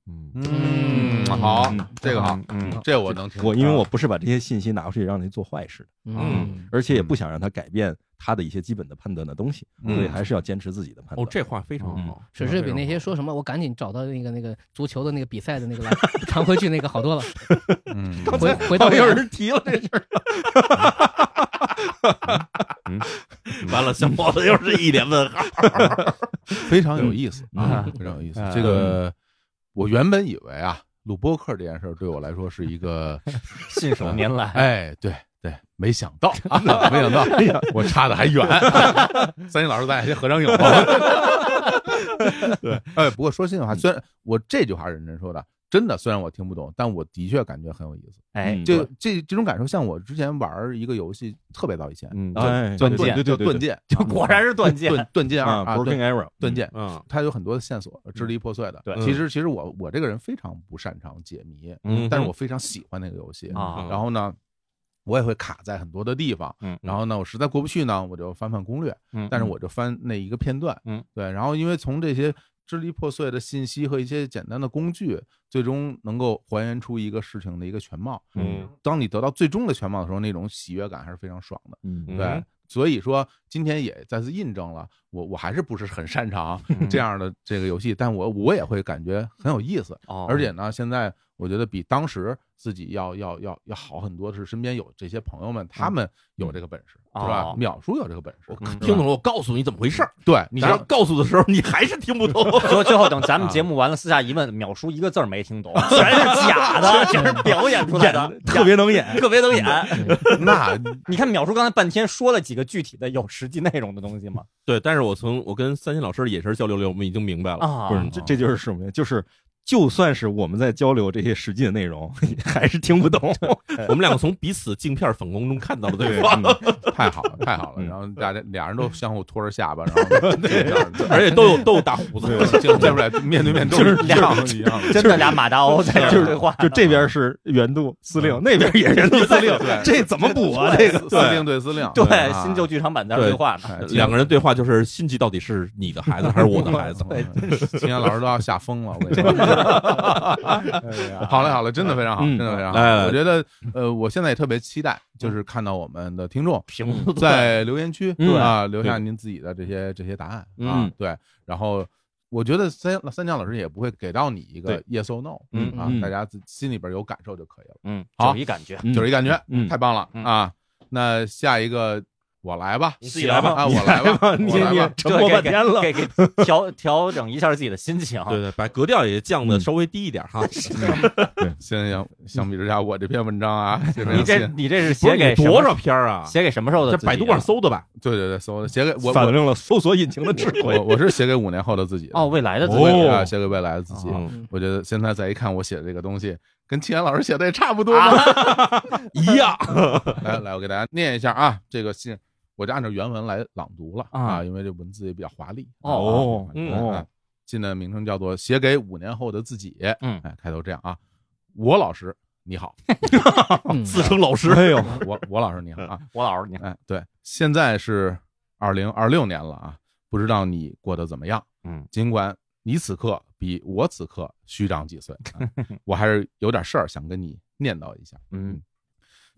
[SPEAKER 6] 嗯，好，这个好，嗯，这我能听懂。
[SPEAKER 4] 我因为我不是把这些信息拿出去让你做坏事的，
[SPEAKER 2] 嗯，
[SPEAKER 4] 而且也不想让他改变他的一些基本的判断的东西，
[SPEAKER 6] 嗯
[SPEAKER 4] 所以还是要坚持自己的判断。
[SPEAKER 1] 哦，这话非常好，
[SPEAKER 2] 只是比那
[SPEAKER 6] 啊
[SPEAKER 2] 些说什么我赶紧找到那个那个足球的那个比赛的那个来传回去那个好多了。
[SPEAKER 6] 嗯，
[SPEAKER 2] 回回到
[SPEAKER 4] 有人提了这事儿，
[SPEAKER 1] 完了，小伙子又是一脸问号。
[SPEAKER 6] 非常有意思
[SPEAKER 4] 嗯
[SPEAKER 6] 啊，非常有意思。这个我原本以为啊，录播客这件事儿对我来说是一个，
[SPEAKER 3] 信手拈 来。
[SPEAKER 6] 哎，对对，没想到啊，没想到，我差的还远。三金老师，咱俩先合张影吧。对，哎，不过说心里话，虽然我这句话是认真说的，真的，虽然我听不懂，但我的确感觉很有意思。
[SPEAKER 3] 哎，
[SPEAKER 4] 嗯
[SPEAKER 6] 这这这种感受，像我之前玩儿一个游戏，特别早以前，
[SPEAKER 1] 嗯
[SPEAKER 4] 哎，
[SPEAKER 3] 断
[SPEAKER 6] 断
[SPEAKER 3] 剑
[SPEAKER 4] 对对
[SPEAKER 6] 叫啊
[SPEAKER 4] 对
[SPEAKER 6] 断剑，
[SPEAKER 3] 就果然是断剑。
[SPEAKER 6] 断断剑二
[SPEAKER 4] 啊
[SPEAKER 6] 啊，
[SPEAKER 4] ，broken
[SPEAKER 6] 断
[SPEAKER 4] arrow，
[SPEAKER 6] 断剑，
[SPEAKER 1] 嗯
[SPEAKER 6] 它有很多的线索，支离破碎的。
[SPEAKER 3] 对
[SPEAKER 6] 其实其实我我这个人非常不擅长解谜，
[SPEAKER 1] 嗯
[SPEAKER 6] 但是我非常喜欢那个游戏
[SPEAKER 3] 啊
[SPEAKER 6] 嗯然后呢，我也会卡在很多的地方，
[SPEAKER 3] 嗯
[SPEAKER 6] 然后呢，我实在过不去呢，我就翻翻攻略，
[SPEAKER 3] 嗯
[SPEAKER 6] 但是我就翻那一个片段，
[SPEAKER 3] 嗯，
[SPEAKER 6] 对，然后因为从这些。支离破碎的信息和一些简单的工具，最终能够还原出一个事情的一个全貌。
[SPEAKER 1] 嗯，
[SPEAKER 6] 当你得到最终的全貌的时候，那种喜悦感还是非常爽的。
[SPEAKER 4] 嗯，
[SPEAKER 6] 对
[SPEAKER 1] 嗯，
[SPEAKER 6] 所以说今天也再次印证了我我还是不是很擅长
[SPEAKER 3] 嗯
[SPEAKER 6] 这样的这个游戏，但我我也会感觉很有意思，
[SPEAKER 3] 哦，
[SPEAKER 6] 而且呢，现在我觉得比当时自己要要要要好很多，是身边有这些朋友们，他们有这个本事，
[SPEAKER 3] 嗯
[SPEAKER 6] 是吧？
[SPEAKER 3] 哦
[SPEAKER 6] 淼叔有这个本事
[SPEAKER 1] 我，
[SPEAKER 3] 嗯
[SPEAKER 1] 听懂了，我告诉你怎么回事儿。
[SPEAKER 6] 对，
[SPEAKER 1] 你
[SPEAKER 6] 咱
[SPEAKER 1] 要告诉的时候，你还是听不懂。
[SPEAKER 3] 最后最后等咱们节目完了，私下一问，淼叔一个字儿没听懂，全是假的，全是表演出来的，
[SPEAKER 4] 特别能演。
[SPEAKER 3] 特别能演。
[SPEAKER 6] 那
[SPEAKER 3] 你看淼叔刚才半天说了几个具体的有实际内容的东西吗？
[SPEAKER 1] 对，但是我从我跟三星老师的眼神交流里，我们已经明白了。
[SPEAKER 3] 啊
[SPEAKER 4] 不，是，这这就是什么呀？就是就算是我们在交流这些实际的内容， 还是听不懂。
[SPEAKER 1] 我们两个从彼此镜片反光中看到了对
[SPEAKER 4] 对
[SPEAKER 1] 方，
[SPEAKER 6] 太好了，太好了。
[SPEAKER 4] 嗯
[SPEAKER 6] 然后大家俩人都相互拖着下巴，然后这样
[SPEAKER 1] 而且都有都有大胡子。
[SPEAKER 6] 对见见不来，面对面都
[SPEAKER 3] 就是是俩
[SPEAKER 6] 一样 的。
[SPEAKER 3] 真的俩马达欧在这儿对话，
[SPEAKER 4] 就这边是原度司令，那边也是原度司 令，这怎么补啊？这个
[SPEAKER 6] 司令对司令，
[SPEAKER 3] 对
[SPEAKER 6] 啊
[SPEAKER 3] 新旧剧场版在这儿对话呢。
[SPEAKER 6] 哎
[SPEAKER 1] 两个人对话就是心机到底是你的孩子还是我的孩 子？
[SPEAKER 6] 对，今天老师都要吓疯了，我跟你说。好嘞，好嘞，真的非常好，
[SPEAKER 4] 嗯
[SPEAKER 6] 真的非常
[SPEAKER 1] 来来来
[SPEAKER 6] 好。我觉得，呃，我现在也特别期待，就是看到我们的听众
[SPEAKER 1] 屏幕都
[SPEAKER 6] 嗯在留言区
[SPEAKER 1] 嗯
[SPEAKER 6] 啊留下您自己的这些这些答案啊
[SPEAKER 1] 嗯，
[SPEAKER 6] 对，然后。我觉得三三江老师也不会给到你一个 yes or no，
[SPEAKER 3] 嗯
[SPEAKER 6] 啊
[SPEAKER 4] 嗯，
[SPEAKER 6] 大家自心里边有感受就可以了，
[SPEAKER 3] 嗯，
[SPEAKER 6] 好
[SPEAKER 3] 有一感觉。
[SPEAKER 4] 嗯
[SPEAKER 6] 就是一感觉，
[SPEAKER 4] 嗯
[SPEAKER 6] 太棒了
[SPEAKER 3] 嗯
[SPEAKER 6] 啊！那下一个我来吧，
[SPEAKER 1] 你自己来吧
[SPEAKER 6] 啊，我来吧，
[SPEAKER 4] 你
[SPEAKER 6] 我来
[SPEAKER 4] 你
[SPEAKER 6] 吧，
[SPEAKER 4] 沉默半天了，
[SPEAKER 3] 给给给调调整一下自己的心
[SPEAKER 6] 啊
[SPEAKER 3] 情。
[SPEAKER 1] 对对，把格调也降
[SPEAKER 6] 嗯
[SPEAKER 1] 的稍微低一点 哈。
[SPEAKER 6] 行行，相比之下，我这篇文 章啊，这篇
[SPEAKER 3] 你这
[SPEAKER 6] 信
[SPEAKER 3] 你这是
[SPEAKER 1] 不
[SPEAKER 3] 写
[SPEAKER 1] 是
[SPEAKER 3] 给
[SPEAKER 1] 你
[SPEAKER 3] 什么
[SPEAKER 1] 多少篇儿 啊？
[SPEAKER 3] 写给什么时候的
[SPEAKER 1] 在
[SPEAKER 3] 自己啊？
[SPEAKER 1] 百度上搜的吧？
[SPEAKER 6] 对对对，搜的写给我
[SPEAKER 4] 反
[SPEAKER 6] 我
[SPEAKER 4] 正了搜索引擎的智慧
[SPEAKER 6] 我。我是写给五年后的自己的
[SPEAKER 3] 哦，未哦来的自己。
[SPEAKER 6] 对啊，写给未来的自己。
[SPEAKER 1] 嗯
[SPEAKER 6] 我觉得现在再一看我写的这个东西，跟秦岩老师写的也差不多
[SPEAKER 3] 啊
[SPEAKER 6] 嘛。
[SPEAKER 1] 一 样。
[SPEAKER 6] 来来，我给大家念一下啊，这个信我就按照原文来朗读了
[SPEAKER 3] 啊
[SPEAKER 6] 啊，因为这文字也比较华丽。
[SPEAKER 3] 哦
[SPEAKER 6] 啊
[SPEAKER 1] 嗯
[SPEAKER 6] 啊信的名称叫做《写给五年后的自己》。
[SPEAKER 3] 嗯
[SPEAKER 6] 哎，开头这样啊，我老师你好，
[SPEAKER 2] 嗯
[SPEAKER 1] 自称老师，
[SPEAKER 4] 哎呦，
[SPEAKER 6] 我我老师你好啊，
[SPEAKER 3] 我老师你
[SPEAKER 6] 哎，对，现在是二零二六年了啊，不知道你过得怎么样？
[SPEAKER 3] 嗯，
[SPEAKER 6] 尽管你此刻比我此刻虚长几岁， 啊我还是有点事儿想跟你念叨一下。
[SPEAKER 3] 嗯，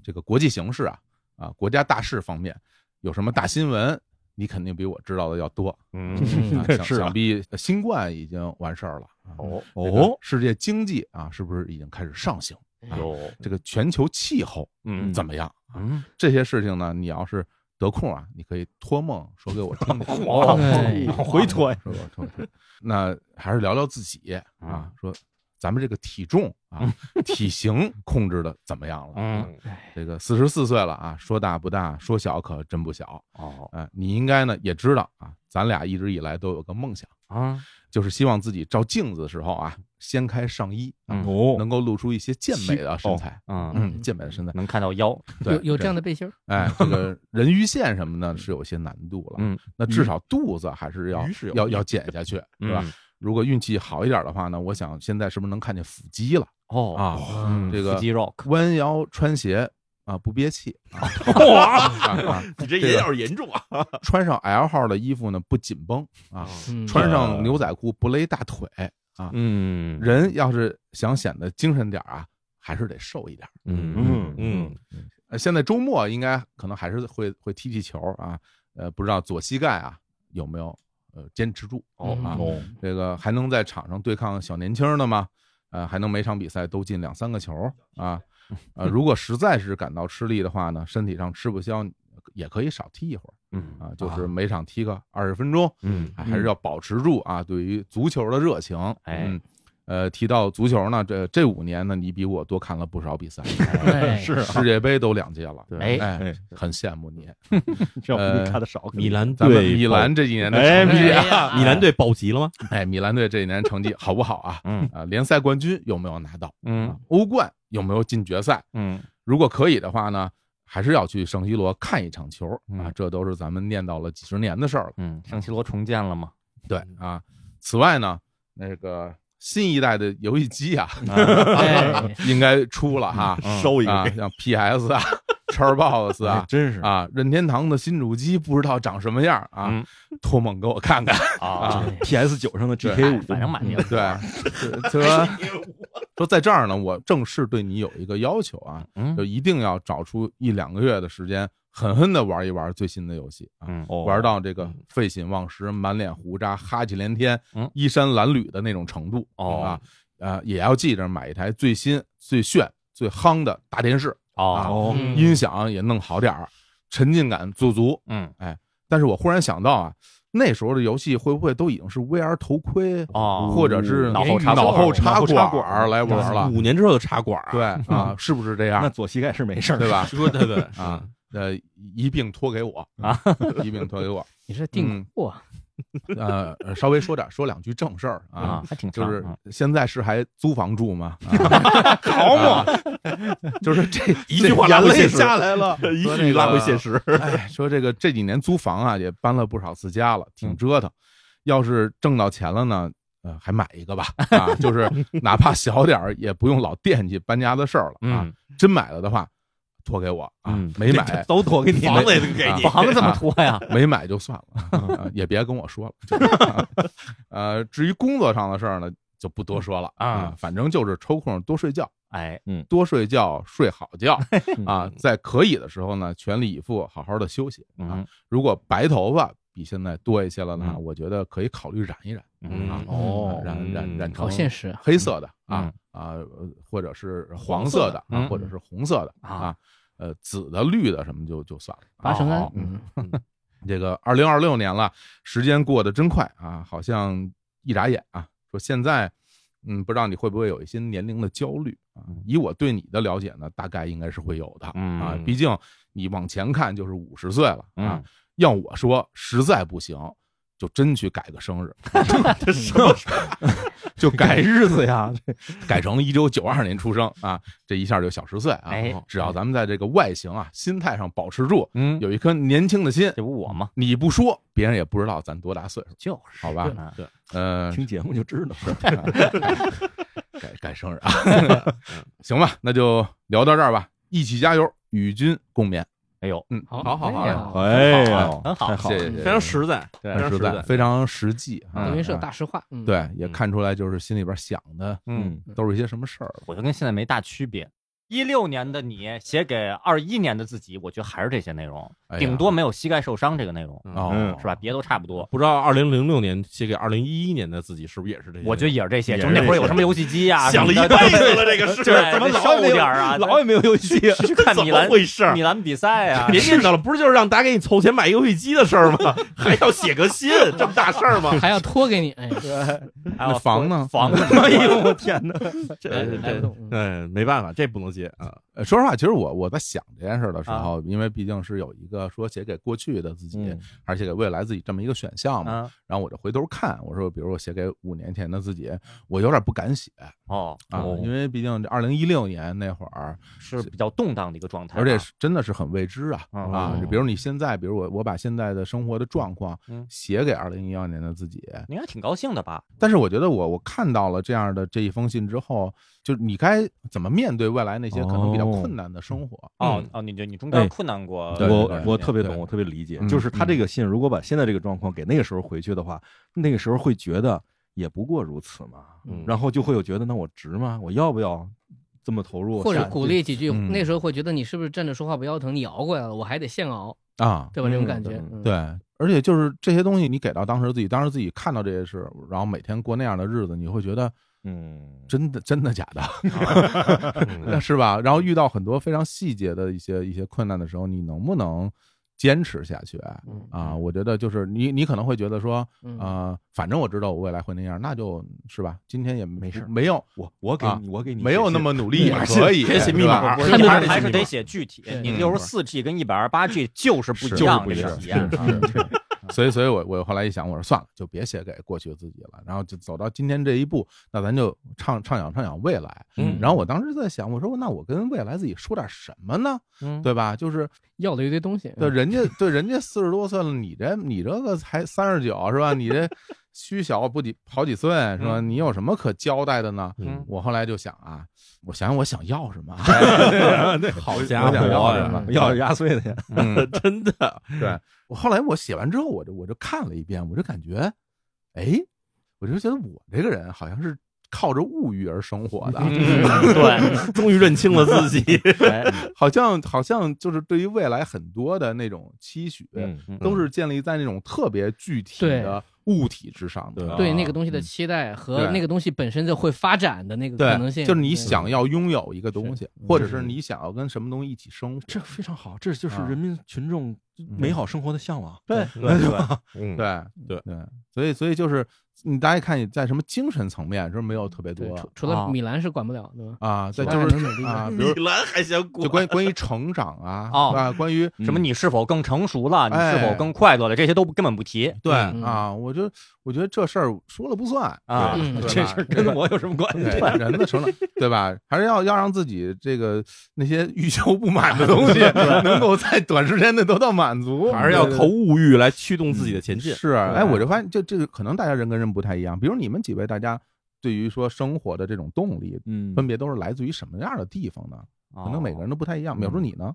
[SPEAKER 6] 这个国际形势啊，啊，国家大事方面有什么大新闻，你肯定比我知道的要多。
[SPEAKER 3] 嗯
[SPEAKER 6] 啊
[SPEAKER 4] 嗯
[SPEAKER 6] 想
[SPEAKER 4] 是啊
[SPEAKER 6] 想必新冠已经完事儿了。啊
[SPEAKER 3] 哦
[SPEAKER 6] 这个，世界经济啊，是不是已经开始上行？
[SPEAKER 3] 有
[SPEAKER 6] 这个全球气候
[SPEAKER 3] 嗯
[SPEAKER 6] 怎么样？啊
[SPEAKER 3] 嗯
[SPEAKER 6] 这些事情呢，你要是得空啊，你可以托梦说给我听听。
[SPEAKER 3] 哦
[SPEAKER 2] 对
[SPEAKER 4] 往回推，
[SPEAKER 6] 说给我听听。那还是聊聊自己啊，说咱们这个体重啊、体型控制的怎么样了？啊
[SPEAKER 3] 嗯
[SPEAKER 6] 这个四十四岁了啊，说大不大，说小可真不小。
[SPEAKER 3] 哦
[SPEAKER 6] 呃，你应该呢也知道啊，咱俩一直以来都有个梦想，
[SPEAKER 3] 啊
[SPEAKER 6] 就是希望自己照镜子的时候啊，掀开上衣，啊
[SPEAKER 3] 嗯
[SPEAKER 4] 哦，
[SPEAKER 6] 能够露出一些健美的身材。
[SPEAKER 1] 哦
[SPEAKER 3] 嗯，
[SPEAKER 6] 嗯，健美的身材，
[SPEAKER 3] 能看到腰。
[SPEAKER 6] 对，
[SPEAKER 2] 有有这样
[SPEAKER 6] 的，
[SPEAKER 2] 的背心儿，
[SPEAKER 6] 哎，这个人鱼线什么呢，是有些难度了。
[SPEAKER 3] 嗯，
[SPEAKER 6] 那至少肚子还是要
[SPEAKER 1] 鱼是有
[SPEAKER 6] 要
[SPEAKER 1] 的
[SPEAKER 6] 要减下去，对吧
[SPEAKER 3] 嗯？
[SPEAKER 6] 如果运气好一点的话呢，我想现在是不是能看见腹肌了
[SPEAKER 3] 哦
[SPEAKER 6] 啊？
[SPEAKER 3] 嗯
[SPEAKER 6] 这个
[SPEAKER 3] 肌肉
[SPEAKER 6] 弯腰穿鞋啊，不憋气啊啊啊
[SPEAKER 1] 你这也有点严重啊！
[SPEAKER 6] 穿上 L 号的衣服呢不紧绷啊，
[SPEAKER 2] 嗯
[SPEAKER 6] 穿上牛仔裤不勒大腿啊。
[SPEAKER 3] 嗯
[SPEAKER 6] 人要是想显得精神点儿啊，还是得瘦一点儿。
[SPEAKER 3] 嗯
[SPEAKER 1] 嗯，
[SPEAKER 6] 呃，现在周末应该可能还是会会踢踢球啊，呃，不知道左膝盖啊有没有呃坚持住
[SPEAKER 3] 嗯
[SPEAKER 2] 哦
[SPEAKER 6] 啊？
[SPEAKER 2] 哦
[SPEAKER 6] 这个还能在场上对抗小年轻的吗？呃，还能每场比赛都进两三个球 啊？呃，如果实在是感到吃力的话呢，身体上吃不消，也可以少踢一会儿
[SPEAKER 3] 嗯
[SPEAKER 6] 啊，就是每场踢个二十分钟，
[SPEAKER 3] 嗯
[SPEAKER 6] 哎还是要保持住啊，对于足球的热情。
[SPEAKER 3] 哎
[SPEAKER 6] 嗯，呃，提到足球呢，这这五年呢，你比我多看了不少 比赛，
[SPEAKER 2] 哎
[SPEAKER 4] 是啊，
[SPEAKER 6] 世界杯都两届了，
[SPEAKER 3] 哎
[SPEAKER 6] 哎，很羡慕你。
[SPEAKER 4] 这我你看的少，
[SPEAKER 1] 米兰
[SPEAKER 6] 咱们
[SPEAKER 1] 队，
[SPEAKER 6] 米兰这几年的
[SPEAKER 4] 哎
[SPEAKER 6] 成绩啊，
[SPEAKER 1] 米兰队保级了吗？
[SPEAKER 6] 哎，米兰队这几年成绩好不好啊？
[SPEAKER 3] 嗯
[SPEAKER 6] 啊，联赛冠军有没有拿到？
[SPEAKER 3] 嗯
[SPEAKER 6] 欧冠有没有进决赛？
[SPEAKER 3] 嗯
[SPEAKER 6] 如果可以的话呢，还是要去圣西罗看一场球啊
[SPEAKER 3] 嗯，
[SPEAKER 6] 这都是咱们念叨了几十年的事儿了。
[SPEAKER 3] 嗯，圣西罗重建了吗？
[SPEAKER 6] 对啊，此外呢，那个新一代的游戏机 啊，
[SPEAKER 2] 哎
[SPEAKER 6] 应该出了哈，
[SPEAKER 4] 嗯
[SPEAKER 1] 收一
[SPEAKER 6] 啊
[SPEAKER 1] 个，，
[SPEAKER 6] 像 PS 啊、Xbox
[SPEAKER 4] 哎
[SPEAKER 6] 啊。
[SPEAKER 4] 真是
[SPEAKER 6] 啊，任天堂的新主机不知道长什么样啊，
[SPEAKER 3] 嗯
[SPEAKER 6] 托梦给我看看。
[SPEAKER 3] 啊，
[SPEAKER 4] PS 九上的
[SPEAKER 6] 对
[SPEAKER 4] GK 五，
[SPEAKER 3] 反正满定
[SPEAKER 6] 对，说 说在这儿呢，我正式对你有一个要求啊，
[SPEAKER 3] 嗯
[SPEAKER 6] 就一定要找出一两个月的时间，狠狠的玩一玩最新的游戏啊，
[SPEAKER 3] 嗯
[SPEAKER 4] 哦
[SPEAKER 6] 玩到这个废寝忘食、满脸胡渣、哈气连天
[SPEAKER 3] 嗯、
[SPEAKER 6] 衣衫褴褛的那种程度
[SPEAKER 3] 哦
[SPEAKER 6] 啊，呃，也要记着买一台最新、最炫、最夯的大电视，
[SPEAKER 1] 哦，
[SPEAKER 3] 嗯
[SPEAKER 6] 啊音响也弄好点儿，沉浸感足足。哎
[SPEAKER 3] 嗯，
[SPEAKER 6] 但是我忽然想到啊，那时候的游戏会不会都已经是 VR 头盔，
[SPEAKER 3] 哦，
[SPEAKER 6] 或者
[SPEAKER 1] 嗯
[SPEAKER 6] 是
[SPEAKER 3] 脑后插管
[SPEAKER 6] 脑后插
[SPEAKER 1] 哎插
[SPEAKER 6] 管儿来玩了？
[SPEAKER 1] 五年之后就插管儿，
[SPEAKER 6] 对啊，是不是这
[SPEAKER 4] 那
[SPEAKER 6] 样？
[SPEAKER 4] 左膝盖是没事儿，
[SPEAKER 6] 对？吧？
[SPEAKER 1] 说对对
[SPEAKER 6] 啊，呃，一并托给我
[SPEAKER 3] 啊，
[SPEAKER 6] 一并托给我。
[SPEAKER 2] 你是
[SPEAKER 6] 嗯
[SPEAKER 2] 定库啊？
[SPEAKER 6] 呃，稍微说点说两句正事儿啊
[SPEAKER 3] 啊，，还挺
[SPEAKER 6] 就
[SPEAKER 3] 长
[SPEAKER 6] 是
[SPEAKER 3] 嗯
[SPEAKER 6] 现在是还租房住 吗？好嘛，就是这
[SPEAKER 1] 一句话拉
[SPEAKER 6] 眼
[SPEAKER 1] 回
[SPEAKER 6] 泪
[SPEAKER 1] 现实
[SPEAKER 6] 下来了，
[SPEAKER 1] 一
[SPEAKER 6] 说
[SPEAKER 1] 句
[SPEAKER 6] 那
[SPEAKER 1] 拉回
[SPEAKER 6] 个
[SPEAKER 1] 现实，
[SPEAKER 6] 哎，说这个这几年租房啊，也搬了不少次家了，
[SPEAKER 1] 嗯
[SPEAKER 6] 挺折腾。要是挣到钱了呢，呃，还买一个吧，啊，就是哪怕小点儿，也不用老惦记搬家的事儿了啊。
[SPEAKER 3] 嗯，
[SPEAKER 6] 真买了的话，托给我啊，
[SPEAKER 3] 嗯
[SPEAKER 6] 没买
[SPEAKER 4] 都妥给你
[SPEAKER 1] 房子也得给
[SPEAKER 6] 啊
[SPEAKER 1] 你，
[SPEAKER 3] 房怎么拖呀？
[SPEAKER 6] 没买就算了，啊也别跟我说了。就是啊 呃，至于工作上的事儿呢，就不多说了
[SPEAKER 1] 嗯
[SPEAKER 3] 啊，
[SPEAKER 6] 反正就是抽空多睡觉，
[SPEAKER 3] 哎，
[SPEAKER 6] 多睡觉，睡好觉啊，在可以的时候呢，全力以赴，好好的休息啊
[SPEAKER 3] 嗯。
[SPEAKER 6] 如果白头发比现在多一些了呢，
[SPEAKER 3] 嗯
[SPEAKER 6] 我觉得可以考虑染一染
[SPEAKER 3] 嗯
[SPEAKER 6] 啊，
[SPEAKER 1] 哦
[SPEAKER 6] 染染染
[SPEAKER 2] 好
[SPEAKER 6] 成
[SPEAKER 2] 现实啊，
[SPEAKER 6] 黑色的啊啊，呃或者是黄色的啊，
[SPEAKER 3] 嗯
[SPEAKER 6] 或者是红色的啊，呃，紫的、绿的什么就就算了啊。
[SPEAKER 2] 八成安
[SPEAKER 3] 哦。
[SPEAKER 2] 嗯，
[SPEAKER 6] 这个二零二六年了，时间过得真快啊，好像一眨眼啊。说现在，嗯，不知道你会不会有一些年龄的焦虑啊？以我对你的了解呢，大概应该是会有的啊
[SPEAKER 3] 嗯。
[SPEAKER 6] 毕竟你往前看就是五十岁了啊
[SPEAKER 3] 嗯。
[SPEAKER 6] 要我说，实在不行，就真去改个生日，
[SPEAKER 1] 这什么
[SPEAKER 6] 就
[SPEAKER 4] 改
[SPEAKER 6] 改
[SPEAKER 4] 日子 呀，
[SPEAKER 6] 改成一九九二年出生啊，这一下就小十岁啊
[SPEAKER 3] 哎。
[SPEAKER 6] 只要咱们在这个外形啊、心态上保持住，
[SPEAKER 3] 嗯，
[SPEAKER 6] 有一颗年轻的心，
[SPEAKER 3] 这不我吗？
[SPEAKER 6] 你不说，别人也不知道咱多大岁数。
[SPEAKER 3] 就是，
[SPEAKER 6] 哦好吧
[SPEAKER 3] 嗯
[SPEAKER 6] 呃，
[SPEAKER 4] 听节目就知道。
[SPEAKER 6] 改改生 日啊，行吧，那就聊到这儿吧，一起加油，与君共勉。
[SPEAKER 3] 哎呦，
[SPEAKER 6] 嗯，
[SPEAKER 2] 好
[SPEAKER 1] 好好好
[SPEAKER 2] 哎呀
[SPEAKER 4] 哎呀，
[SPEAKER 3] 很好
[SPEAKER 4] 太好
[SPEAKER 6] 谢
[SPEAKER 4] 了
[SPEAKER 6] 谢，谢谢
[SPEAKER 1] 非常实在，非
[SPEAKER 6] 非常
[SPEAKER 1] 常
[SPEAKER 6] 实
[SPEAKER 1] 在
[SPEAKER 6] 在，，非常实际啊。
[SPEAKER 2] 德云社
[SPEAKER 6] 啊
[SPEAKER 2] 大实话，嗯，
[SPEAKER 6] 对，也
[SPEAKER 1] 嗯
[SPEAKER 6] 看出来就是心里边想的
[SPEAKER 4] 嗯，
[SPEAKER 6] 都是一些什么事儿了。
[SPEAKER 3] 我觉得跟现在没大区别。一六年的你写给二一年的自己，我觉得还是这些内容，
[SPEAKER 6] 哎呀
[SPEAKER 3] 顶多没有膝盖受伤这个内容，
[SPEAKER 6] 哦
[SPEAKER 4] 嗯，
[SPEAKER 3] 是吧？别都差不多。
[SPEAKER 1] 不知道二零零六年写给二零一一年的自己是不是也是
[SPEAKER 6] 哎
[SPEAKER 1] 这些？
[SPEAKER 3] 我觉得也是这些，
[SPEAKER 4] 也
[SPEAKER 3] 就是是那会儿
[SPEAKER 4] 这
[SPEAKER 3] 有
[SPEAKER 4] 些
[SPEAKER 3] 什么游戏机 呀、
[SPEAKER 1] 想了一
[SPEAKER 3] 什么
[SPEAKER 1] 辈
[SPEAKER 3] 的
[SPEAKER 1] 子 了，这个事
[SPEAKER 3] 对，
[SPEAKER 1] 儿
[SPEAKER 4] 怎么
[SPEAKER 3] 得
[SPEAKER 4] 老
[SPEAKER 3] 收
[SPEAKER 4] 也没有
[SPEAKER 3] 点儿啊？
[SPEAKER 4] 老也没有游戏，
[SPEAKER 3] 去看
[SPEAKER 1] 怎
[SPEAKER 3] 米
[SPEAKER 1] 么
[SPEAKER 3] 兰
[SPEAKER 1] 回事儿？
[SPEAKER 3] 米兰比赛啊，
[SPEAKER 1] 别念叨了，不是就是让大家给你凑钱买游戏机的事儿吗？ 还要写个信，这么大事儿吗？
[SPEAKER 2] 还要托给你，哎，
[SPEAKER 3] 还有
[SPEAKER 6] 那房呢
[SPEAKER 3] 房呢？
[SPEAKER 4] 哎呦我天哪！
[SPEAKER 1] 这
[SPEAKER 2] 来来不
[SPEAKER 1] 这，
[SPEAKER 2] 动，嗯
[SPEAKER 1] 哎，没办法，这不能接啊。
[SPEAKER 6] 呃说实话，其实我我在想这件事儿的时候，因为毕竟是有一个说写给过去的自己
[SPEAKER 4] 嗯，
[SPEAKER 6] 还是写给未来自己这么一个选项
[SPEAKER 1] 啊
[SPEAKER 6] 嘛。
[SPEAKER 3] 嗯，
[SPEAKER 6] 然后我就回头看，我说，比如我写给五年前的自己，我有点不敢写
[SPEAKER 3] 哦，
[SPEAKER 6] 啊
[SPEAKER 1] 哦，
[SPEAKER 6] 因为毕竟这二零一六年那会儿，
[SPEAKER 3] 是比较动荡的一个状态啊，
[SPEAKER 6] 而且是真的是很未知啊、
[SPEAKER 3] 嗯
[SPEAKER 6] 啊！
[SPEAKER 3] 嗯
[SPEAKER 6] 就比如你现在，比如我我把现在的生活的状况
[SPEAKER 3] 嗯
[SPEAKER 6] 写给二零一二年的自己，
[SPEAKER 3] 你应该挺高兴的吧？
[SPEAKER 6] 但是我觉得我我看到了这样的这一封信之后，就是你该怎么面对未来那些可能比
[SPEAKER 4] 哦
[SPEAKER 6] 较困难的生活？
[SPEAKER 3] 哦
[SPEAKER 1] 嗯
[SPEAKER 3] 哦，你就你中间
[SPEAKER 4] 哎
[SPEAKER 3] 困难过，
[SPEAKER 6] 对
[SPEAKER 4] 我我特别
[SPEAKER 6] 对
[SPEAKER 4] 懂，我特别理解
[SPEAKER 6] 嗯，
[SPEAKER 4] 就是他这个信，如果把现在这个状况给那个时候回去的话，那个时候会觉得也不过如此嘛，
[SPEAKER 1] 嗯
[SPEAKER 4] 然后就会有觉得那我值吗？我要不要这么投入？
[SPEAKER 2] 或者
[SPEAKER 4] 下
[SPEAKER 2] 鼓励几句，
[SPEAKER 6] 嗯
[SPEAKER 2] 那时候会觉得你是不是站着说话不腰疼？你熬过来了，我还得现熬，
[SPEAKER 6] 啊，
[SPEAKER 2] 对吧？这种感觉，
[SPEAKER 4] 嗯
[SPEAKER 2] 嗯
[SPEAKER 6] 对，而且就是这些东西你给到当时自己，当时自己看到这些事，然后每天过那样的日子，你会觉得
[SPEAKER 4] 嗯，
[SPEAKER 6] 真的真的假的？
[SPEAKER 1] 嗯
[SPEAKER 6] 是吧？然后遇到很多非常细节的一些一些困难的时候，你能不能坚持下去
[SPEAKER 2] 嗯
[SPEAKER 6] 啊？我觉得就是你，你可能会觉得说，
[SPEAKER 2] 嗯
[SPEAKER 6] 呃，反正我知道我未来会那样，那就是吧，今天也没
[SPEAKER 4] 没事
[SPEAKER 6] 没有
[SPEAKER 4] 我我给
[SPEAKER 6] 啊
[SPEAKER 4] 你，我给你
[SPEAKER 6] 没有那么努力也
[SPEAKER 4] 写信
[SPEAKER 6] 可以，
[SPEAKER 1] 别写密码
[SPEAKER 6] 是吧
[SPEAKER 1] 不
[SPEAKER 3] 是
[SPEAKER 1] 是
[SPEAKER 3] 你
[SPEAKER 1] 还
[SPEAKER 3] 还
[SPEAKER 1] 是
[SPEAKER 3] 是还是
[SPEAKER 1] 得
[SPEAKER 3] 得写具体，
[SPEAKER 2] 对
[SPEAKER 3] 你
[SPEAKER 6] 嗯
[SPEAKER 3] 六十四 G 跟一百二十八 G 就是不一
[SPEAKER 6] 是
[SPEAKER 3] 样
[SPEAKER 6] 不
[SPEAKER 3] 这
[SPEAKER 6] 一
[SPEAKER 3] 个
[SPEAKER 6] 样
[SPEAKER 3] 体验
[SPEAKER 2] 嗯
[SPEAKER 3] 啊，
[SPEAKER 6] 所以，所以我我后来一想，我说算了，就别写给过去的自己了，然后就走到今天这一步，那咱就畅畅想畅想未来。
[SPEAKER 1] 嗯
[SPEAKER 6] 然后我当时在想，我说那我跟未来自己说点什么呢？
[SPEAKER 3] 嗯
[SPEAKER 6] 对吧？就是
[SPEAKER 2] 要了一堆东西，
[SPEAKER 1] 嗯
[SPEAKER 6] 对，人家对人家四十多岁了，你这你这个才三十九是吧？你这虚小不几好几岁是吧？你有什么可交代的呢？
[SPEAKER 1] 嗯哎
[SPEAKER 6] 我后来就想啊，我想想我想要什么，
[SPEAKER 1] 啊 好
[SPEAKER 6] 家
[SPEAKER 1] 家
[SPEAKER 6] 伙
[SPEAKER 1] 伙啊
[SPEAKER 6] 要
[SPEAKER 1] 呀，
[SPEAKER 4] 要 压岁的钱，
[SPEAKER 6] 嗯
[SPEAKER 1] 真的，
[SPEAKER 6] 对我后来我写完之后，我就我就看了一遍，我就感觉，哎，我就觉得我这个人好像是靠着物欲而生活的，
[SPEAKER 3] 嗯
[SPEAKER 1] 对，终于认清了自 己，
[SPEAKER 3] 哎
[SPEAKER 6] 好像好像就是对于未来很多的那种期许，
[SPEAKER 4] 嗯
[SPEAKER 6] 都是建立在那种特别具体
[SPEAKER 2] 对
[SPEAKER 6] 的物体之上的，
[SPEAKER 2] 对那个东西的期待和
[SPEAKER 6] 啊嗯对
[SPEAKER 2] 那个东西本身就会发展的那个
[SPEAKER 6] 对
[SPEAKER 2] 可能性，
[SPEAKER 6] 就是你想要拥有一个东西，或者是你想要跟什么东西一起生活，
[SPEAKER 4] 这非常好，这就是
[SPEAKER 6] 啊嗯
[SPEAKER 4] 人民群众美好生活的向往。
[SPEAKER 6] 对
[SPEAKER 1] 对对，嗯，
[SPEAKER 6] 对
[SPEAKER 1] 对
[SPEAKER 6] 对，所以所以就是你大家看你在什么精神层面是没有特别
[SPEAKER 2] 对，
[SPEAKER 6] 多
[SPEAKER 2] 除除了米兰是管不了的嘛，
[SPEAKER 6] 啊，在
[SPEAKER 2] 其他
[SPEAKER 6] 就
[SPEAKER 2] 还
[SPEAKER 6] 是
[SPEAKER 2] 能努力
[SPEAKER 6] 啊，
[SPEAKER 3] 嗯
[SPEAKER 6] 比
[SPEAKER 1] 米
[SPEAKER 6] 如
[SPEAKER 1] 兰还想管
[SPEAKER 6] 就关于关于成长啊
[SPEAKER 3] 哦
[SPEAKER 6] 啊，关于
[SPEAKER 3] 什么你是否更成熟了，你是
[SPEAKER 6] 哎
[SPEAKER 3] 否更快乐了，这些都根本不提。
[SPEAKER 6] 对
[SPEAKER 2] 嗯
[SPEAKER 6] 啊，我就我觉得这事儿说了不算
[SPEAKER 3] 啊
[SPEAKER 6] 对
[SPEAKER 2] 嗯
[SPEAKER 6] 吧
[SPEAKER 4] 这事儿跟我有什么关系？
[SPEAKER 6] 对人的成长，对吧？还是要要让自己这个那些欲求不满的东西能够在短时间内得到满足，
[SPEAKER 1] 还是要
[SPEAKER 6] 对
[SPEAKER 1] 靠物欲来驱动自己的前进。
[SPEAKER 6] 是，哎，我就发现，就这个可能大家人跟人不太一样。比如你们几位，大家对于说生活的这种动力，
[SPEAKER 4] 嗯
[SPEAKER 6] 分别都是来自于什么样的地方呢？可
[SPEAKER 3] 哦
[SPEAKER 6] 能每个人都不太一样。淼叔你呢？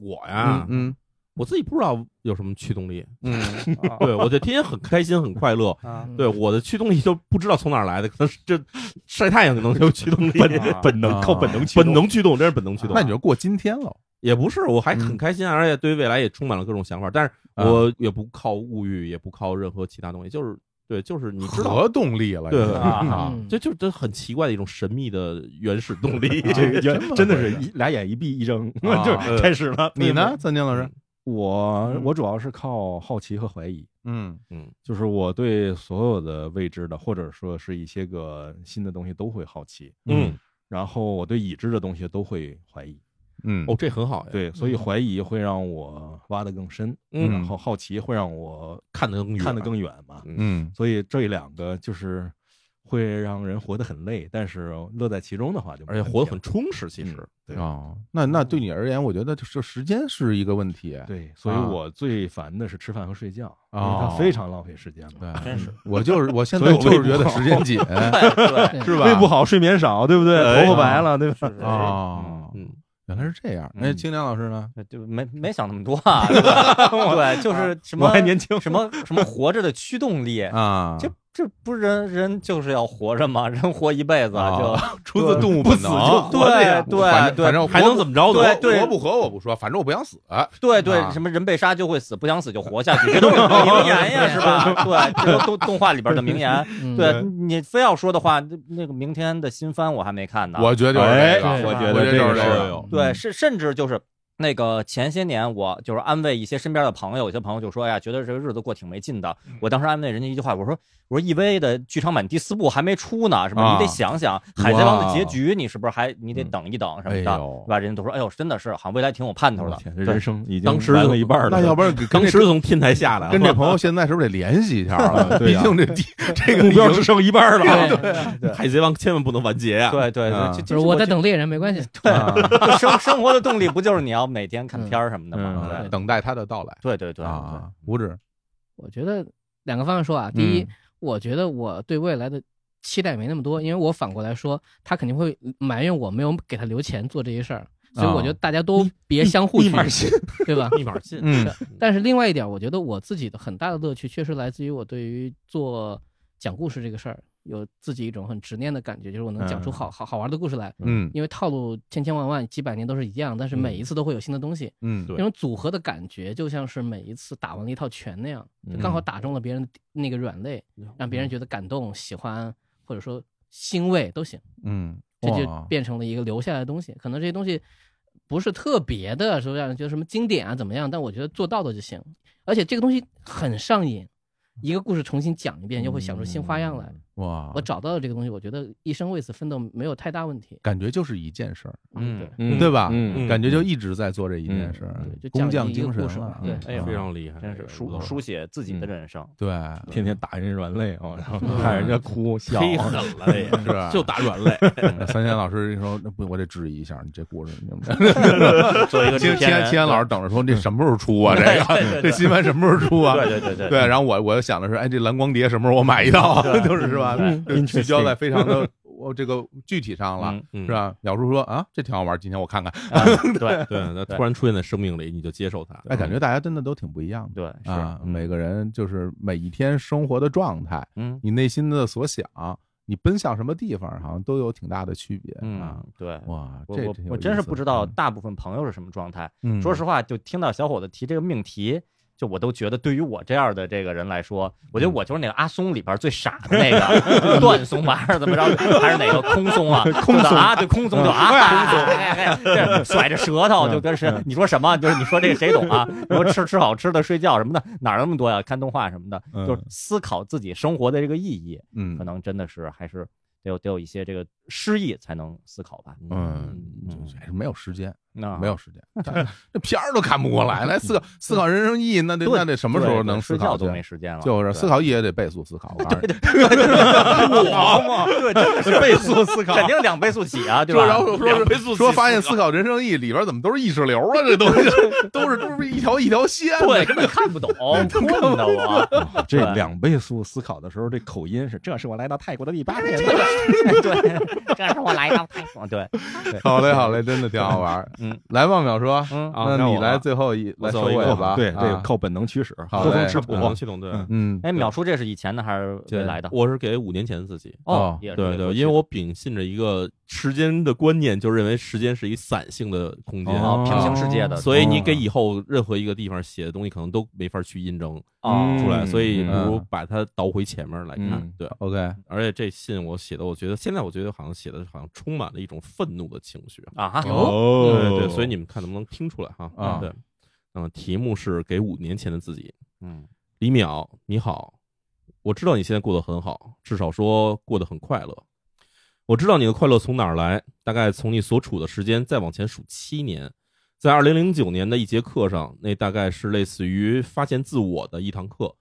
[SPEAKER 1] 我呀，
[SPEAKER 6] 嗯
[SPEAKER 1] 我自己不知道有什么驱动力，
[SPEAKER 6] 嗯，
[SPEAKER 1] 对我就天天很开心很快乐。
[SPEAKER 6] 啊
[SPEAKER 2] 嗯
[SPEAKER 1] 对我的驱动力就不知道从哪儿来的，可能是这晒太阳可能有驱动力，
[SPEAKER 6] 本
[SPEAKER 4] 本能
[SPEAKER 6] 啊
[SPEAKER 4] 靠本能驱动
[SPEAKER 1] 本能驱动，真是本能驱动。啊
[SPEAKER 6] 那你就过今天了。
[SPEAKER 1] 也不是，我还
[SPEAKER 6] 嗯
[SPEAKER 1] 很开心，啊而且对未来也充满了各种想法，但是我也不靠物欲，也不靠任何其他东西，就是对，就是你知道，
[SPEAKER 6] 核动力了，
[SPEAKER 1] 对
[SPEAKER 6] 已经啊，
[SPEAKER 2] 嗯
[SPEAKER 1] 这就是这很奇怪的一种神秘的原始动力。
[SPEAKER 4] 这个
[SPEAKER 6] 真
[SPEAKER 4] 原
[SPEAKER 6] 的
[SPEAKER 4] 真的
[SPEAKER 6] 会
[SPEAKER 4] 是一俩眼一闭一睁，
[SPEAKER 6] 啊
[SPEAKER 4] 就开始了。
[SPEAKER 6] 你呢，曾经老师？
[SPEAKER 4] 我我主要是靠好奇和怀疑，
[SPEAKER 6] 嗯
[SPEAKER 4] 就是我对所有的未知的，或者说是一些个新的东西都会好奇，
[SPEAKER 1] 嗯，
[SPEAKER 4] 然后我对已知的东西都会怀疑，
[SPEAKER 6] 嗯
[SPEAKER 1] 哦，这很好呀，
[SPEAKER 4] 对，所以怀疑会让我挖得更深，
[SPEAKER 1] 嗯
[SPEAKER 4] 然后好奇会让我
[SPEAKER 1] 看得更远，
[SPEAKER 4] 看得更远嘛，
[SPEAKER 6] 嗯
[SPEAKER 4] 所以这两个就是会让人活得很累，但是乐在其中的话就没
[SPEAKER 1] 而且
[SPEAKER 4] 问
[SPEAKER 1] 活得
[SPEAKER 4] 题
[SPEAKER 1] 很
[SPEAKER 4] 了
[SPEAKER 1] 充实。其实，
[SPEAKER 4] 对
[SPEAKER 6] 哦，那那对你而言，我觉得就是时间是一个问题。
[SPEAKER 4] 对，所以
[SPEAKER 6] 啊
[SPEAKER 4] 我最烦的是吃饭和睡觉，因为
[SPEAKER 6] 哦
[SPEAKER 4] 它非常浪费时间嘛。
[SPEAKER 6] 对，
[SPEAKER 3] 真是
[SPEAKER 6] 嗯我就是我现在
[SPEAKER 4] 所以我
[SPEAKER 6] 就是
[SPEAKER 4] 胃
[SPEAKER 6] 觉
[SPEAKER 4] 不
[SPEAKER 6] 得
[SPEAKER 4] 好
[SPEAKER 6] 时间紧
[SPEAKER 3] 对，
[SPEAKER 2] 对
[SPEAKER 6] 是吧
[SPEAKER 4] 胃不好，睡眠少，对不对？
[SPEAKER 1] 哎
[SPEAKER 4] 头发白了，对吧？
[SPEAKER 6] 啊，
[SPEAKER 1] 嗯，
[SPEAKER 6] 原来是这样。
[SPEAKER 3] 嗯
[SPEAKER 6] 哎，青年老师呢？
[SPEAKER 3] 对，就没没想那么多 啊，对吧对，就是什
[SPEAKER 4] 我
[SPEAKER 3] 么
[SPEAKER 4] 还年轻，
[SPEAKER 3] 什么什么活着的驱动力，哎
[SPEAKER 6] 啊，
[SPEAKER 3] 这这不是人人就是要活着吗？人活一辈子
[SPEAKER 6] 啊
[SPEAKER 3] 就
[SPEAKER 6] 出自动物
[SPEAKER 3] 不
[SPEAKER 6] 本
[SPEAKER 3] 死就
[SPEAKER 6] 能，
[SPEAKER 3] 对对
[SPEAKER 6] 反正啊
[SPEAKER 3] 对
[SPEAKER 6] 反正我
[SPEAKER 1] 还能怎么着呢？
[SPEAKER 3] 对对
[SPEAKER 6] 活不活我不说，反正我不想死。
[SPEAKER 3] 对对
[SPEAKER 6] 啊，
[SPEAKER 3] 什么人被杀就会死，不想死就活下去，这都是名言呀，是吧？对，这都动动画里边的名言。
[SPEAKER 2] 嗯
[SPEAKER 3] 对你非要说的话，那那个明天的新番我还没看呢。
[SPEAKER 6] 我觉得就是这个，
[SPEAKER 2] 哎
[SPEAKER 6] 我
[SPEAKER 2] 我
[SPEAKER 6] 觉
[SPEAKER 2] 觉
[SPEAKER 6] 得
[SPEAKER 4] 得
[SPEAKER 6] 就
[SPEAKER 4] 这个
[SPEAKER 6] 是这
[SPEAKER 4] 是
[SPEAKER 6] 个。
[SPEAKER 3] 对，是甚至就是那个前些年，我就是安慰一些身边的朋友，有些朋友就说哎呀，觉得这个日子过挺没劲的。
[SPEAKER 6] 嗯
[SPEAKER 3] 我当时安慰人家一句话，我说我说 EVA 的剧场版第四部还没出呢，是吧？
[SPEAKER 6] 啊
[SPEAKER 3] 你得想想《海贼王》
[SPEAKER 6] 哇
[SPEAKER 3] 的结局，你是不是还你得等一等什
[SPEAKER 6] 哎
[SPEAKER 3] 么的，
[SPEAKER 6] 呦
[SPEAKER 3] 是，吧？人家都说哎呦，真的是好像未来挺有盼头
[SPEAKER 4] 我
[SPEAKER 3] 的。
[SPEAKER 4] 天，这
[SPEAKER 3] 对
[SPEAKER 4] 人生已经
[SPEAKER 1] 当时
[SPEAKER 4] 完
[SPEAKER 1] 就
[SPEAKER 4] 了一半了。
[SPEAKER 6] 那要不然给
[SPEAKER 1] 当
[SPEAKER 6] 跟这
[SPEAKER 1] 时从天台下来，
[SPEAKER 6] 跟这朋友现在是不是得联系一下了？
[SPEAKER 4] 对
[SPEAKER 6] 毕
[SPEAKER 4] 呀
[SPEAKER 6] 竟这地这个
[SPEAKER 4] 目标只
[SPEAKER 6] 已经
[SPEAKER 4] 剩一半了。
[SPEAKER 1] 啊海贼王千万不能完结呀！
[SPEAKER 3] 对对
[SPEAKER 6] 啊
[SPEAKER 3] 对，这
[SPEAKER 2] 就
[SPEAKER 3] 这
[SPEAKER 2] 是我在
[SPEAKER 3] 这
[SPEAKER 2] 等猎人，没关系，
[SPEAKER 6] 啊
[SPEAKER 3] 就生生活的动力不就是你要每天看片儿什么的吗？
[SPEAKER 4] 嗯
[SPEAKER 6] 等待他的到来
[SPEAKER 3] 对对对对对，
[SPEAKER 6] 啊，五指
[SPEAKER 2] 我觉得两个方面说啊，第一，我觉得我对未来的期待没那么多，因为我反过来说，他肯定会埋怨我没有给他留钱做这些事儿，所以我觉得大家都别相互
[SPEAKER 4] 密
[SPEAKER 2] 去
[SPEAKER 4] 码信，
[SPEAKER 2] 对吧？
[SPEAKER 1] 密码信，
[SPEAKER 6] 嗯
[SPEAKER 2] 但是另外一点，我觉得我自己的很大的乐趣，确实来自于我对于做讲故事这个事儿，有自己一种很执念的感觉，就是我能讲出好好好玩的故事来。
[SPEAKER 6] 嗯
[SPEAKER 2] 因为套路千千万万几百年都是一样，但是每一次都会有新的东西，
[SPEAKER 6] 嗯
[SPEAKER 1] 对
[SPEAKER 2] 那种组合的感觉，就像是每一次打完了一套拳那样，就刚好
[SPEAKER 6] 嗯
[SPEAKER 2] 打中了别人的那个软肋，让别人觉得感动、喜欢，或者说欣慰都行。
[SPEAKER 6] 嗯，
[SPEAKER 2] 这就
[SPEAKER 6] 哇
[SPEAKER 2] 变成了一个留下来的东西。可能这些东西不是特别的，说让人觉得什么经典啊怎么样，但我觉得做到的就行。而且这个东西很上瘾，一个故事重新讲一遍，又会想出新花样来。
[SPEAKER 6] 哇
[SPEAKER 2] 我，找到了这个东西，我觉得一生为此奋斗没有太大问题。啊
[SPEAKER 6] 感觉就是一件事儿，
[SPEAKER 3] 嗯
[SPEAKER 2] 对
[SPEAKER 4] 嗯
[SPEAKER 6] 对吧？
[SPEAKER 4] 嗯
[SPEAKER 6] 感觉就一直在做这一件事儿
[SPEAKER 2] 嗯对，就
[SPEAKER 6] 工
[SPEAKER 2] 讲
[SPEAKER 6] 匠
[SPEAKER 2] 一个
[SPEAKER 6] 精神
[SPEAKER 2] 故事
[SPEAKER 6] 了，
[SPEAKER 2] 对
[SPEAKER 6] 嗯
[SPEAKER 3] 哎呦
[SPEAKER 1] 非常厉害，
[SPEAKER 3] 真是
[SPEAKER 1] 吴
[SPEAKER 3] 书
[SPEAKER 1] 老师
[SPEAKER 3] 书写自己的人生。
[SPEAKER 6] 对，
[SPEAKER 4] 天天打人软肋啊，然后看人家哭笑。
[SPEAKER 1] 忒狠 了，这也
[SPEAKER 6] 是吧
[SPEAKER 1] 就打软肋，
[SPEAKER 6] 三千老师说：“那不，我得质疑一下你这故事。 你明白吗”
[SPEAKER 3] 做一个制片
[SPEAKER 6] 天天
[SPEAKER 3] 人
[SPEAKER 6] 天老师等着说：“这什么时候出啊？这个这新番什么时候出啊？”
[SPEAKER 3] 对对 对对
[SPEAKER 6] 对，然后我我想的是，哎，这蓝光碟什么时候我买一套？ 就是是吧？就聚焦在非常的我这个具体上了，
[SPEAKER 3] 嗯
[SPEAKER 1] 是
[SPEAKER 6] 是？吧？淼叔说啊，这挺好玩，今天我看看。
[SPEAKER 3] 啊对
[SPEAKER 1] 对，那突然出现在生命里，你就接受它。
[SPEAKER 6] 哎，感觉大家真的都挺不一样的
[SPEAKER 3] 对嗯是
[SPEAKER 6] 啊，
[SPEAKER 3] 嗯
[SPEAKER 6] 每个人就是每一天生活的状态，
[SPEAKER 3] 嗯
[SPEAKER 6] 你内心的所想，你奔向什么地方，好像都有挺大的区别啊
[SPEAKER 3] 嗯。对。
[SPEAKER 6] 哇，
[SPEAKER 3] 我
[SPEAKER 6] 这
[SPEAKER 3] 我
[SPEAKER 6] 挺有
[SPEAKER 3] 我
[SPEAKER 6] 意
[SPEAKER 3] 真是
[SPEAKER 6] 思
[SPEAKER 3] 不知
[SPEAKER 6] 的
[SPEAKER 3] 道，大部分朋友是什么状态。
[SPEAKER 6] 嗯
[SPEAKER 3] 说实话，就听到小伙子提这个命题，就我都觉得，对于我这样的这个人来说，我
[SPEAKER 6] 嗯
[SPEAKER 3] 觉得我就是那个阿松里边最傻的那个 段松吧，还是怎么着，还是哪个空松啊？空松啊，对，空松就
[SPEAKER 6] 嗯
[SPEAKER 3] 啊，哎哎这甩着舌头就跟谁？你说什么？就是你说这个谁懂啊？你说吃吃好吃的，睡觉什么的，哪儿那么多呀？看动画什么的，
[SPEAKER 4] 嗯
[SPEAKER 3] 就是思考自己生活的这个意义，
[SPEAKER 6] 嗯
[SPEAKER 3] 可能真的是还是得有得有一些这个诗意才能思考吧。嗯
[SPEAKER 6] 嗯，就是还是没有时间，
[SPEAKER 3] 那
[SPEAKER 6] 没有时间， 这这片儿都看不过 来，来思考思考人生意义，那得
[SPEAKER 3] 嗯对
[SPEAKER 6] 那得什么时候
[SPEAKER 3] 对
[SPEAKER 6] 能
[SPEAKER 3] 睡
[SPEAKER 6] 思
[SPEAKER 3] 觉
[SPEAKER 6] 考
[SPEAKER 3] 都
[SPEAKER 6] 去？
[SPEAKER 3] 没时间了？
[SPEAKER 6] 就是
[SPEAKER 3] 对
[SPEAKER 6] 思考意义也得倍速思 考，啊我告诉你
[SPEAKER 3] 我嘛，对，真的是倍速思考，肯定两倍速起啊，对
[SPEAKER 6] 说，然
[SPEAKER 3] 吧？
[SPEAKER 6] 后说说说发现思
[SPEAKER 3] 啊
[SPEAKER 6] 考人生意义里边怎么都是意识流啊，这东 西都是都是一条一条线。
[SPEAKER 3] 对，根本看不懂，困的我。
[SPEAKER 4] 哦这两倍速思考的时候，这口音是：这是我来到泰国的第八 天。
[SPEAKER 3] 对，这是我来到泰国。对，
[SPEAKER 6] 好嘞，好嘞，真的挺好玩。
[SPEAKER 3] 嗯，
[SPEAKER 6] 来吧，淼叔，
[SPEAKER 3] 嗯，
[SPEAKER 1] 啊
[SPEAKER 6] 那
[SPEAKER 1] 那
[SPEAKER 6] 你
[SPEAKER 1] 我
[SPEAKER 6] 来
[SPEAKER 1] 了
[SPEAKER 6] 最后一
[SPEAKER 1] 我
[SPEAKER 6] 来
[SPEAKER 1] 最
[SPEAKER 6] 收
[SPEAKER 1] 后一
[SPEAKER 6] 尾
[SPEAKER 1] 个
[SPEAKER 6] 吧。
[SPEAKER 4] 对，这个
[SPEAKER 6] 啊
[SPEAKER 4] 靠本能驱使，
[SPEAKER 6] 好
[SPEAKER 4] 喝
[SPEAKER 6] 嘞
[SPEAKER 4] 风吃
[SPEAKER 1] 不
[SPEAKER 4] 补。
[SPEAKER 1] 能系统对。
[SPEAKER 4] 嗯
[SPEAKER 6] 嗯，
[SPEAKER 3] 哎，淼叔这是以前的还是未来的？
[SPEAKER 1] 我是给五年前自己，
[SPEAKER 3] 哦
[SPEAKER 6] 哦，
[SPEAKER 3] 也是
[SPEAKER 1] 啊对对，因为我秉信着一个时间的观念，就认为时间是一散性的空间，
[SPEAKER 3] 哦，平行世界的，
[SPEAKER 1] 所以你给以后任何一个地方写的东西，可能都没法去印证
[SPEAKER 3] 哦
[SPEAKER 1] 出来，所以
[SPEAKER 6] 嗯
[SPEAKER 1] 不如把它倒回前面来看
[SPEAKER 6] 嗯。
[SPEAKER 1] 对，
[SPEAKER 6] OK，
[SPEAKER 1] 而且这信我写的，我觉得现在我觉得好像写的好像充满了一种愤怒的情绪。
[SPEAKER 3] 啊哈，
[SPEAKER 4] 哦
[SPEAKER 1] 对对，所以你们看能不能听出来哈？
[SPEAKER 6] 啊
[SPEAKER 1] 对，嗯，题目是给五年前的自己。
[SPEAKER 3] 嗯
[SPEAKER 1] 李淼，你好，我知道你现在过得很好，至少说过得很快乐。我知道你的快乐从哪儿来，大概从你所处的时间再往前数七年，在二零零九年的一节课上，那大概是类似于发现自我的一堂课，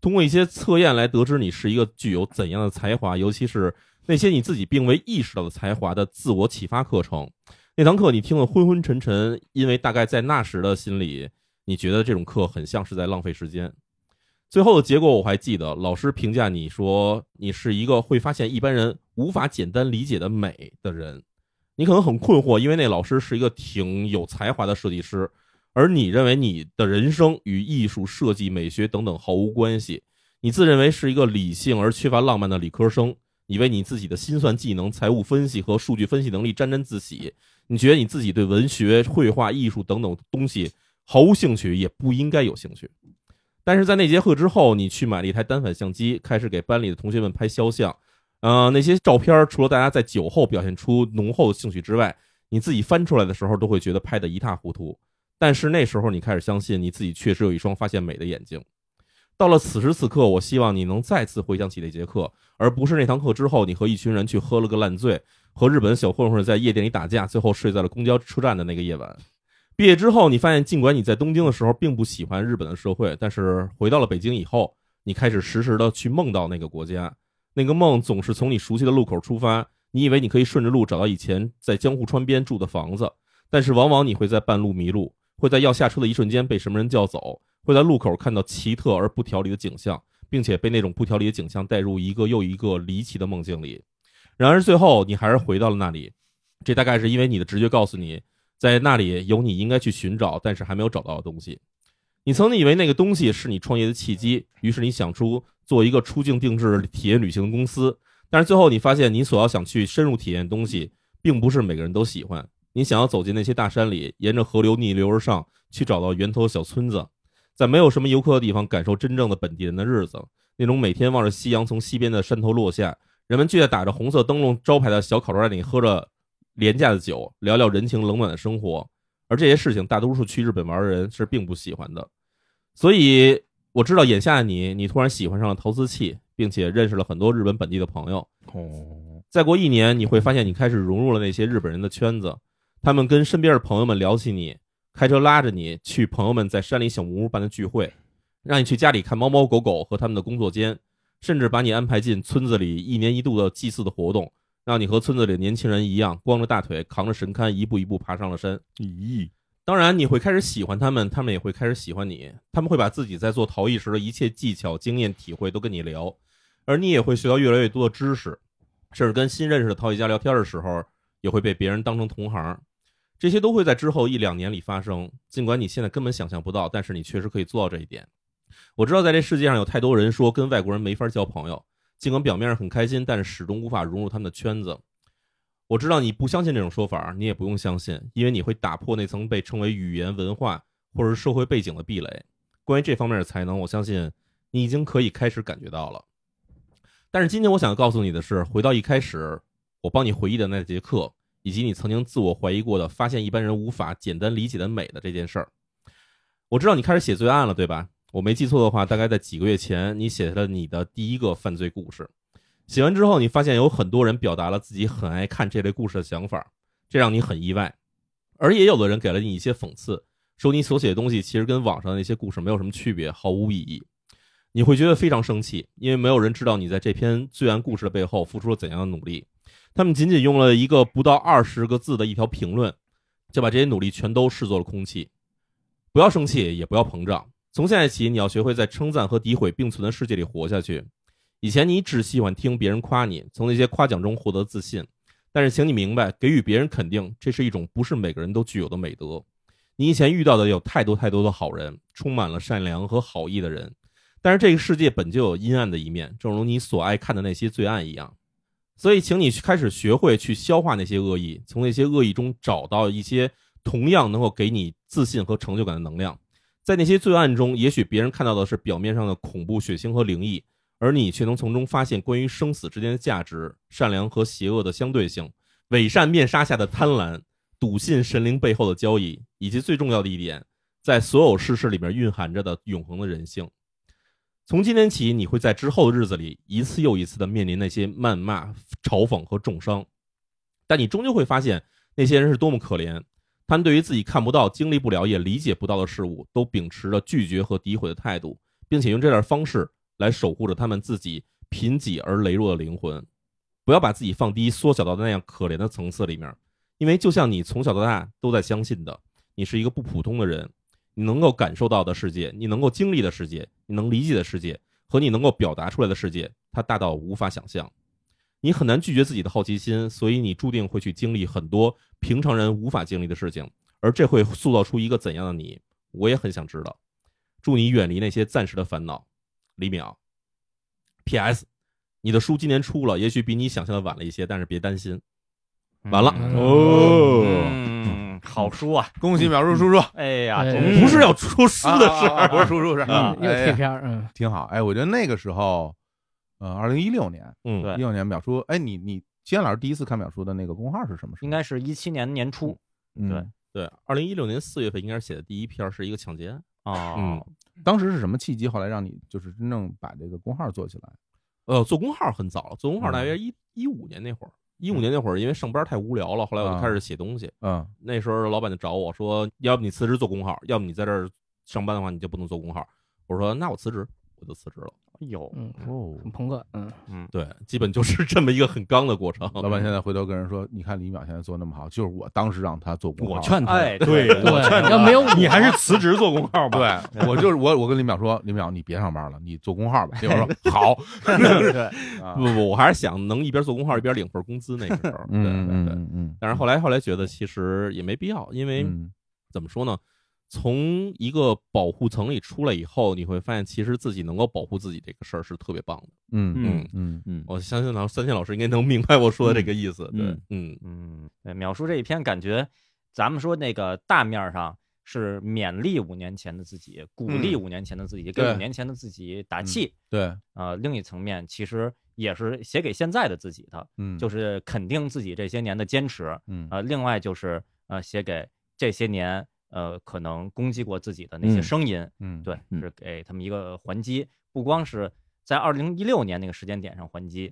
[SPEAKER 1] 通过一些测验来得知你是一个具有怎样的才华，尤其是那些你自己并未意识到的才华的自我启发课程。那堂课你听了昏昏沉沉，因为大概在那时的心里，你觉得这种课很像是在浪费时间。最后的结果我还记得，老师评价你说你是一个会发现一般人无法简单理解的美的人。你可能很困惑，因为那老师是一个挺有才华的设计师，而你认为你的人生与艺术、设计、美学等等毫无关系。你自认为是一个理性而缺乏浪漫的理科生，你为你自己的心算技能、财务分析和数据分析能力沾沾自喜。你觉得你自己对文学、绘画、艺术等等东西毫无兴趣，也不应该有兴趣。但是在那节课之后，你去买了一台单反相机，开始给班里的同学们拍肖像。呃，那些照片儿除了大家在酒后表现出浓厚的兴趣之外，你自己翻出来的时候都会觉得拍得一塌糊涂。但是那时候你开始相信你自己确实有一双发现美的眼睛。到了此时此刻，我希望你能再次回想起那节课，而不是那堂课之后你和一群人去喝了个烂醉，和日本小混混在夜店里打架，最后睡在了公交车站的那个夜晚。毕业之后，你发现尽管你在东京的时候并不喜欢日本的社会，但是回到了北京以后，你开始时时的去梦到那个国家，那个梦总是从你熟悉的路口出发。你以为你可以顺着路找到以前在江户川边住的房子，但是往往你会在半路迷路，会在要下车的一瞬间被什么人叫走，会在路口看到奇特而不条理的景象，并且被那种不条理的景象带入一个又一个离奇的梦境里。然而最后，你还是回到了那里。这大概是因为你的直觉告诉你，在那里有你应该去寻找，但是还没有找到的东西。你曾经以为那个东西是你创业的契机，于是你想出做一个出境定制体验旅行公司。但是最后你发现，你所要想去深入体验的东西，并不是每个人都喜欢。你想要走进那些大山里，沿着河流逆流而上，去找到源头的小村子，在没有什么游客的地方，感受真正的本地人的日子，那种每天望着夕阳从西边的山头落下，人们却在打着红色灯笼招牌的小烤肉店里喝着廉价的酒，聊聊人情冷暖的生活。而这些事情，大多数去日本玩的人是并不喜欢的。所以我知道，眼下的你，你突然喜欢上了陶瓷器，并且认识了很多日本本地的朋友。
[SPEAKER 4] 哦，
[SPEAKER 1] 再过一年，你会发现你开始融入了那些日本人的圈子，他们跟身边的朋友们聊起你，开车拉着你去朋友们在山里小木屋办的聚会，让你去家里看猫猫狗狗和他们的工作间，甚至把你安排进村子里一年一度的祭祀的活动，让你和村子里的年轻人一样，光着大腿扛着神龛一步一步爬上了山。
[SPEAKER 4] 咦，
[SPEAKER 1] 当然，你会开始喜欢他们，他们也会开始喜欢你。他们会把自己在做陶艺时的一切技巧、经验、体会都跟你聊，而你也会学到越来越多的知识，甚至跟新认识的陶艺家聊天的时候，也会被别人当成同行。这些都会在之后一两年里发生。尽管你现在根本想象不到，但是你确实可以做到这一点。我知道，在这世界上有太多人说跟外国人没法交朋友，尽管表面上很开心，但是始终无法融入他们的圈子。我知道你不相信这种说法，你也不用相信，因为你会打破那层被称为语言、文化或者是社会背景的壁垒。关于这方面的才能，我相信你已经可以开始感觉到了。但是今天我想告诉你的是，回到一开始我帮你回忆的那节课，以及你曾经自我怀疑过的发现一般人无法简单理解的美的这件事儿。我知道你开始写罪案了，对吧？我没记错的话，大概在几个月前，你写了你的第一个犯罪故事。写完之后，你发现有很多人表达了自己很爱看这类故事的想法，这让你很意外。而也有的人给了你一些讽刺，说你所写的东西其实跟网上的那些故事没有什么区别，毫无意义。你会觉得非常生气，因为没有人知道你在这篇罪案故事的背后付出了怎样的努力。他们仅仅用了一个不到二十个字的一条评论，就把这些努力全都视作了空气。不要生气，也不要膨胀。从现在起，你要学会在称赞和诋毁并存的世界里活下去。以前你只喜欢听别人夸你，从那些夸奖中获得自信。但是，请你明白，给予别人肯定，这是一种不是每个人都具有的美德。你以前遇到的有太多太多的好人，充满了善良和好意的人。但是，这个世界本就有阴暗的一面，正如你所爱看的那些罪案一样。所以，请你开始学会去消化那些恶意，从那些恶意中找到一些同样能够给你自信和成就感的能量。在那些罪案中，也许别人看到的是表面上的恐怖、血腥和灵异。而你却能从中发现关于生死之间的价值、善良和邪恶的相对性、伪善面纱下的贪婪、笃信神灵背后的交易，以及最重要的一点，在所有世事里面蕴含着的永恒的人性。从今天起，你会在之后的日子里一次又一次的面临那些谩骂、嘲讽和重伤，但你终究会发现那些人是多么可怜，他们对于自己看不到、经历不了、也理解不到的事物，都秉持着拒绝和诋毁的态度，并且用这点方式。来守护着他们自己贫瘠而羸弱的灵魂，不要把自己放低、缩小到那样可怜的层次里面，因为就像你从小到大都在相信的，你是一个不普通的人，你能够感受到的世界，你能够经历的世界，你能理解的世界和你能够表达出来的世界，它大到无法想象。你很难拒绝自己的好奇心，所以你注定会去经历很多平常人无法经历的事情，而这会塑造出一个怎样的你？我也很想知道。祝你远离那些暂时的烦恼。李淼，P.S. 你的书今年出了，也许比你想象的晚了一些，但是别担心。完了
[SPEAKER 6] 哦
[SPEAKER 3] 嗯，好书啊！
[SPEAKER 6] 恭喜淼叔
[SPEAKER 1] 嗯
[SPEAKER 6] 叔叔，
[SPEAKER 3] 哎呀，
[SPEAKER 2] 哎
[SPEAKER 3] 真
[SPEAKER 1] 不是要哦出书的事
[SPEAKER 6] 啊啊
[SPEAKER 1] 儿，
[SPEAKER 6] 啊啊叔叔是
[SPEAKER 2] 嗯
[SPEAKER 6] 啊，
[SPEAKER 2] 又
[SPEAKER 6] 哎
[SPEAKER 2] 贴
[SPEAKER 6] 呀
[SPEAKER 2] 片儿，嗯，
[SPEAKER 6] 挺好。哎，我觉得那个时候，呃，二零一六年，
[SPEAKER 1] 嗯，
[SPEAKER 3] 对
[SPEAKER 6] 一六年淼叔，哎，你你金岩老师第一次看淼叔的那个公号是什么时候？
[SPEAKER 3] 应该是一七年年初
[SPEAKER 6] 嗯
[SPEAKER 3] 对
[SPEAKER 1] 对，二零一六年四月份应该是写的第一篇是一个抢劫案，
[SPEAKER 3] 啊，
[SPEAKER 1] 嗯
[SPEAKER 6] 当时是什么契机？后来让你就是真正把这个公号做起来？
[SPEAKER 1] 呃，做公号很早了，做公号大
[SPEAKER 6] 嗯
[SPEAKER 1] 约一一五年那会儿，一五年那会儿因为上班太无聊了，后来我
[SPEAKER 6] 啊
[SPEAKER 1] 就开始写东西，
[SPEAKER 6] 嗯
[SPEAKER 1] 那时候老板就找我说，要不你辞职做公号，要不你在这儿上班的话你就不能做公号，我说那我辞职，我就辞职了，
[SPEAKER 3] 有
[SPEAKER 2] 嗯，
[SPEAKER 6] 哦
[SPEAKER 2] 很朋克，嗯，
[SPEAKER 1] 对，基本就是 这么一个很刚的过程，啊
[SPEAKER 6] 老板现在回头跟人说：“你看李淼现在做那么好，就是我当时让他做公号，
[SPEAKER 4] 我劝他，
[SPEAKER 3] 哎
[SPEAKER 4] 对，
[SPEAKER 2] 对，要 没有我
[SPEAKER 4] 你还是辞职做公号吧。
[SPEAKER 6] 对我就是我，我跟李淼说，李淼你别上班了，你做公号吧。”李淼说：“好。
[SPEAKER 3] 对，
[SPEAKER 6] 啊，
[SPEAKER 1] 不”不，我还是想能一边做工号一边领份工资那个时候 对对
[SPEAKER 6] 嗯
[SPEAKER 1] 对。
[SPEAKER 6] 嗯嗯，
[SPEAKER 1] 但是后来后来觉得其实也没必要，因为
[SPEAKER 6] 嗯
[SPEAKER 1] 怎么说呢，从一个保护层里出来以后，你会发现其实自己能够保护自己这个事儿是特别棒的。
[SPEAKER 6] 嗯
[SPEAKER 3] 嗯
[SPEAKER 6] 嗯嗯，
[SPEAKER 1] 我相信老三千老师应该能明白我说的这个意思。对，嗯
[SPEAKER 3] 嗯，对，淼叔这一篇感觉，咱们说那个大面儿上是勉励五年前的自己，鼓励五年前的自己，给
[SPEAKER 6] 嗯对嗯
[SPEAKER 3] 五年前的自己打气。
[SPEAKER 6] 对，
[SPEAKER 3] 呃，另一层面其实也是写给现在的自己的，
[SPEAKER 6] 嗯
[SPEAKER 3] 就是肯定自己这些年的坚持。
[SPEAKER 6] 嗯
[SPEAKER 3] 呃，另外就是呃，写给这些年呃可能攻击过自己的那些
[SPEAKER 4] 嗯
[SPEAKER 3] 声音，
[SPEAKER 6] 嗯
[SPEAKER 3] 对，
[SPEAKER 4] 嗯
[SPEAKER 3] 是给他们一个还击，不光是在二零一六年那个时间点上还击，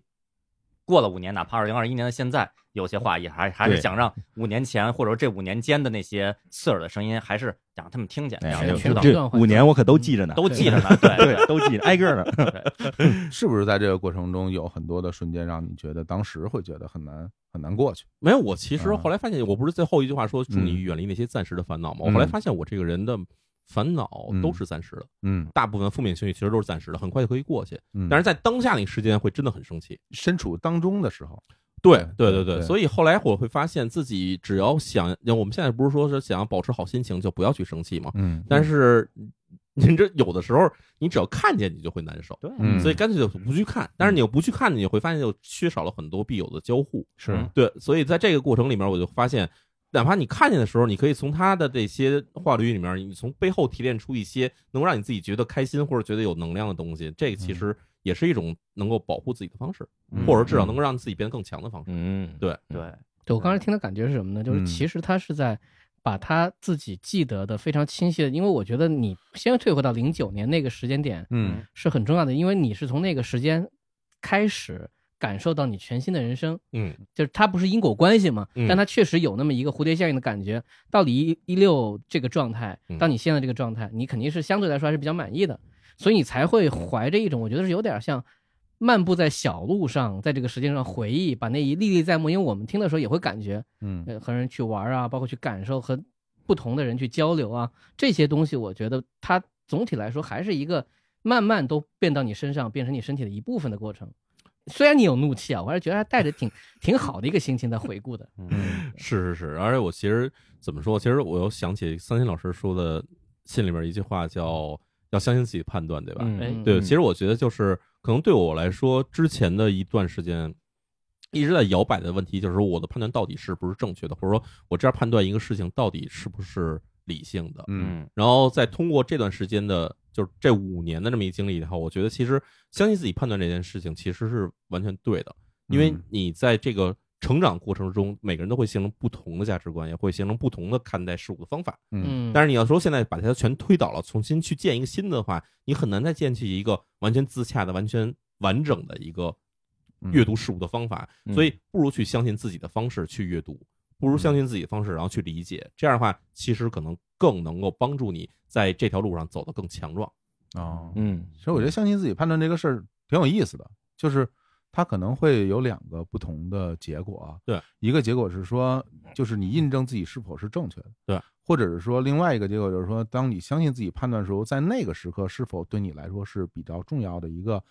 [SPEAKER 3] 过了五年，哪怕二零二一年的现在，有些话也还还是
[SPEAKER 4] 对
[SPEAKER 3] 想让五年前或者说这五年间的那些刺耳的声音，还是想让他们听见，
[SPEAKER 4] 哎
[SPEAKER 3] 让
[SPEAKER 4] 呀
[SPEAKER 3] 他们
[SPEAKER 2] 全
[SPEAKER 3] 知道，
[SPEAKER 4] 这五年我可
[SPEAKER 2] 嗯
[SPEAKER 4] 都记着呢，
[SPEAKER 3] 都记着呢。对
[SPEAKER 4] 对，都记着，挨 个儿呢。
[SPEAKER 6] 是不是在这个过程中有很多的瞬间让你觉得当时会觉得很难很难过去？
[SPEAKER 1] 没有，我其实
[SPEAKER 6] 嗯
[SPEAKER 1] 后来发现，我不是最后一句话说祝你远离那些暂时的烦恼吗？我后来
[SPEAKER 6] 嗯
[SPEAKER 1] 发现我这个人的烦恼
[SPEAKER 6] 嗯
[SPEAKER 1] 都是暂时的，
[SPEAKER 6] 嗯
[SPEAKER 1] 大部分负面情绪其实都是暂时的，很快就可以过去。
[SPEAKER 6] 嗯，
[SPEAKER 1] 但是在当下那个时间会真的很生气。
[SPEAKER 6] 身处当中的时候，
[SPEAKER 1] 对
[SPEAKER 6] 对
[SPEAKER 1] 对对
[SPEAKER 6] 对
[SPEAKER 1] 对，
[SPEAKER 6] 对
[SPEAKER 1] 所以后来我会发现自己只要想，我们现在不是说是想要保持好心情就不要去生气嘛，
[SPEAKER 6] 嗯
[SPEAKER 1] 但是你这有的时候你只要看见你就会难受，
[SPEAKER 3] 对，
[SPEAKER 6] 嗯
[SPEAKER 1] 所以干脆就不去看。但是你又不去看，你会发现就缺少了很多必有的交互。
[SPEAKER 6] 是
[SPEAKER 1] 对，所以在这个过程里面，我就发现。哪怕你看见的时候，你可以从他的这些话语里面，你从背后提炼出一些能让你自己觉得开心或者觉得有能量的东西。这个其实也是一种能够保护自己的方式，
[SPEAKER 6] 嗯
[SPEAKER 1] 或者至少能够让自己变得更强的方式。
[SPEAKER 4] 嗯，
[SPEAKER 1] 对，
[SPEAKER 3] 对，
[SPEAKER 2] 对我刚
[SPEAKER 1] 嗯
[SPEAKER 2] 才听的感觉是什么呢？就是其实他是在把他自己记得的非常清晰的，因为我觉得你先退回到零九年那个时间点
[SPEAKER 6] 嗯
[SPEAKER 2] 是很重要的，因为你是从那个时间开始感受到你全新的人生，
[SPEAKER 1] 嗯，
[SPEAKER 2] 就是它不是因果关系嘛，
[SPEAKER 1] 嗯
[SPEAKER 2] 但它确实有那么一个蝴蝶效应的感觉。到你一一六这个状态
[SPEAKER 1] 嗯，
[SPEAKER 2] 到你现在这个状态，你肯定是相对来说还是比较满意的，所以你才会怀着一种我觉得是有点像漫步在小路上，在这个时间上回忆，把那一历历在目。因为我们听的时候也会感觉，
[SPEAKER 6] 嗯
[SPEAKER 2] 呃，和人去玩啊，包括去感受和不同的人去交流啊，这些东西，我觉得它总体来说还是一个慢慢都变到你身上，变成你身体的一部分的过程。虽然你有怒气啊，我还是觉得还带着挺挺好的一个心情在回顾的。
[SPEAKER 6] 嗯
[SPEAKER 1] 是是是。而且我其实怎么说？其实我又想起三星老师说的信里面一句话，叫“要相信自己的判断”，对吧？
[SPEAKER 2] 哎
[SPEAKER 3] 嗯，
[SPEAKER 1] 对，
[SPEAKER 4] 嗯
[SPEAKER 1] 其实我觉得就是可能对我来说，之前的一段时间一直在摇摆的问题，就是我的判断到底是不是正确的，或者说我这样判断一个事情到底是不是理性的。
[SPEAKER 6] 嗯
[SPEAKER 3] 嗯，
[SPEAKER 1] 然后再通过这段时间的，就是这五年的这么一经历以后，我觉得其实相信自己判断这件事情其实是完全对的，因为
[SPEAKER 6] 嗯
[SPEAKER 1] 你在这个成长过程中，每个人都会形成不同的价值观，也会形成不同的看待事物的方法。
[SPEAKER 6] 嗯
[SPEAKER 2] 嗯，
[SPEAKER 1] 但是你要说现在把它全推倒了，重新去建一个新的话，你很难再建起一个完全自洽的、完全完整的一个
[SPEAKER 6] 嗯
[SPEAKER 1] 阅读事物的方法。
[SPEAKER 4] 嗯
[SPEAKER 1] 所以不如去相信自己的方式去阅读，不如相
[SPEAKER 6] 嗯
[SPEAKER 1] 信自己的方式，然后去理解。这样的话，其实可能更能够帮助你在这条路上走得更强壮。
[SPEAKER 6] 哦，
[SPEAKER 4] 嗯，
[SPEAKER 6] 其实我觉得相信自己判断这个事儿挺有意思的，就是它可能会有两个不同的结果啊。
[SPEAKER 1] 对，
[SPEAKER 6] 一个结果是说，就是你印证自己是否是正确的。
[SPEAKER 1] 对，
[SPEAKER 6] 或者是说另外一个结果就是说，当你相信自己判断的时候，在那个时刻是否对你来说是比较重要的一个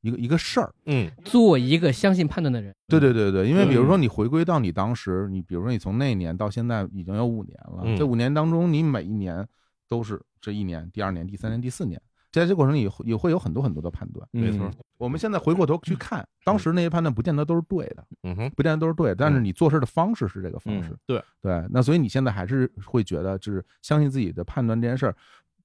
[SPEAKER 6] 一个一个事儿。
[SPEAKER 1] 嗯
[SPEAKER 2] 做一个相信判断的人，
[SPEAKER 6] 对对对对，因为比如说你回归到你当时，你比如说你从那一年到现在已经有五年了，
[SPEAKER 1] 嗯
[SPEAKER 6] 这五年当中，你每一年都是这一年、第二年、第三年、第四年，在这过程里也会也会有很多很多的判断。
[SPEAKER 4] 没错，
[SPEAKER 6] 我们现在回过头去看，当时那些判断不见得都是对的，
[SPEAKER 1] 嗯哼，
[SPEAKER 6] 不见得都是对的，但是你做事的方式是这个方式。
[SPEAKER 4] 嗯
[SPEAKER 1] 嗯对
[SPEAKER 6] 对，那所以你现在还是会觉得，就是相信自己的判断这件事儿，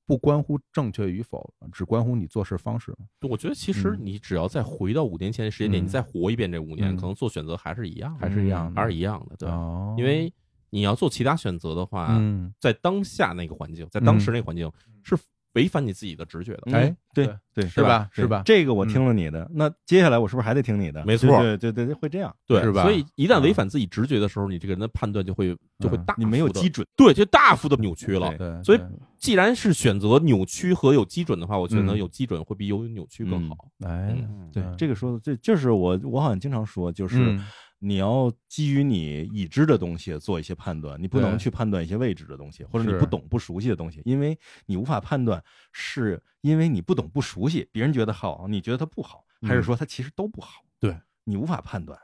[SPEAKER 6] 不关乎正确与否，只关乎你做事方式。
[SPEAKER 1] 我觉得其实
[SPEAKER 6] 嗯
[SPEAKER 1] 你只要再回到五年前的时间点，
[SPEAKER 6] 嗯
[SPEAKER 1] 你再活一遍这五年，
[SPEAKER 6] 嗯
[SPEAKER 1] 可能做选择还是一样的，
[SPEAKER 6] 还是一样的
[SPEAKER 1] 还是一样的，嗯对。
[SPEAKER 6] 哦
[SPEAKER 1] 因为你要做其他选择的话，
[SPEAKER 6] 嗯，
[SPEAKER 1] 在当下那个环境，在
[SPEAKER 4] 嗯
[SPEAKER 1] 当时那个环境、是违反你自己的直觉的。
[SPEAKER 6] 哎，
[SPEAKER 4] 嗯对
[SPEAKER 6] 对
[SPEAKER 4] 对，
[SPEAKER 6] 是吧？是吧？
[SPEAKER 4] 这个我听了你的，那接下来我是不是还得听你的？
[SPEAKER 1] 没错
[SPEAKER 4] 对对对，对会这样，
[SPEAKER 1] 对，
[SPEAKER 6] 是吧
[SPEAKER 1] 所以一旦违反自己直觉的时候，你这个人的判断就会就会大幅地
[SPEAKER 4] 嗯你没有基准，
[SPEAKER 1] 对，就大幅的扭曲了。
[SPEAKER 6] 对，
[SPEAKER 1] 所以
[SPEAKER 6] 对
[SPEAKER 1] 既然是选择扭曲和有基准的话，我觉得
[SPEAKER 6] 嗯
[SPEAKER 1] 有基准会比有扭曲
[SPEAKER 4] 嗯
[SPEAKER 1] 更好。
[SPEAKER 6] 哎，
[SPEAKER 4] 对
[SPEAKER 6] 嗯，
[SPEAKER 4] 这个说的这就是我我好像经常说，就是
[SPEAKER 6] 嗯
[SPEAKER 4] 你要基于你已知的东西做一些判断，你不能
[SPEAKER 6] 对
[SPEAKER 4] 去判断一些未知的东西，或者
[SPEAKER 6] 是
[SPEAKER 4] 你不懂不熟悉的东西，因为你无法判断是因为你不懂不熟悉，别人觉得好，你觉得它不好，还
[SPEAKER 6] 嗯
[SPEAKER 4] 是说它其实都不好？
[SPEAKER 1] 对，
[SPEAKER 4] 你无法判断。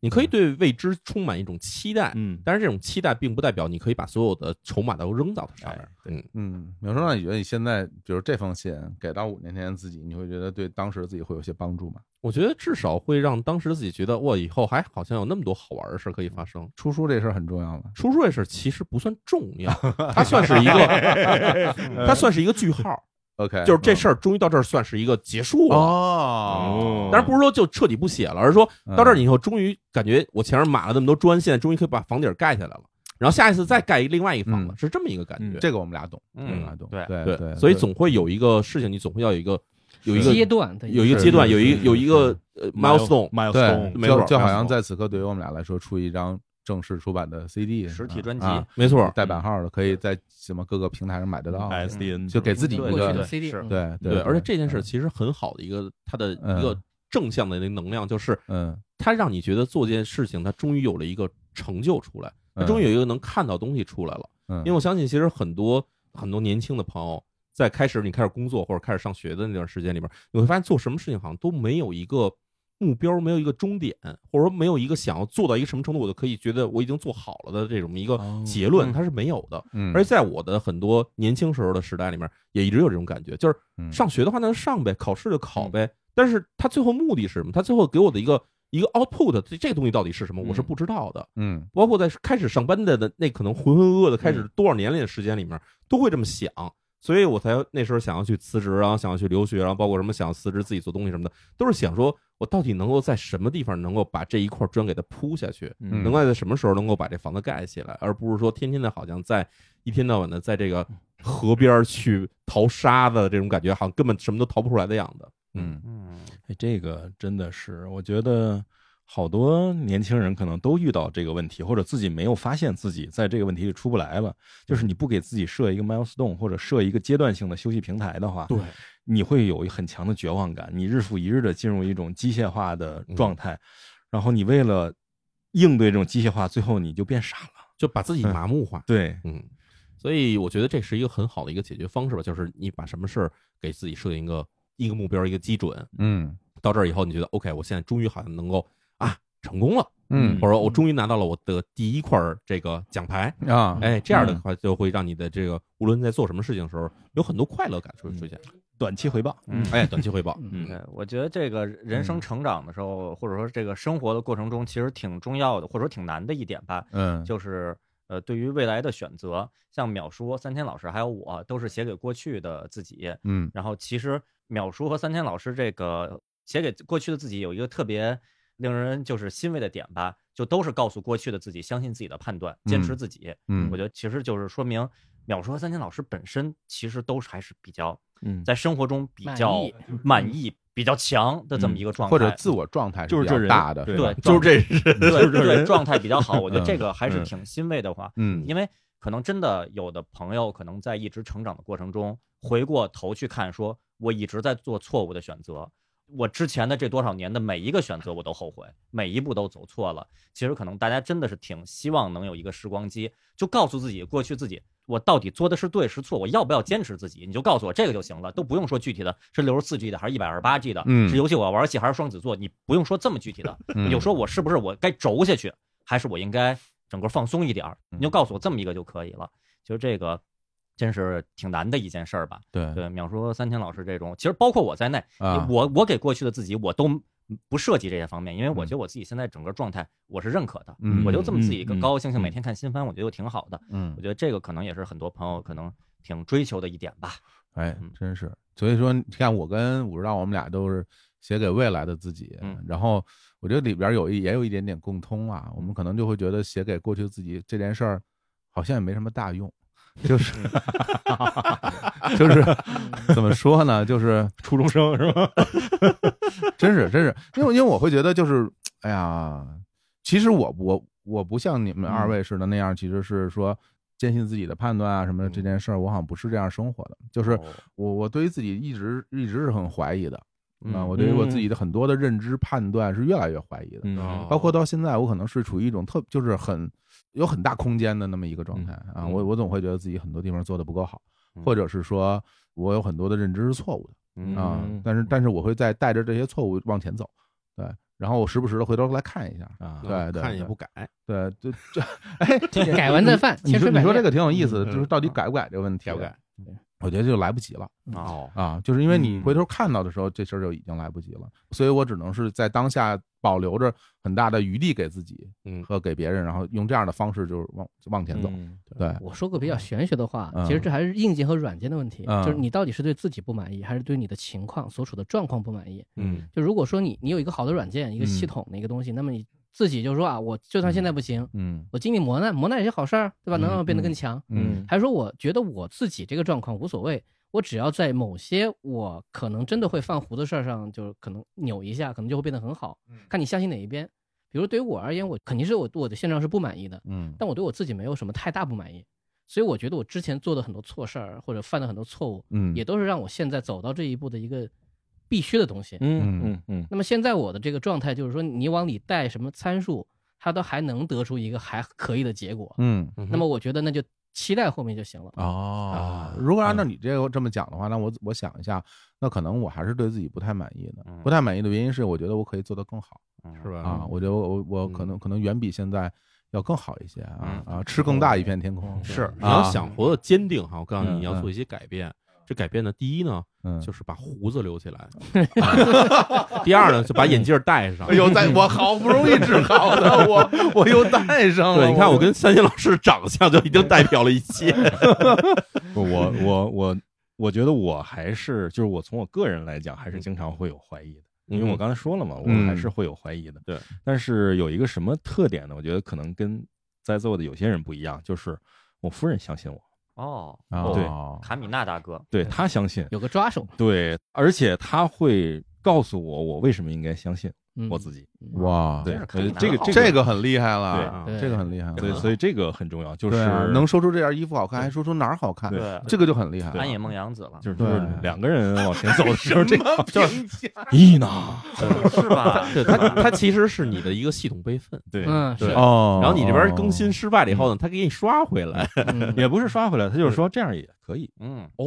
[SPEAKER 1] 你可以对未知充满一种期待，
[SPEAKER 4] 嗯，
[SPEAKER 1] 但是这种期待并不代表你可以把所有的筹码都扔到它上面
[SPEAKER 4] 哎。
[SPEAKER 1] 嗯，
[SPEAKER 6] 嗯，有时候你觉得你现在，比如这封信给到五年前的自己，你会觉得对当时的自己会有些帮助吗？
[SPEAKER 1] 我觉得至少会让当时自己觉得，哇，以后还好像有那么多好玩的事可以发生。
[SPEAKER 6] 出书这事儿很重要吗？
[SPEAKER 1] 出书这事儿其实不算重 要，它算是一个，
[SPEAKER 6] 嗯
[SPEAKER 1] 它算是一个句号，
[SPEAKER 6] OK，
[SPEAKER 1] 就是这事儿终于到这儿算是一个结束了。
[SPEAKER 6] 哦
[SPEAKER 1] 当然不是说就彻底不写了，而是说
[SPEAKER 6] 嗯
[SPEAKER 1] 到这儿以后，终于感觉我前面码了那么多砖，现在终于可以把房顶盖起来了。然后下一次再盖一另外一房子，
[SPEAKER 6] 嗯
[SPEAKER 1] 是这么一个感觉。
[SPEAKER 6] 这个我们俩懂，我们
[SPEAKER 3] 嗯
[SPEAKER 4] 啊
[SPEAKER 6] 俩懂，
[SPEAKER 3] 对
[SPEAKER 6] 对
[SPEAKER 1] 对，所以总会有一个事情，你总会要有一个有一个
[SPEAKER 2] 阶段的
[SPEAKER 1] 有一个
[SPEAKER 6] 是
[SPEAKER 1] 阶段，
[SPEAKER 6] 是
[SPEAKER 1] 有一
[SPEAKER 6] 是
[SPEAKER 1] 有一个呃 milestone。
[SPEAKER 4] 哦
[SPEAKER 6] 对
[SPEAKER 4] milestone，，
[SPEAKER 1] 没
[SPEAKER 6] 就
[SPEAKER 1] 错
[SPEAKER 6] 就好
[SPEAKER 1] 没
[SPEAKER 6] 像
[SPEAKER 1] 错
[SPEAKER 6] 在此刻对于我们俩来说，出一张正式出版的 CD
[SPEAKER 3] 实体专辑
[SPEAKER 6] 啊
[SPEAKER 1] 没错，
[SPEAKER 6] 带版号的，可以在什么各个平台上买得到，
[SPEAKER 4] SDN
[SPEAKER 6] 就给自己一
[SPEAKER 2] 过去的
[SPEAKER 6] 个
[SPEAKER 2] CD，
[SPEAKER 3] 是
[SPEAKER 2] 嗯
[SPEAKER 6] 对
[SPEAKER 1] 哎对，而且这件事
[SPEAKER 6] 嗯
[SPEAKER 1] 其实很好的一个它的
[SPEAKER 6] 嗯
[SPEAKER 1] 一个正向的那能量，就是
[SPEAKER 6] 嗯，
[SPEAKER 1] 它让你觉得做这件事情，它终于有了一个成就出来，它
[SPEAKER 6] 嗯
[SPEAKER 1] 终于有一个能看到东西出来了。
[SPEAKER 6] 嗯，
[SPEAKER 1] 因为我相信，其实很多很多年轻的朋友，在开始你开始工作或者开始上学的那段时间里边，你会发现做什么事情好像都没有一个目标，没有一个终点，或者说没有一个想要做到一个什么程度，我就可以觉得我已经做好了的这种一个结论，它是没有的。
[SPEAKER 6] 嗯，
[SPEAKER 1] 而且在我的很多年轻时候的时代里面，也一直有这种感觉，就是
[SPEAKER 6] 嗯
[SPEAKER 1] 上学的话那就上呗，考试就考呗，但是他最后目的是什么？他最后给我的一个一个 output 这这个东西到底是什么，我是不知道的。
[SPEAKER 6] 嗯
[SPEAKER 1] 包括在开始上班的的那可能浑浑噩噩的开始多少年里的时间里面，都会这么想，所以我才那时候想要去辞职，然后想要去留学，然啊后包括什么想要辞职自己做东西什么的，都是想说我到底能够在什么地方能够把这一块砖给它铺下去，
[SPEAKER 6] 嗯
[SPEAKER 1] 能够在什么时候能够把这房子盖起来，而不是说天天的好像在一天到晚的在这个河边儿去淘沙子这种感觉，好像根本什么都淘不出来的样子。
[SPEAKER 6] 嗯
[SPEAKER 3] 嗯，
[SPEAKER 4] 哎，这个真的是，我觉得好多年轻人可能都遇到这个问题，或者自己没有发现自己在这个问题里出不来了。就是你不给自己设一个 milestone 或者设一个阶段性的休息平台的话，
[SPEAKER 1] 对，
[SPEAKER 4] 你会有很强的绝望感，你日复一日的进入一种机械化的状态，然后你为了应对这种机械化，最后你就变傻了。
[SPEAKER 1] 就把自己麻木化。
[SPEAKER 4] 对，
[SPEAKER 1] 嗯，所以我觉得这是一个很好的一个解决方式吧，就是你把什么事儿给自己设定一个一个目标一个基准，
[SPEAKER 6] 嗯
[SPEAKER 1] 到这儿以后，你觉得 OK，我现在终于好像能够啊成功了，
[SPEAKER 6] 嗯
[SPEAKER 1] 或者说我终于拿到了我的第一块儿这个奖牌，
[SPEAKER 6] 啊，
[SPEAKER 1] 哎，这样的话就会让你的这个无论在做什么事情的时候，有很多快乐感出出现，
[SPEAKER 4] 短期回报，
[SPEAKER 6] 嗯
[SPEAKER 1] 哎，短期回报，
[SPEAKER 4] 嗯
[SPEAKER 3] 对，我觉得这个人生成长的时候，或者说这个生活的过程中，其实挺重要的，或者说挺难的一点吧，
[SPEAKER 6] 嗯
[SPEAKER 3] 就是呃，对于未来的选择，像淼叔、三千老师还有我，都是写给过去的自己。
[SPEAKER 6] 嗯
[SPEAKER 3] 然后其实淼叔和三千老师这个写给过去的自己有一个特别令人就是欣慰的点吧，就都是告诉过去的自己，相信自己的判断，坚持
[SPEAKER 6] 嗯
[SPEAKER 3] 自己。
[SPEAKER 6] 嗯
[SPEAKER 3] 我觉得其实就是说明淼叔和三千老师本身其实都是还是比较
[SPEAKER 4] 嗯，
[SPEAKER 3] 在生活中比
[SPEAKER 2] 满
[SPEAKER 3] 较
[SPEAKER 2] 意嗯
[SPEAKER 3] 满意、比较强的这么一个状态，
[SPEAKER 6] 或者自我状态
[SPEAKER 4] 就是
[SPEAKER 6] 比
[SPEAKER 4] 这
[SPEAKER 6] 较
[SPEAKER 4] 人
[SPEAKER 6] 大的，
[SPEAKER 4] 对
[SPEAKER 3] 对
[SPEAKER 1] 就是这是
[SPEAKER 3] 对对状态比较好，我觉得这
[SPEAKER 6] 嗯
[SPEAKER 3] 个还是
[SPEAKER 6] 嗯
[SPEAKER 3] 挺欣慰的话，
[SPEAKER 6] 嗯
[SPEAKER 3] 因为可能真的有的朋友可能在一直成长的过程中，回过头去看，说我一直在做错误的选择，我之前的这多少年的每一个选择我都后悔，每一步都走错了。其实可能大家真的是挺希望能有一个时光机，就告诉自己过去自己。我到底做的是对是错？我要不要坚持自己？你就告诉我这个就行了，都不用说具体的是六十四 G 的还是一百二十八 G 的，
[SPEAKER 6] 嗯
[SPEAKER 3] 是游戏我要玩游戏还是双子座，你不用说这么具体的，
[SPEAKER 6] 嗯
[SPEAKER 3] 你就说我是不是我该轴下去，还是我应该整个放松一点儿？你
[SPEAKER 6] 嗯
[SPEAKER 3] 就告诉我这么一个就可以了。其实这个真是挺难的一件事儿吧？
[SPEAKER 6] 对
[SPEAKER 3] 对，秒叔、三千老师这种，其实包括我在内，
[SPEAKER 6] 啊，
[SPEAKER 3] 我我给过去的自己我都不涉及这些方面，因为我
[SPEAKER 6] 嗯
[SPEAKER 3] 觉得我自己现在整个状态我是认可的，
[SPEAKER 6] 嗯
[SPEAKER 3] 我就这么自己高
[SPEAKER 4] 嗯嗯
[SPEAKER 3] 高兴兴
[SPEAKER 6] 嗯
[SPEAKER 3] 每天看新番，我觉得就挺好的。
[SPEAKER 6] 嗯
[SPEAKER 3] 我觉得这个可能也是很多朋友可能挺追求的一点吧。
[SPEAKER 6] 哎
[SPEAKER 3] 嗯，
[SPEAKER 6] 真是，所以说你看，我跟武指道我们俩都是写给未来的自己，
[SPEAKER 3] 嗯
[SPEAKER 6] 然后我觉得里边有一也有一点点共通啊，
[SPEAKER 4] 嗯
[SPEAKER 6] 我们可能就会觉得写给过去的自己这件事儿好像也没什么大用，就是 就是怎么说呢，就是
[SPEAKER 4] 初中生是吧？
[SPEAKER 6] 真是真是，因为因为我会觉得就是，哎呀，其实我我我不像你
[SPEAKER 4] 嗯
[SPEAKER 6] 们二位似的那样，其实是说坚信自己的判断啊什么的
[SPEAKER 4] 嗯
[SPEAKER 6] 这件事儿，我好像不是这样生活的，就是
[SPEAKER 1] 哦
[SPEAKER 6] 我我对于自己一直一直是很怀疑的。啊，
[SPEAKER 1] 嗯
[SPEAKER 6] 我对于我自己的很多的认知判断是越来越怀疑的，
[SPEAKER 4] 嗯
[SPEAKER 6] 包括到现在，我可能是处于一种特就是很有很大空间的那么一个状态
[SPEAKER 1] 嗯
[SPEAKER 6] 啊，我我总会觉得自己很多地方做的不够好，或者是说我有很多的认知是错误的，
[SPEAKER 4] 嗯
[SPEAKER 6] 啊，
[SPEAKER 1] 嗯
[SPEAKER 6] 但是但是我会再带着这些错误往前走，对，然后我时不时的回头来看一下，
[SPEAKER 4] 啊
[SPEAKER 6] 对对
[SPEAKER 1] 看也
[SPEAKER 6] 对
[SPEAKER 1] 不改，
[SPEAKER 6] 对，就 这，哎，
[SPEAKER 2] 改完再犯，
[SPEAKER 6] 你
[SPEAKER 2] 千
[SPEAKER 6] 说
[SPEAKER 2] 锤
[SPEAKER 6] 你
[SPEAKER 2] 百
[SPEAKER 6] 说这
[SPEAKER 2] 炼
[SPEAKER 6] 个挺有意思的，就是到底改不改这个问题，嗯
[SPEAKER 1] 改不改？
[SPEAKER 6] 我觉得就来不及了
[SPEAKER 3] 哦，
[SPEAKER 6] 啊，就是因为你回头看到的时候，这事儿就已经来不及了，所以我只能是在当下保留着很大的余地给自己
[SPEAKER 1] 嗯
[SPEAKER 6] 和给别人，然后用这样的方式就是往往前走，
[SPEAKER 4] 嗯
[SPEAKER 6] 对，
[SPEAKER 2] 我说个比较玄学的话，
[SPEAKER 6] 嗯
[SPEAKER 2] 其实这还是硬件和软件的问题，
[SPEAKER 6] 嗯
[SPEAKER 2] 就是你到底是对自己不满意，还是对你的情况所处的状况不满意？
[SPEAKER 1] 嗯
[SPEAKER 2] 就如果说你你有一个好的软件、一个系统的一个东西，那么你自己就说啊，我就算现在不行，
[SPEAKER 6] 嗯嗯
[SPEAKER 2] 我经历磨难，磨难也是好事儿，对吧？
[SPEAKER 6] 嗯
[SPEAKER 2] 能让我变得更强。
[SPEAKER 6] 嗯
[SPEAKER 2] 还是说我觉得我自己这个状况无所谓，我只要在某些我可能真的会犯糊的事儿上，就是可能扭一下，可能就会变得很好。
[SPEAKER 6] 嗯
[SPEAKER 2] 看你相信哪一边。比如对于我而言，我肯定是我我的现状是不满意的，
[SPEAKER 6] 嗯
[SPEAKER 2] 但我对我自己没有什么太大不满意，所以我觉得我之前做的很多错事儿或者犯的很多错误，
[SPEAKER 6] 嗯
[SPEAKER 2] 也都是让我现在走到这一步的一个必须的东西。
[SPEAKER 4] 嗯嗯嗯，
[SPEAKER 2] 那么现在我的这个状态就是说，你往里带什么参数，它都还能得出一个还可以的结果。
[SPEAKER 6] 嗯。
[SPEAKER 1] 嗯哼
[SPEAKER 2] 那么我觉得那就期待后面就行了。
[SPEAKER 6] 哦，如果按照你这个这么讲的话，那我我想一下，那可能我还是对自己不太满意的
[SPEAKER 3] 嗯。
[SPEAKER 6] 不太满意的原因是，我觉得我可以做得更好
[SPEAKER 1] 是吧？
[SPEAKER 4] 嗯
[SPEAKER 6] 啊，我觉得我我我可能可能远比现在要更好一些啊
[SPEAKER 3] 嗯
[SPEAKER 6] 啊，吃更大一片天空
[SPEAKER 4] 嗯
[SPEAKER 1] 是你
[SPEAKER 6] 啊
[SPEAKER 1] 要想活得坚定哈，我告诉你，
[SPEAKER 6] 嗯
[SPEAKER 1] 你要做一些改变，这改变呢，第一呢，
[SPEAKER 6] 嗯
[SPEAKER 1] 就是把胡子留起来；第二呢，就把眼镜儿戴上
[SPEAKER 6] 哎。呦，在我好不容易治好的，我我又戴上了。
[SPEAKER 1] 对，你看我跟三星老师长相就已经代表了一切。
[SPEAKER 4] 不我我我我觉得我还是就是我从我个人来讲，还是经常会有怀疑的，因为我刚才说了嘛，我
[SPEAKER 6] 嗯
[SPEAKER 4] 还是会有怀疑的。
[SPEAKER 1] 对，
[SPEAKER 4] 但是有一个什么特点呢？我觉得可能跟在座的有些人不一样，就是我夫人相信我，
[SPEAKER 3] 哦，
[SPEAKER 6] 啊，
[SPEAKER 4] 对
[SPEAKER 3] 卡米娜大哥，
[SPEAKER 4] 对她相信，
[SPEAKER 2] 有个抓手，
[SPEAKER 4] 对，而且她会告诉我我为什么应该相信
[SPEAKER 2] 嗯，
[SPEAKER 4] 我自己。
[SPEAKER 6] 哇，
[SPEAKER 4] 对，
[SPEAKER 3] 这是
[SPEAKER 4] 我
[SPEAKER 3] 可难
[SPEAKER 4] 觉得这个
[SPEAKER 3] 熬
[SPEAKER 4] 这
[SPEAKER 6] 这
[SPEAKER 4] 个
[SPEAKER 6] 个很厉害了，
[SPEAKER 1] 啊
[SPEAKER 2] 对
[SPEAKER 6] 这个很厉害了，
[SPEAKER 4] 对，所以这个很重要，就是
[SPEAKER 6] 对啊，能说出这件衣服好看，还说出哪儿好看，
[SPEAKER 3] 对，
[SPEAKER 6] 这个就很厉害。
[SPEAKER 3] 安野梦洋子了，
[SPEAKER 4] 就是就是
[SPEAKER 6] 对
[SPEAKER 4] 两个人往前走的时候，这个
[SPEAKER 6] 就是
[SPEAKER 4] 咦呢？
[SPEAKER 3] 是吧？
[SPEAKER 1] 对他，他其实是你的一个系统备份，
[SPEAKER 4] 对，
[SPEAKER 2] 嗯，是
[SPEAKER 1] 对
[SPEAKER 6] 哦，
[SPEAKER 1] 然 后你这边更新失败了以后呢，他给你刷回来。
[SPEAKER 2] 嗯
[SPEAKER 4] 也不是刷回来，他就是说这样也可以，
[SPEAKER 3] 嗯，
[SPEAKER 4] 哦，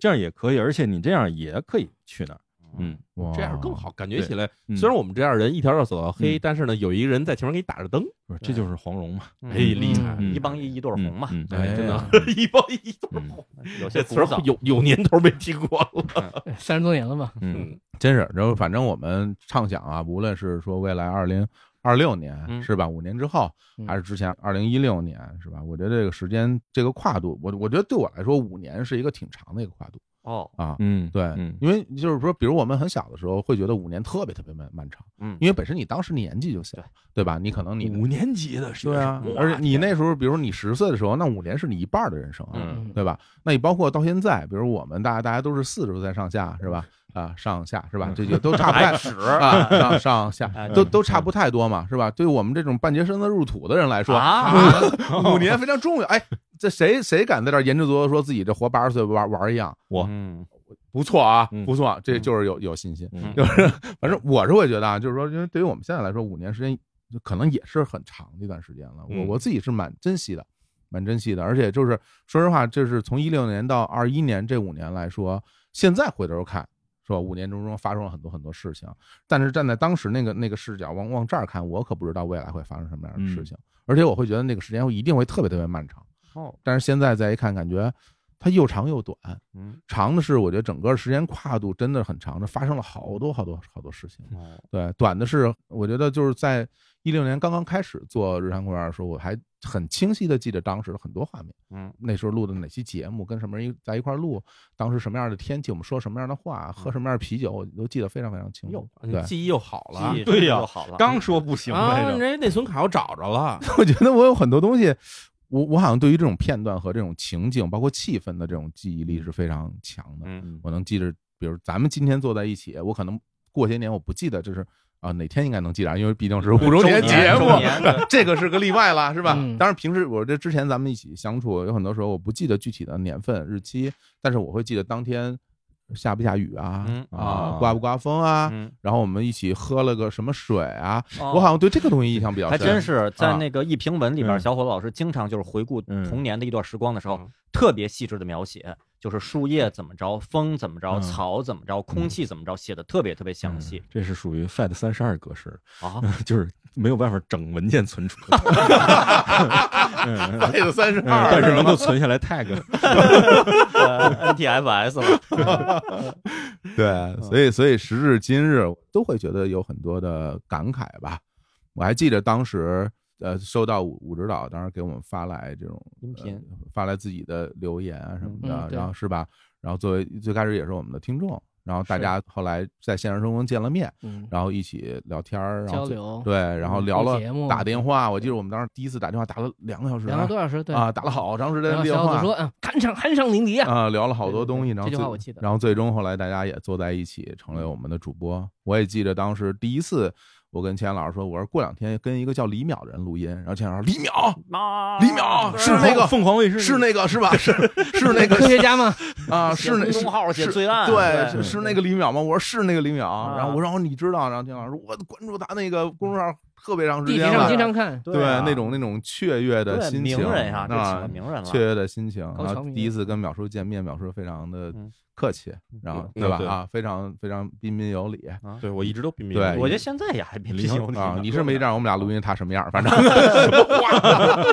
[SPEAKER 4] 这样也可以，而且你这样也可以去那儿。嗯，
[SPEAKER 6] 哇，
[SPEAKER 1] 这样更好，感觉
[SPEAKER 4] 对
[SPEAKER 1] 起来。
[SPEAKER 4] 嗯
[SPEAKER 1] 虽然我们这样人一条道走到黑，
[SPEAKER 4] 嗯
[SPEAKER 1] 但是呢，有一个人在前面给你打着灯，
[SPEAKER 4] 不是这就是黄蓉嘛，
[SPEAKER 3] 嗯
[SPEAKER 1] 哎，厉害，
[SPEAKER 4] 嗯
[SPEAKER 3] 一帮一一对儿红嘛，
[SPEAKER 4] 嗯，嗯
[SPEAKER 6] 哎呀，
[SPEAKER 1] 真的
[SPEAKER 6] 嗯
[SPEAKER 1] 一帮一对
[SPEAKER 4] 嗯
[SPEAKER 3] 有
[SPEAKER 1] 这
[SPEAKER 3] 些
[SPEAKER 1] 词儿
[SPEAKER 3] 古早，
[SPEAKER 1] 有有年头没听过了。
[SPEAKER 2] 三十多年了吧？
[SPEAKER 4] 嗯，
[SPEAKER 6] 真是。然后反正我们畅想啊，无论是说未来二零二六年
[SPEAKER 3] 嗯
[SPEAKER 6] 是吧，五年之后，
[SPEAKER 2] 嗯
[SPEAKER 6] 还是之前二零一六年是吧？我觉得这个时间这个跨度，我我觉得对我来说，五年是一个挺长的一个跨度
[SPEAKER 3] 哦，
[SPEAKER 6] 啊。
[SPEAKER 4] 嗯，
[SPEAKER 6] 对，
[SPEAKER 4] 嗯
[SPEAKER 6] 因为就是说，比如我们很小的时候会觉得五年特别特别漫漫长，
[SPEAKER 3] 嗯
[SPEAKER 6] 因为本身你当时年纪就小，对吧？你可能你
[SPEAKER 4] 五年级的学
[SPEAKER 6] 对啊
[SPEAKER 4] 生，，
[SPEAKER 6] 而且
[SPEAKER 1] 哎
[SPEAKER 6] 你那时候，比如你十岁的时候，那五年是你一半儿的人生啊，
[SPEAKER 3] 嗯
[SPEAKER 6] 对吧？那你包括到现在，比如我们大家大家都是四十岁上下，是吧？啊，上下是吧？这就都差不太
[SPEAKER 3] 使
[SPEAKER 6] 啊， 上上下
[SPEAKER 3] 哎
[SPEAKER 6] 都都
[SPEAKER 4] 嗯
[SPEAKER 6] 差不太多嘛，是吧？对于我们这种半截身子入土的人来 说，
[SPEAKER 3] 啊，
[SPEAKER 6] 五年非常重要。哎，这谁谁敢在这儿言之凿凿说自己这活八十岁玩玩一样？
[SPEAKER 3] 嗯，
[SPEAKER 6] 不错啊
[SPEAKER 4] 嗯，
[SPEAKER 6] 不错，这就是有有信心。
[SPEAKER 4] 嗯
[SPEAKER 6] 就是反正我是会觉得啊，就是说，因为对于我们现在来说，五年时间就可能也是很长的一段时间了。我
[SPEAKER 1] 嗯
[SPEAKER 6] 我自己是蛮珍惜的，蛮珍惜的。而且就是说实话，就是从一六年到二一年这五年来说，现在回头看。是吧？五年中中发生了很多很多事情，但是站在当时那个那个视角往往这儿看，我可不知道未来会发生什么样的
[SPEAKER 3] 嗯
[SPEAKER 6] 事情，而且我会觉得那个时间会一定会特别特别漫长。
[SPEAKER 3] 哦，
[SPEAKER 6] 但是现在再一看，感觉它又长又短，
[SPEAKER 3] 嗯，
[SPEAKER 6] 长的是我觉得整个时间跨度真的很长，这发生了好多好多好多事情。
[SPEAKER 3] 哦，
[SPEAKER 6] 对，短的是我觉得就是在一六年刚刚开始做日常公园的时候，我还很清晰的记得当时的很多画面。
[SPEAKER 3] 嗯，
[SPEAKER 6] 那时候录的哪期节目，跟什么人一在一块儿录，当时什么样的天气，我们说什么样的话，喝什么样的啤酒，我都记得非常非常清
[SPEAKER 3] 嗯哟
[SPEAKER 6] 楚。对，
[SPEAKER 1] 记忆又好了。
[SPEAKER 3] 记忆
[SPEAKER 4] 对呀
[SPEAKER 3] 又好了，
[SPEAKER 4] 刚说不行来
[SPEAKER 1] 啊，
[SPEAKER 4] 着，
[SPEAKER 1] 人家内存卡我找着 了，
[SPEAKER 6] 我觉得我有很多东西，我我好像对于这种片段和这种情景，包括气氛的这种记忆力是非常强的。
[SPEAKER 3] 嗯，
[SPEAKER 6] 我能记着，比如咱们今天坐在一起，我可能过些年我不记得，这是啊哪天应该能记得，因为毕竟是五周年节目
[SPEAKER 3] 周，嗯年
[SPEAKER 6] 对这个是个例外了，是吧？
[SPEAKER 2] 嗯
[SPEAKER 6] 当然，平时我这之前咱们一起相处，有很多时候我不记得具体的年份日期，但是我会记得当天下不下雨啊，
[SPEAKER 3] 嗯
[SPEAKER 6] 啊
[SPEAKER 4] 啊
[SPEAKER 6] 刮不刮风啊，
[SPEAKER 3] 嗯
[SPEAKER 6] 然后我们一起喝了个什么水啊，
[SPEAKER 3] 哦
[SPEAKER 6] 我好像对这个东西印象比较深，
[SPEAKER 3] 还真 是在
[SPEAKER 6] 啊
[SPEAKER 3] 那个一评文里边，
[SPEAKER 4] 嗯
[SPEAKER 3] 小伙子老师经常就是回顾
[SPEAKER 4] 嗯
[SPEAKER 3] 童年的一段时光的时候
[SPEAKER 1] 嗯，
[SPEAKER 3] 特别细致的描写，就是树叶怎么着，风怎么着，
[SPEAKER 4] 嗯
[SPEAKER 3] 草怎么着，空气怎么着，写的特别特别详细
[SPEAKER 4] 这是属于 FAT 三十二格式，
[SPEAKER 3] 啊。
[SPEAKER 4] 就是没有办法整文件存储，嗯嗯
[SPEAKER 6] 背了三十二，
[SPEAKER 4] 但是能够存下来 tag。
[SPEAKER 3] 呃 NTFS 了，
[SPEAKER 2] 嗯
[SPEAKER 6] 对，所以所以时至今日都会觉得有很多的感慨吧。我还记得当时呃收到武武指导当时给我们发来这种
[SPEAKER 3] 音频
[SPEAKER 6] 呃发来自己的留言啊什么
[SPEAKER 2] 嗯
[SPEAKER 6] 的，
[SPEAKER 2] 嗯对
[SPEAKER 6] 然后是吧？然后作为最开始也是我们的听众，然后大
[SPEAKER 2] 是
[SPEAKER 6] 家后来在现实生活中见了面，
[SPEAKER 2] 嗯，
[SPEAKER 6] 然后一起聊天儿，然
[SPEAKER 2] 交
[SPEAKER 6] 后
[SPEAKER 2] 流
[SPEAKER 6] 对，然后
[SPEAKER 2] 嗯
[SPEAKER 6] 聊
[SPEAKER 2] 录
[SPEAKER 6] 了
[SPEAKER 2] 节目
[SPEAKER 6] 打电话，我记得我们当时第一次打电话打了两个小时啊，
[SPEAKER 2] 聊了多少时？对
[SPEAKER 6] 啊，打了好长时
[SPEAKER 2] 然
[SPEAKER 6] 间的
[SPEAKER 2] 后
[SPEAKER 6] 电
[SPEAKER 2] 小伙
[SPEAKER 6] 话
[SPEAKER 2] 子。说：“嗯，酣畅酣畅淋漓啊
[SPEAKER 6] 啊，聊了好
[SPEAKER 2] 对
[SPEAKER 6] 多
[SPEAKER 2] 对
[SPEAKER 6] 东西，
[SPEAKER 2] 对
[SPEAKER 6] 然后
[SPEAKER 2] 这句
[SPEAKER 6] 最
[SPEAKER 2] 话我记得嗯
[SPEAKER 6] 然后最终后来大家也坐在一起，成为我们的主播。我也记得当时第一次，我跟钱老师说，我说过两天跟一个叫李淼的人录音，然后钱老师说
[SPEAKER 2] 嗯
[SPEAKER 6] 李淼
[SPEAKER 3] 妈
[SPEAKER 6] 李
[SPEAKER 3] 啊
[SPEAKER 6] 淼是那个
[SPEAKER 4] 凤凰卫视
[SPEAKER 6] 是那个是吧？是是那
[SPEAKER 2] 科
[SPEAKER 6] 个
[SPEAKER 2] 学家嘛，
[SPEAKER 6] 啊，
[SPEAKER 3] 写
[SPEAKER 6] 是那
[SPEAKER 3] 公众号写
[SPEAKER 6] 是
[SPEAKER 3] 罪案
[SPEAKER 6] 对，
[SPEAKER 3] 对
[SPEAKER 6] 是是那个李淼吗？我说是那个李淼，
[SPEAKER 3] 啊
[SPEAKER 6] 然后我说哦你知道，然后钱老师说我关注他那个公众号特别长时
[SPEAKER 2] 地
[SPEAKER 6] 间
[SPEAKER 2] 铁上啊
[SPEAKER 6] 了
[SPEAKER 2] 经，常看，
[SPEAKER 6] 对
[SPEAKER 3] 啊
[SPEAKER 6] 那种那种雀跃的
[SPEAKER 3] 对
[SPEAKER 6] 心
[SPEAKER 3] 名
[SPEAKER 6] 情，
[SPEAKER 3] 人呀，这请
[SPEAKER 6] 啊
[SPEAKER 3] 了名人了
[SPEAKER 6] 雀，跃的心情。
[SPEAKER 2] 高
[SPEAKER 6] 然
[SPEAKER 2] 桥
[SPEAKER 6] 后
[SPEAKER 2] 名
[SPEAKER 6] 第一
[SPEAKER 2] 人
[SPEAKER 6] 次跟淼叔见面，淼叔非常的
[SPEAKER 3] 嗯
[SPEAKER 6] 客气，然后
[SPEAKER 1] 嗯
[SPEAKER 6] 对吧？
[SPEAKER 1] 对
[SPEAKER 6] 啊，非常非常彬彬有礼。
[SPEAKER 1] 对我一直都并没
[SPEAKER 6] 对
[SPEAKER 3] 我觉得现在也还没
[SPEAKER 6] 啊，你是没
[SPEAKER 3] 让
[SPEAKER 6] 让我们俩录音，他什么样儿？反正什么话？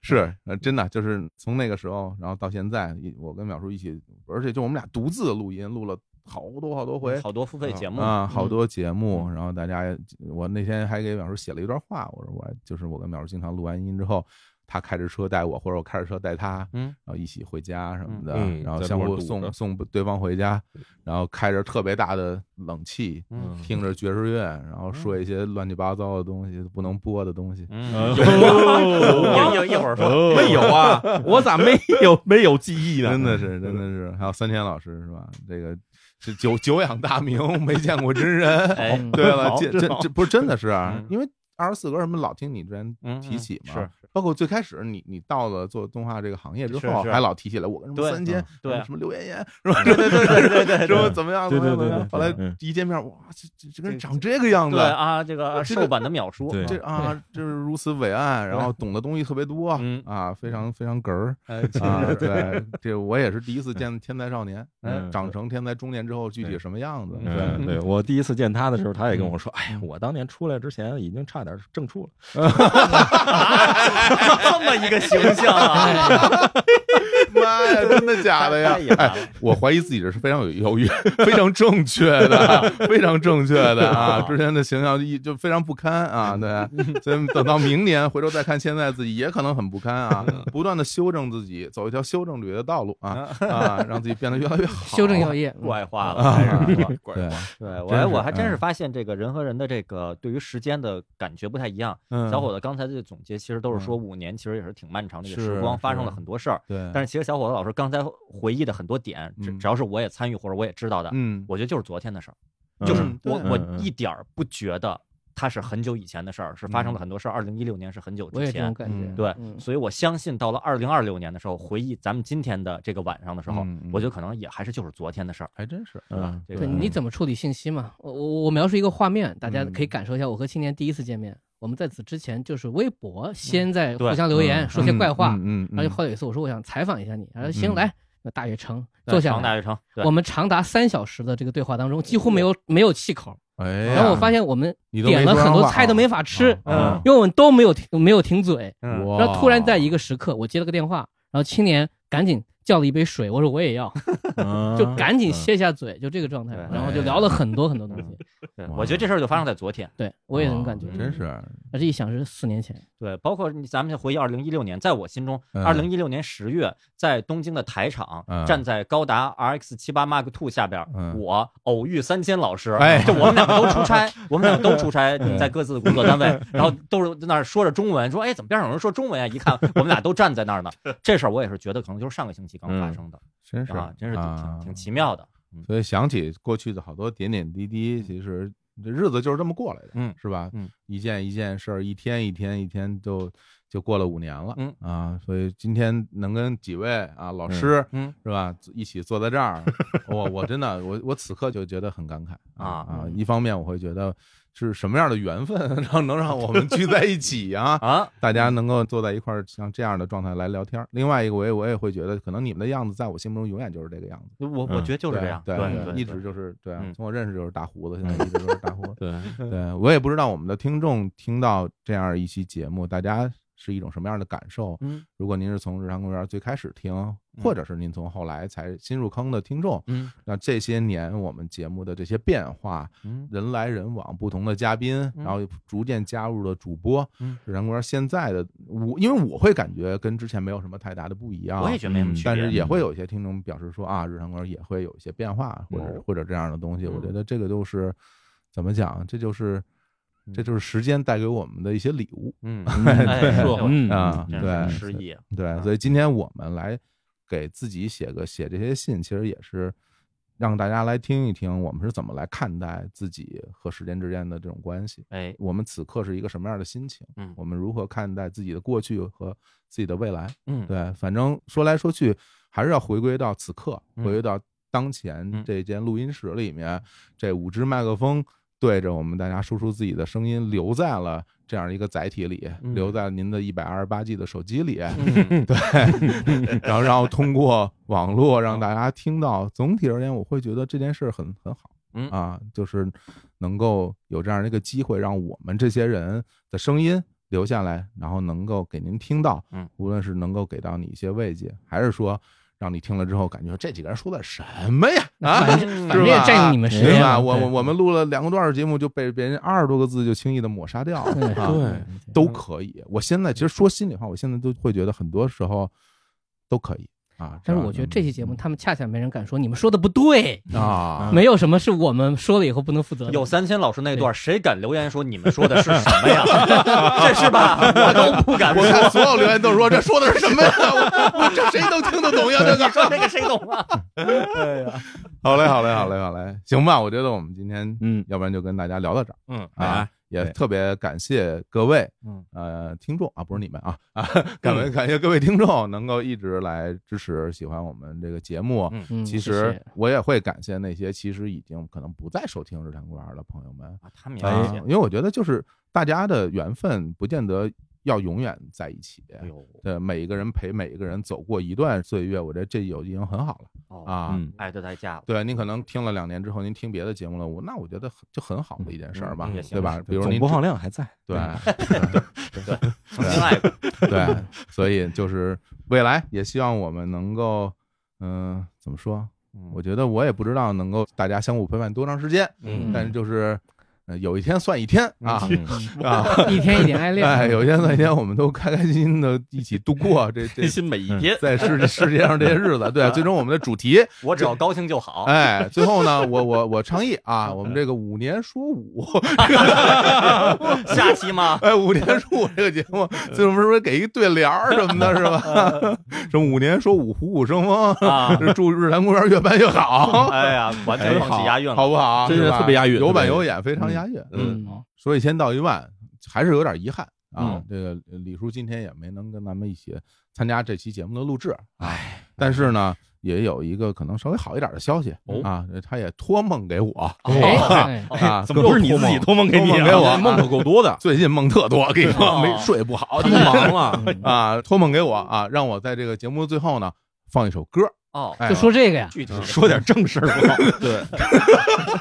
[SPEAKER 6] 是，呃真的就是从那个时候，然后到现在，一我跟淼叔一起，而且就我们俩独自录音，录了好多好多回，
[SPEAKER 3] 好多付费节目，
[SPEAKER 6] 啊，
[SPEAKER 1] 嗯
[SPEAKER 6] 好多节目，然后大家，我那天还给淼叔写了一段话，我说我就是我跟淼叔经常录完音之后，他开着车带我，或者我开着车带他，
[SPEAKER 1] 嗯
[SPEAKER 6] 然后一起回家什么的，
[SPEAKER 1] 嗯
[SPEAKER 6] 然后
[SPEAKER 1] 在
[SPEAKER 6] 相
[SPEAKER 1] 路上
[SPEAKER 6] 互
[SPEAKER 1] 堵
[SPEAKER 6] 送
[SPEAKER 1] 着
[SPEAKER 6] 送对方回家，然后开着特别大的冷气，
[SPEAKER 1] 嗯
[SPEAKER 6] 听着爵士乐，然后说一些乱七八糟的东西，不能播的东西，
[SPEAKER 1] 嗯，
[SPEAKER 3] 一一一会儿说，
[SPEAKER 1] 没有啊，我咋没有没有记忆呢？ 嗯
[SPEAKER 6] 真的 是，真的是，还有三千老师是吧？这个是久久仰大名， 没见过真人。
[SPEAKER 3] 哎，
[SPEAKER 6] 对了，
[SPEAKER 1] 好
[SPEAKER 6] 这
[SPEAKER 1] 真
[SPEAKER 6] 这
[SPEAKER 1] 好
[SPEAKER 6] 这不是真的是啊，
[SPEAKER 1] 嗯
[SPEAKER 6] 因为二十四格什么老听你之前提起嘛，
[SPEAKER 3] 嗯嗯
[SPEAKER 6] 包括最开始你你到了做动画这个行业之后，
[SPEAKER 3] 是是
[SPEAKER 6] 还老提起来我跟什么
[SPEAKER 3] 对
[SPEAKER 6] 三千，
[SPEAKER 3] 对
[SPEAKER 6] 什么刘妍妍是吧？对 对对对对，什么怎么样
[SPEAKER 4] 对
[SPEAKER 6] 怎么
[SPEAKER 4] 对对对
[SPEAKER 6] 样怎么 样？后来
[SPEAKER 4] 嗯
[SPEAKER 6] 一见面，哇，这这这个人
[SPEAKER 3] 这
[SPEAKER 6] 长这个样子
[SPEAKER 3] 对。啊，这个
[SPEAKER 6] 我这
[SPEAKER 3] 瘦版的秒叔，
[SPEAKER 4] 对
[SPEAKER 6] 这啊，就是如此伟岸，然后懂的东西特别多
[SPEAKER 1] 嗯
[SPEAKER 6] 啊，非常非常哏儿，
[SPEAKER 1] 哎
[SPEAKER 6] 啊，对，这我也是第一次见天才少年，
[SPEAKER 4] 嗯
[SPEAKER 6] 长成天才中年之后具体什么样子？
[SPEAKER 4] 嗯，对我第一次见他的时候，他也跟我说：“哎呀，我当年出来之前已经差点正处了。
[SPEAKER 3] 这么一个形象啊，
[SPEAKER 6] 对， 妈呀，真的假的呀
[SPEAKER 3] 太野？蛮
[SPEAKER 6] 哎，
[SPEAKER 3] 了，
[SPEAKER 6] 我怀疑自己这是非常有优越、 非常正确的、 非常正确的
[SPEAKER 2] 哦
[SPEAKER 6] 啊！之前的形象一就非常不堪啊，对，所以等到明年回头再看现在自己，也可能很不 堪啊，
[SPEAKER 2] 嗯
[SPEAKER 6] 不断的修正自己，走一条修正自己的道路啊啊，让自己变得越来越好。
[SPEAKER 2] 修正药业，嗯
[SPEAKER 3] 怪话了，还
[SPEAKER 6] 啊
[SPEAKER 3] 是说，
[SPEAKER 6] 对，
[SPEAKER 3] 对我还
[SPEAKER 6] 真是
[SPEAKER 3] 我还真是
[SPEAKER 6] 嗯
[SPEAKER 3] 发现这个人和人的这个对于时间的感觉不太一样。
[SPEAKER 6] 嗯
[SPEAKER 3] 小伙子刚才的总结其实都是说五年其实也是挺漫长的一个
[SPEAKER 6] 是
[SPEAKER 3] 时光，发生
[SPEAKER 6] 是
[SPEAKER 3] 了很多事儿。
[SPEAKER 1] 。
[SPEAKER 2] 嗯
[SPEAKER 6] 对，
[SPEAKER 3] 但是其实小伙子老师刚才回忆的很多点，只
[SPEAKER 6] 嗯
[SPEAKER 3] 只要是我也参与或者我也知道的，
[SPEAKER 6] 嗯，
[SPEAKER 3] 我觉得就是昨天的事儿，
[SPEAKER 4] 嗯
[SPEAKER 3] 就是
[SPEAKER 6] 嗯
[SPEAKER 3] 我
[SPEAKER 6] 对
[SPEAKER 3] 我
[SPEAKER 4] 嗯嗯
[SPEAKER 3] 一点儿不觉得它是很久以前的事儿，是发生了很多事儿。二零一六年是很久
[SPEAKER 2] 嗯我也
[SPEAKER 3] 之
[SPEAKER 2] 这种
[SPEAKER 3] 前，
[SPEAKER 2] 感觉
[SPEAKER 6] 嗯。
[SPEAKER 3] 对，
[SPEAKER 2] 嗯
[SPEAKER 3] 所以我相信到了二零二六年的时候，回忆咱们今天的这个晚上的时候，
[SPEAKER 6] 嗯嗯
[SPEAKER 3] 我觉得可能也还是就是昨天的事儿，
[SPEAKER 6] 还真是，
[SPEAKER 3] 是
[SPEAKER 4] 嗯
[SPEAKER 3] 吧？这个
[SPEAKER 2] 对，
[SPEAKER 6] 嗯
[SPEAKER 2] 你怎么处理信息嘛？我我我描述一个画面，大家可以感受一下。我和青年第一次见面，我们在此之前就是微博先在
[SPEAKER 3] 对
[SPEAKER 2] 互相留言，说些怪话，
[SPEAKER 6] 嗯，嗯
[SPEAKER 2] 然后后来有一次我说我想采访一下你，他说行
[SPEAKER 6] 嗯
[SPEAKER 2] 来，那大悦城
[SPEAKER 3] 对
[SPEAKER 2] 坐下
[SPEAKER 3] 长大
[SPEAKER 2] 来。
[SPEAKER 3] 悦城，对
[SPEAKER 2] 我们长达三小时的这个对话当中，几乎没有没有气口。
[SPEAKER 6] 哎呀，
[SPEAKER 2] 然后我发现我们
[SPEAKER 6] 你都没
[SPEAKER 2] 点了
[SPEAKER 6] 说
[SPEAKER 2] 很
[SPEAKER 6] 上
[SPEAKER 2] 多
[SPEAKER 6] 话
[SPEAKER 2] 菜都
[SPEAKER 6] 啊
[SPEAKER 2] 没法吃，
[SPEAKER 6] 嗯
[SPEAKER 2] 因为我们都没有停没有停嘴。
[SPEAKER 3] 嗯
[SPEAKER 6] 哇
[SPEAKER 2] 然后突然在一个时刻，我接了个电话，然后青年赶紧叫了一杯水，我说我也要，
[SPEAKER 4] 嗯”
[SPEAKER 2] 就赶紧歇一下嘴，就这个状态。
[SPEAKER 3] 对
[SPEAKER 2] 然后就聊了很多很多东西。
[SPEAKER 3] 对
[SPEAKER 2] 嗯
[SPEAKER 6] 哇
[SPEAKER 3] 我觉得这事儿就发生在昨天。
[SPEAKER 2] 对我也能感觉，
[SPEAKER 6] 哇哦真是
[SPEAKER 2] 而这一想是四年前，
[SPEAKER 3] 对，包括你咱们回忆二零一六年，在我心中，
[SPEAKER 6] 嗯
[SPEAKER 3] 二零一六年十月，在东京的台场，
[SPEAKER 6] 嗯
[SPEAKER 3] 站在高达 RX 七八 Mark Two 下边，
[SPEAKER 6] 嗯
[SPEAKER 3] 我偶遇三千老师，
[SPEAKER 6] 哎嗯
[SPEAKER 3] 就我们两个都出 差，我们两个都出差，在各自的工作单位，然后都是在那儿说着中文，说哎，怎么边上有人说中文啊？一看我们俩都站在那儿 呢，这事儿我也是觉得可能就是上个星期刚发生的，
[SPEAKER 6] 真嗯是
[SPEAKER 3] 啊，真是挺、
[SPEAKER 6] 啊
[SPEAKER 3] 挺挺奇妙的。
[SPEAKER 6] 所以想起过去的好多点点滴滴，其实这日子就是这么过来的，
[SPEAKER 3] 嗯
[SPEAKER 6] 是吧？
[SPEAKER 3] 嗯，
[SPEAKER 6] 一件一件事儿，一天一天一天就就过了五年了，
[SPEAKER 3] 嗯
[SPEAKER 6] 啊，所以今天能跟几位啊老师，
[SPEAKER 3] 嗯，
[SPEAKER 6] 是吧，一起坐在这儿，我我真的我我此刻就觉得很感慨啊
[SPEAKER 3] 啊
[SPEAKER 6] 啊，一方面我会觉得是什么样的缘分， 然后能让我们聚在一起啊，
[SPEAKER 3] 啊，
[SPEAKER 6] 大家能够坐在一块儿像这样的状态来聊天儿。另外一个，我也我也会觉得，可能你们的样子在我心目中永远就是这个样子，
[SPEAKER 3] 我我觉得就是这样，
[SPEAKER 6] 嗯对，
[SPEAKER 3] 对，
[SPEAKER 6] 对
[SPEAKER 3] 对
[SPEAKER 6] 一直就是对啊
[SPEAKER 3] 嗯，
[SPEAKER 6] 从我认识就是大胡子，现在一直都是大 胡子
[SPEAKER 1] 对，
[SPEAKER 4] 嗯
[SPEAKER 6] 对我也不知道我们的听众听到这样一期节目，大家是一种什么样的感受？
[SPEAKER 3] 嗯
[SPEAKER 6] 如果您是从日常公园最开始听，或者是您从后来才新入坑的听众，
[SPEAKER 3] 嗯
[SPEAKER 6] 那这些年我们节目的这些变化，
[SPEAKER 3] 嗯
[SPEAKER 6] 人来人往，不同的嘉宾，然后逐渐加入了主播，
[SPEAKER 3] 嗯
[SPEAKER 6] 日常公园现在的我，因为我会感觉跟之前没有什么太大的不一样，
[SPEAKER 3] 我也觉得没什么
[SPEAKER 4] 嗯
[SPEAKER 3] 区别，
[SPEAKER 6] 啊但是也会有一些听众表示说啊，日常公园也会有一些变化，
[SPEAKER 3] 嗯
[SPEAKER 6] 或者或者这样的东西。我觉得这个就是怎么讲，这就是这就是时间带给我们的一些礼物
[SPEAKER 3] 嗯，
[SPEAKER 4] 哎
[SPEAKER 3] 哎，
[SPEAKER 1] 说
[SPEAKER 3] 我
[SPEAKER 4] 嗯
[SPEAKER 6] 啊，
[SPEAKER 3] 真是
[SPEAKER 6] 对
[SPEAKER 3] 失忆，
[SPEAKER 6] 对，
[SPEAKER 3] 啊
[SPEAKER 6] 所以今天我们来给自己写个写这些信，其实也是让大家来听一听我们是怎么来看待自己和时间之间的这种关系。
[SPEAKER 3] 哎，
[SPEAKER 6] 我们此刻是一个什么样的心情？
[SPEAKER 3] 嗯
[SPEAKER 6] 我们如何看待自己的过去和自己的未来？
[SPEAKER 3] 嗯，
[SPEAKER 6] 对， 反正说来说去，还是要回归到此刻，
[SPEAKER 3] 嗯
[SPEAKER 6] 回归到当
[SPEAKER 3] 嗯
[SPEAKER 6] 前这间录音室里面，这五支麦克风对着我们大家输出自己的声音，留在了这样一个载体里，
[SPEAKER 3] 嗯
[SPEAKER 6] 留在您的一百二十八 G 的手机里，
[SPEAKER 3] 嗯
[SPEAKER 6] 然后然后通过网络
[SPEAKER 3] 嗯
[SPEAKER 6] 让大家听到。总体而言，我会觉得这件事很很好。
[SPEAKER 3] 嗯
[SPEAKER 6] 啊，就是能够有这样的一个机会，让我们这些人的声音留下来，然后能够给您听到，
[SPEAKER 3] 嗯，
[SPEAKER 6] 无论是能够给到你一些慰藉，还是说让你听了之后感觉这几个人说的什么呀啊，
[SPEAKER 2] 反正反正也占用你们时
[SPEAKER 6] 对
[SPEAKER 2] 间
[SPEAKER 6] 吧？
[SPEAKER 2] 了。
[SPEAKER 6] 我
[SPEAKER 2] 对
[SPEAKER 6] 我我们录了两个多小时节目，就被别人二十多个字就轻易的抹杀掉了，
[SPEAKER 2] 对嗯
[SPEAKER 6] 啊
[SPEAKER 4] 对，
[SPEAKER 6] 都可以。我现在其实说心里话，我现在都会觉得很多时候都可以啊。
[SPEAKER 2] 但是我觉得这期节目他们恰恰没人敢说你们说的不对，
[SPEAKER 6] 目啊，
[SPEAKER 2] 没有什么是我们说了以后不能负责的。
[SPEAKER 3] 有三千老师那段，谁敢留言说你们说的是什么呀？这是吧？我都不敢
[SPEAKER 6] 我
[SPEAKER 3] 说。
[SPEAKER 6] 看所有留言都说这说的是什么呀？我我这谁都听得懂呀？这个
[SPEAKER 3] 你说那个谁懂啊？哎呀，
[SPEAKER 6] 好嘞，好嘞，好嘞，好嘞，行吧。我觉得我们今天
[SPEAKER 4] 嗯，
[SPEAKER 6] 要不然就跟大家聊到这儿。
[SPEAKER 3] 嗯
[SPEAKER 6] 啊
[SPEAKER 1] 哎，
[SPEAKER 6] 也
[SPEAKER 4] 对
[SPEAKER 6] 特别感谢各位，
[SPEAKER 3] 嗯
[SPEAKER 6] 呃，听众啊，不是你们啊啊，感谢感谢各位听众能够一直来支持、喜欢我们这个节目。
[SPEAKER 3] 嗯
[SPEAKER 2] 嗯，
[SPEAKER 6] 其
[SPEAKER 2] 谢
[SPEAKER 6] 实
[SPEAKER 2] 谢
[SPEAKER 6] 我也会感谢那些其实已经可能不再收听《日常公园》的朋友们，
[SPEAKER 3] 啊他们也
[SPEAKER 4] 哎
[SPEAKER 6] 啊
[SPEAKER 3] 发现
[SPEAKER 6] 因为我觉得就是大家的缘分不见得要永远在一起。
[SPEAKER 3] 哎呦，
[SPEAKER 6] 对，每一个人陪每一个人走过一段岁月，我觉得这有已经很好了
[SPEAKER 3] 哦，
[SPEAKER 6] 啊。
[SPEAKER 4] 嗯
[SPEAKER 3] 爱的代价了。
[SPEAKER 6] 对您可能听了两年之后，您听别的节目了，我那我觉得很就很好的一件事儿吧
[SPEAKER 3] 嗯嗯也，行
[SPEAKER 6] 对吧？比如
[SPEAKER 4] 总
[SPEAKER 6] 您
[SPEAKER 4] 播放量还在，
[SPEAKER 6] 对
[SPEAKER 3] 曾经爱过，
[SPEAKER 6] 对，所以就是未来也希望我们能够，嗯、怎么说？我觉得我也不知道能够大家相互陪伴多长时间，
[SPEAKER 1] 嗯
[SPEAKER 6] 但是就是，呃，有一天算一天啊
[SPEAKER 4] 嗯
[SPEAKER 6] 啊，
[SPEAKER 2] 一天一点爱恋，
[SPEAKER 6] 哎，有一天算一天，我们都开开心心的一起度过这这
[SPEAKER 1] 这些 每一天，
[SPEAKER 6] 在世世界上这些日子。对，最终我们的主题，
[SPEAKER 3] 我只要高兴就好。
[SPEAKER 6] 哎，最后呢，我我我倡议啊，我们这个五年说五，
[SPEAKER 3] 下期 吗？
[SPEAKER 6] 哎，五年说五这个节目，最后是不是给一对联儿什么的，是吧？ 什么五年说五虎虎生风，
[SPEAKER 3] 啊，
[SPEAKER 6] 祝日坛公园越办越好，哎
[SPEAKER 3] 哎呀，完全放弃押韵了，
[SPEAKER 6] 好不好？
[SPEAKER 1] 真
[SPEAKER 6] 是
[SPEAKER 1] 是
[SPEAKER 6] 吧
[SPEAKER 1] 特别押韵
[SPEAKER 6] 有板
[SPEAKER 1] 特别
[SPEAKER 6] 有眼，非常押韵。
[SPEAKER 1] 嗯，
[SPEAKER 2] 嗯，
[SPEAKER 6] 说一千道一万，还是有点遗憾啊。这个李叔今天也没能跟咱们一起参加这期节目的录制，哎，但是呢。也有一个可能稍微好一点的消息、
[SPEAKER 1] 哦
[SPEAKER 6] 啊，他也托梦给我
[SPEAKER 2] 哎
[SPEAKER 3] 哦
[SPEAKER 2] 哎，
[SPEAKER 6] 啊，
[SPEAKER 4] 怎么都是你自己托梦给你
[SPEAKER 6] 托
[SPEAKER 4] 啊
[SPEAKER 6] 梦给我
[SPEAKER 1] 哎梦可够多的，
[SPEAKER 6] 最近梦特多，跟你说
[SPEAKER 3] 哦
[SPEAKER 6] 没睡不好，
[SPEAKER 1] 太忙 了，
[SPEAKER 6] 啊，托梦给我啊，让我在这个节目最后呢放一首歌，
[SPEAKER 3] 哦，
[SPEAKER 6] 哎，
[SPEAKER 2] 就说这个呀，
[SPEAKER 3] 具体
[SPEAKER 4] 说点正事儿不
[SPEAKER 3] 哦
[SPEAKER 4] 好？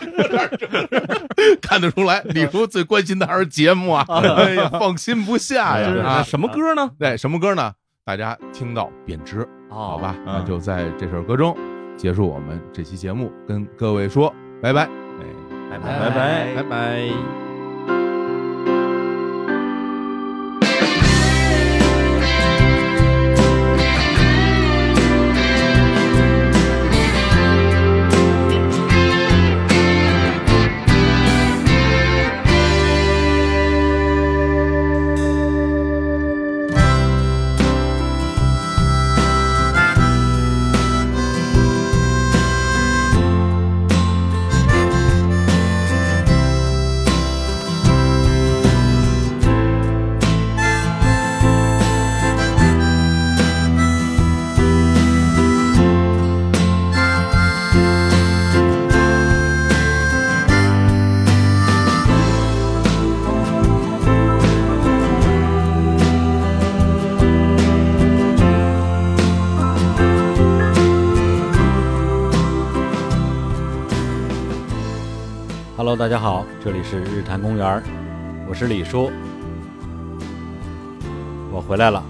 [SPEAKER 4] 对，
[SPEAKER 6] 看得出来，李叔最关心的还是节目啊，哎呀，放心不下
[SPEAKER 1] 真是
[SPEAKER 6] 呀
[SPEAKER 1] 那
[SPEAKER 6] 啊！
[SPEAKER 1] 什么歌呢？
[SPEAKER 6] 对，什么歌呢？大家听到便知，好
[SPEAKER 3] 好
[SPEAKER 6] 吧？
[SPEAKER 4] 嗯
[SPEAKER 6] 那就在这首歌中结束我们这期节目，跟各位说拜拜。哎
[SPEAKER 3] 拜
[SPEAKER 2] 拜
[SPEAKER 1] 拜拜拜。
[SPEAKER 9] Hello，大家好，这里是日坛公园儿，我是李叔，我回来了。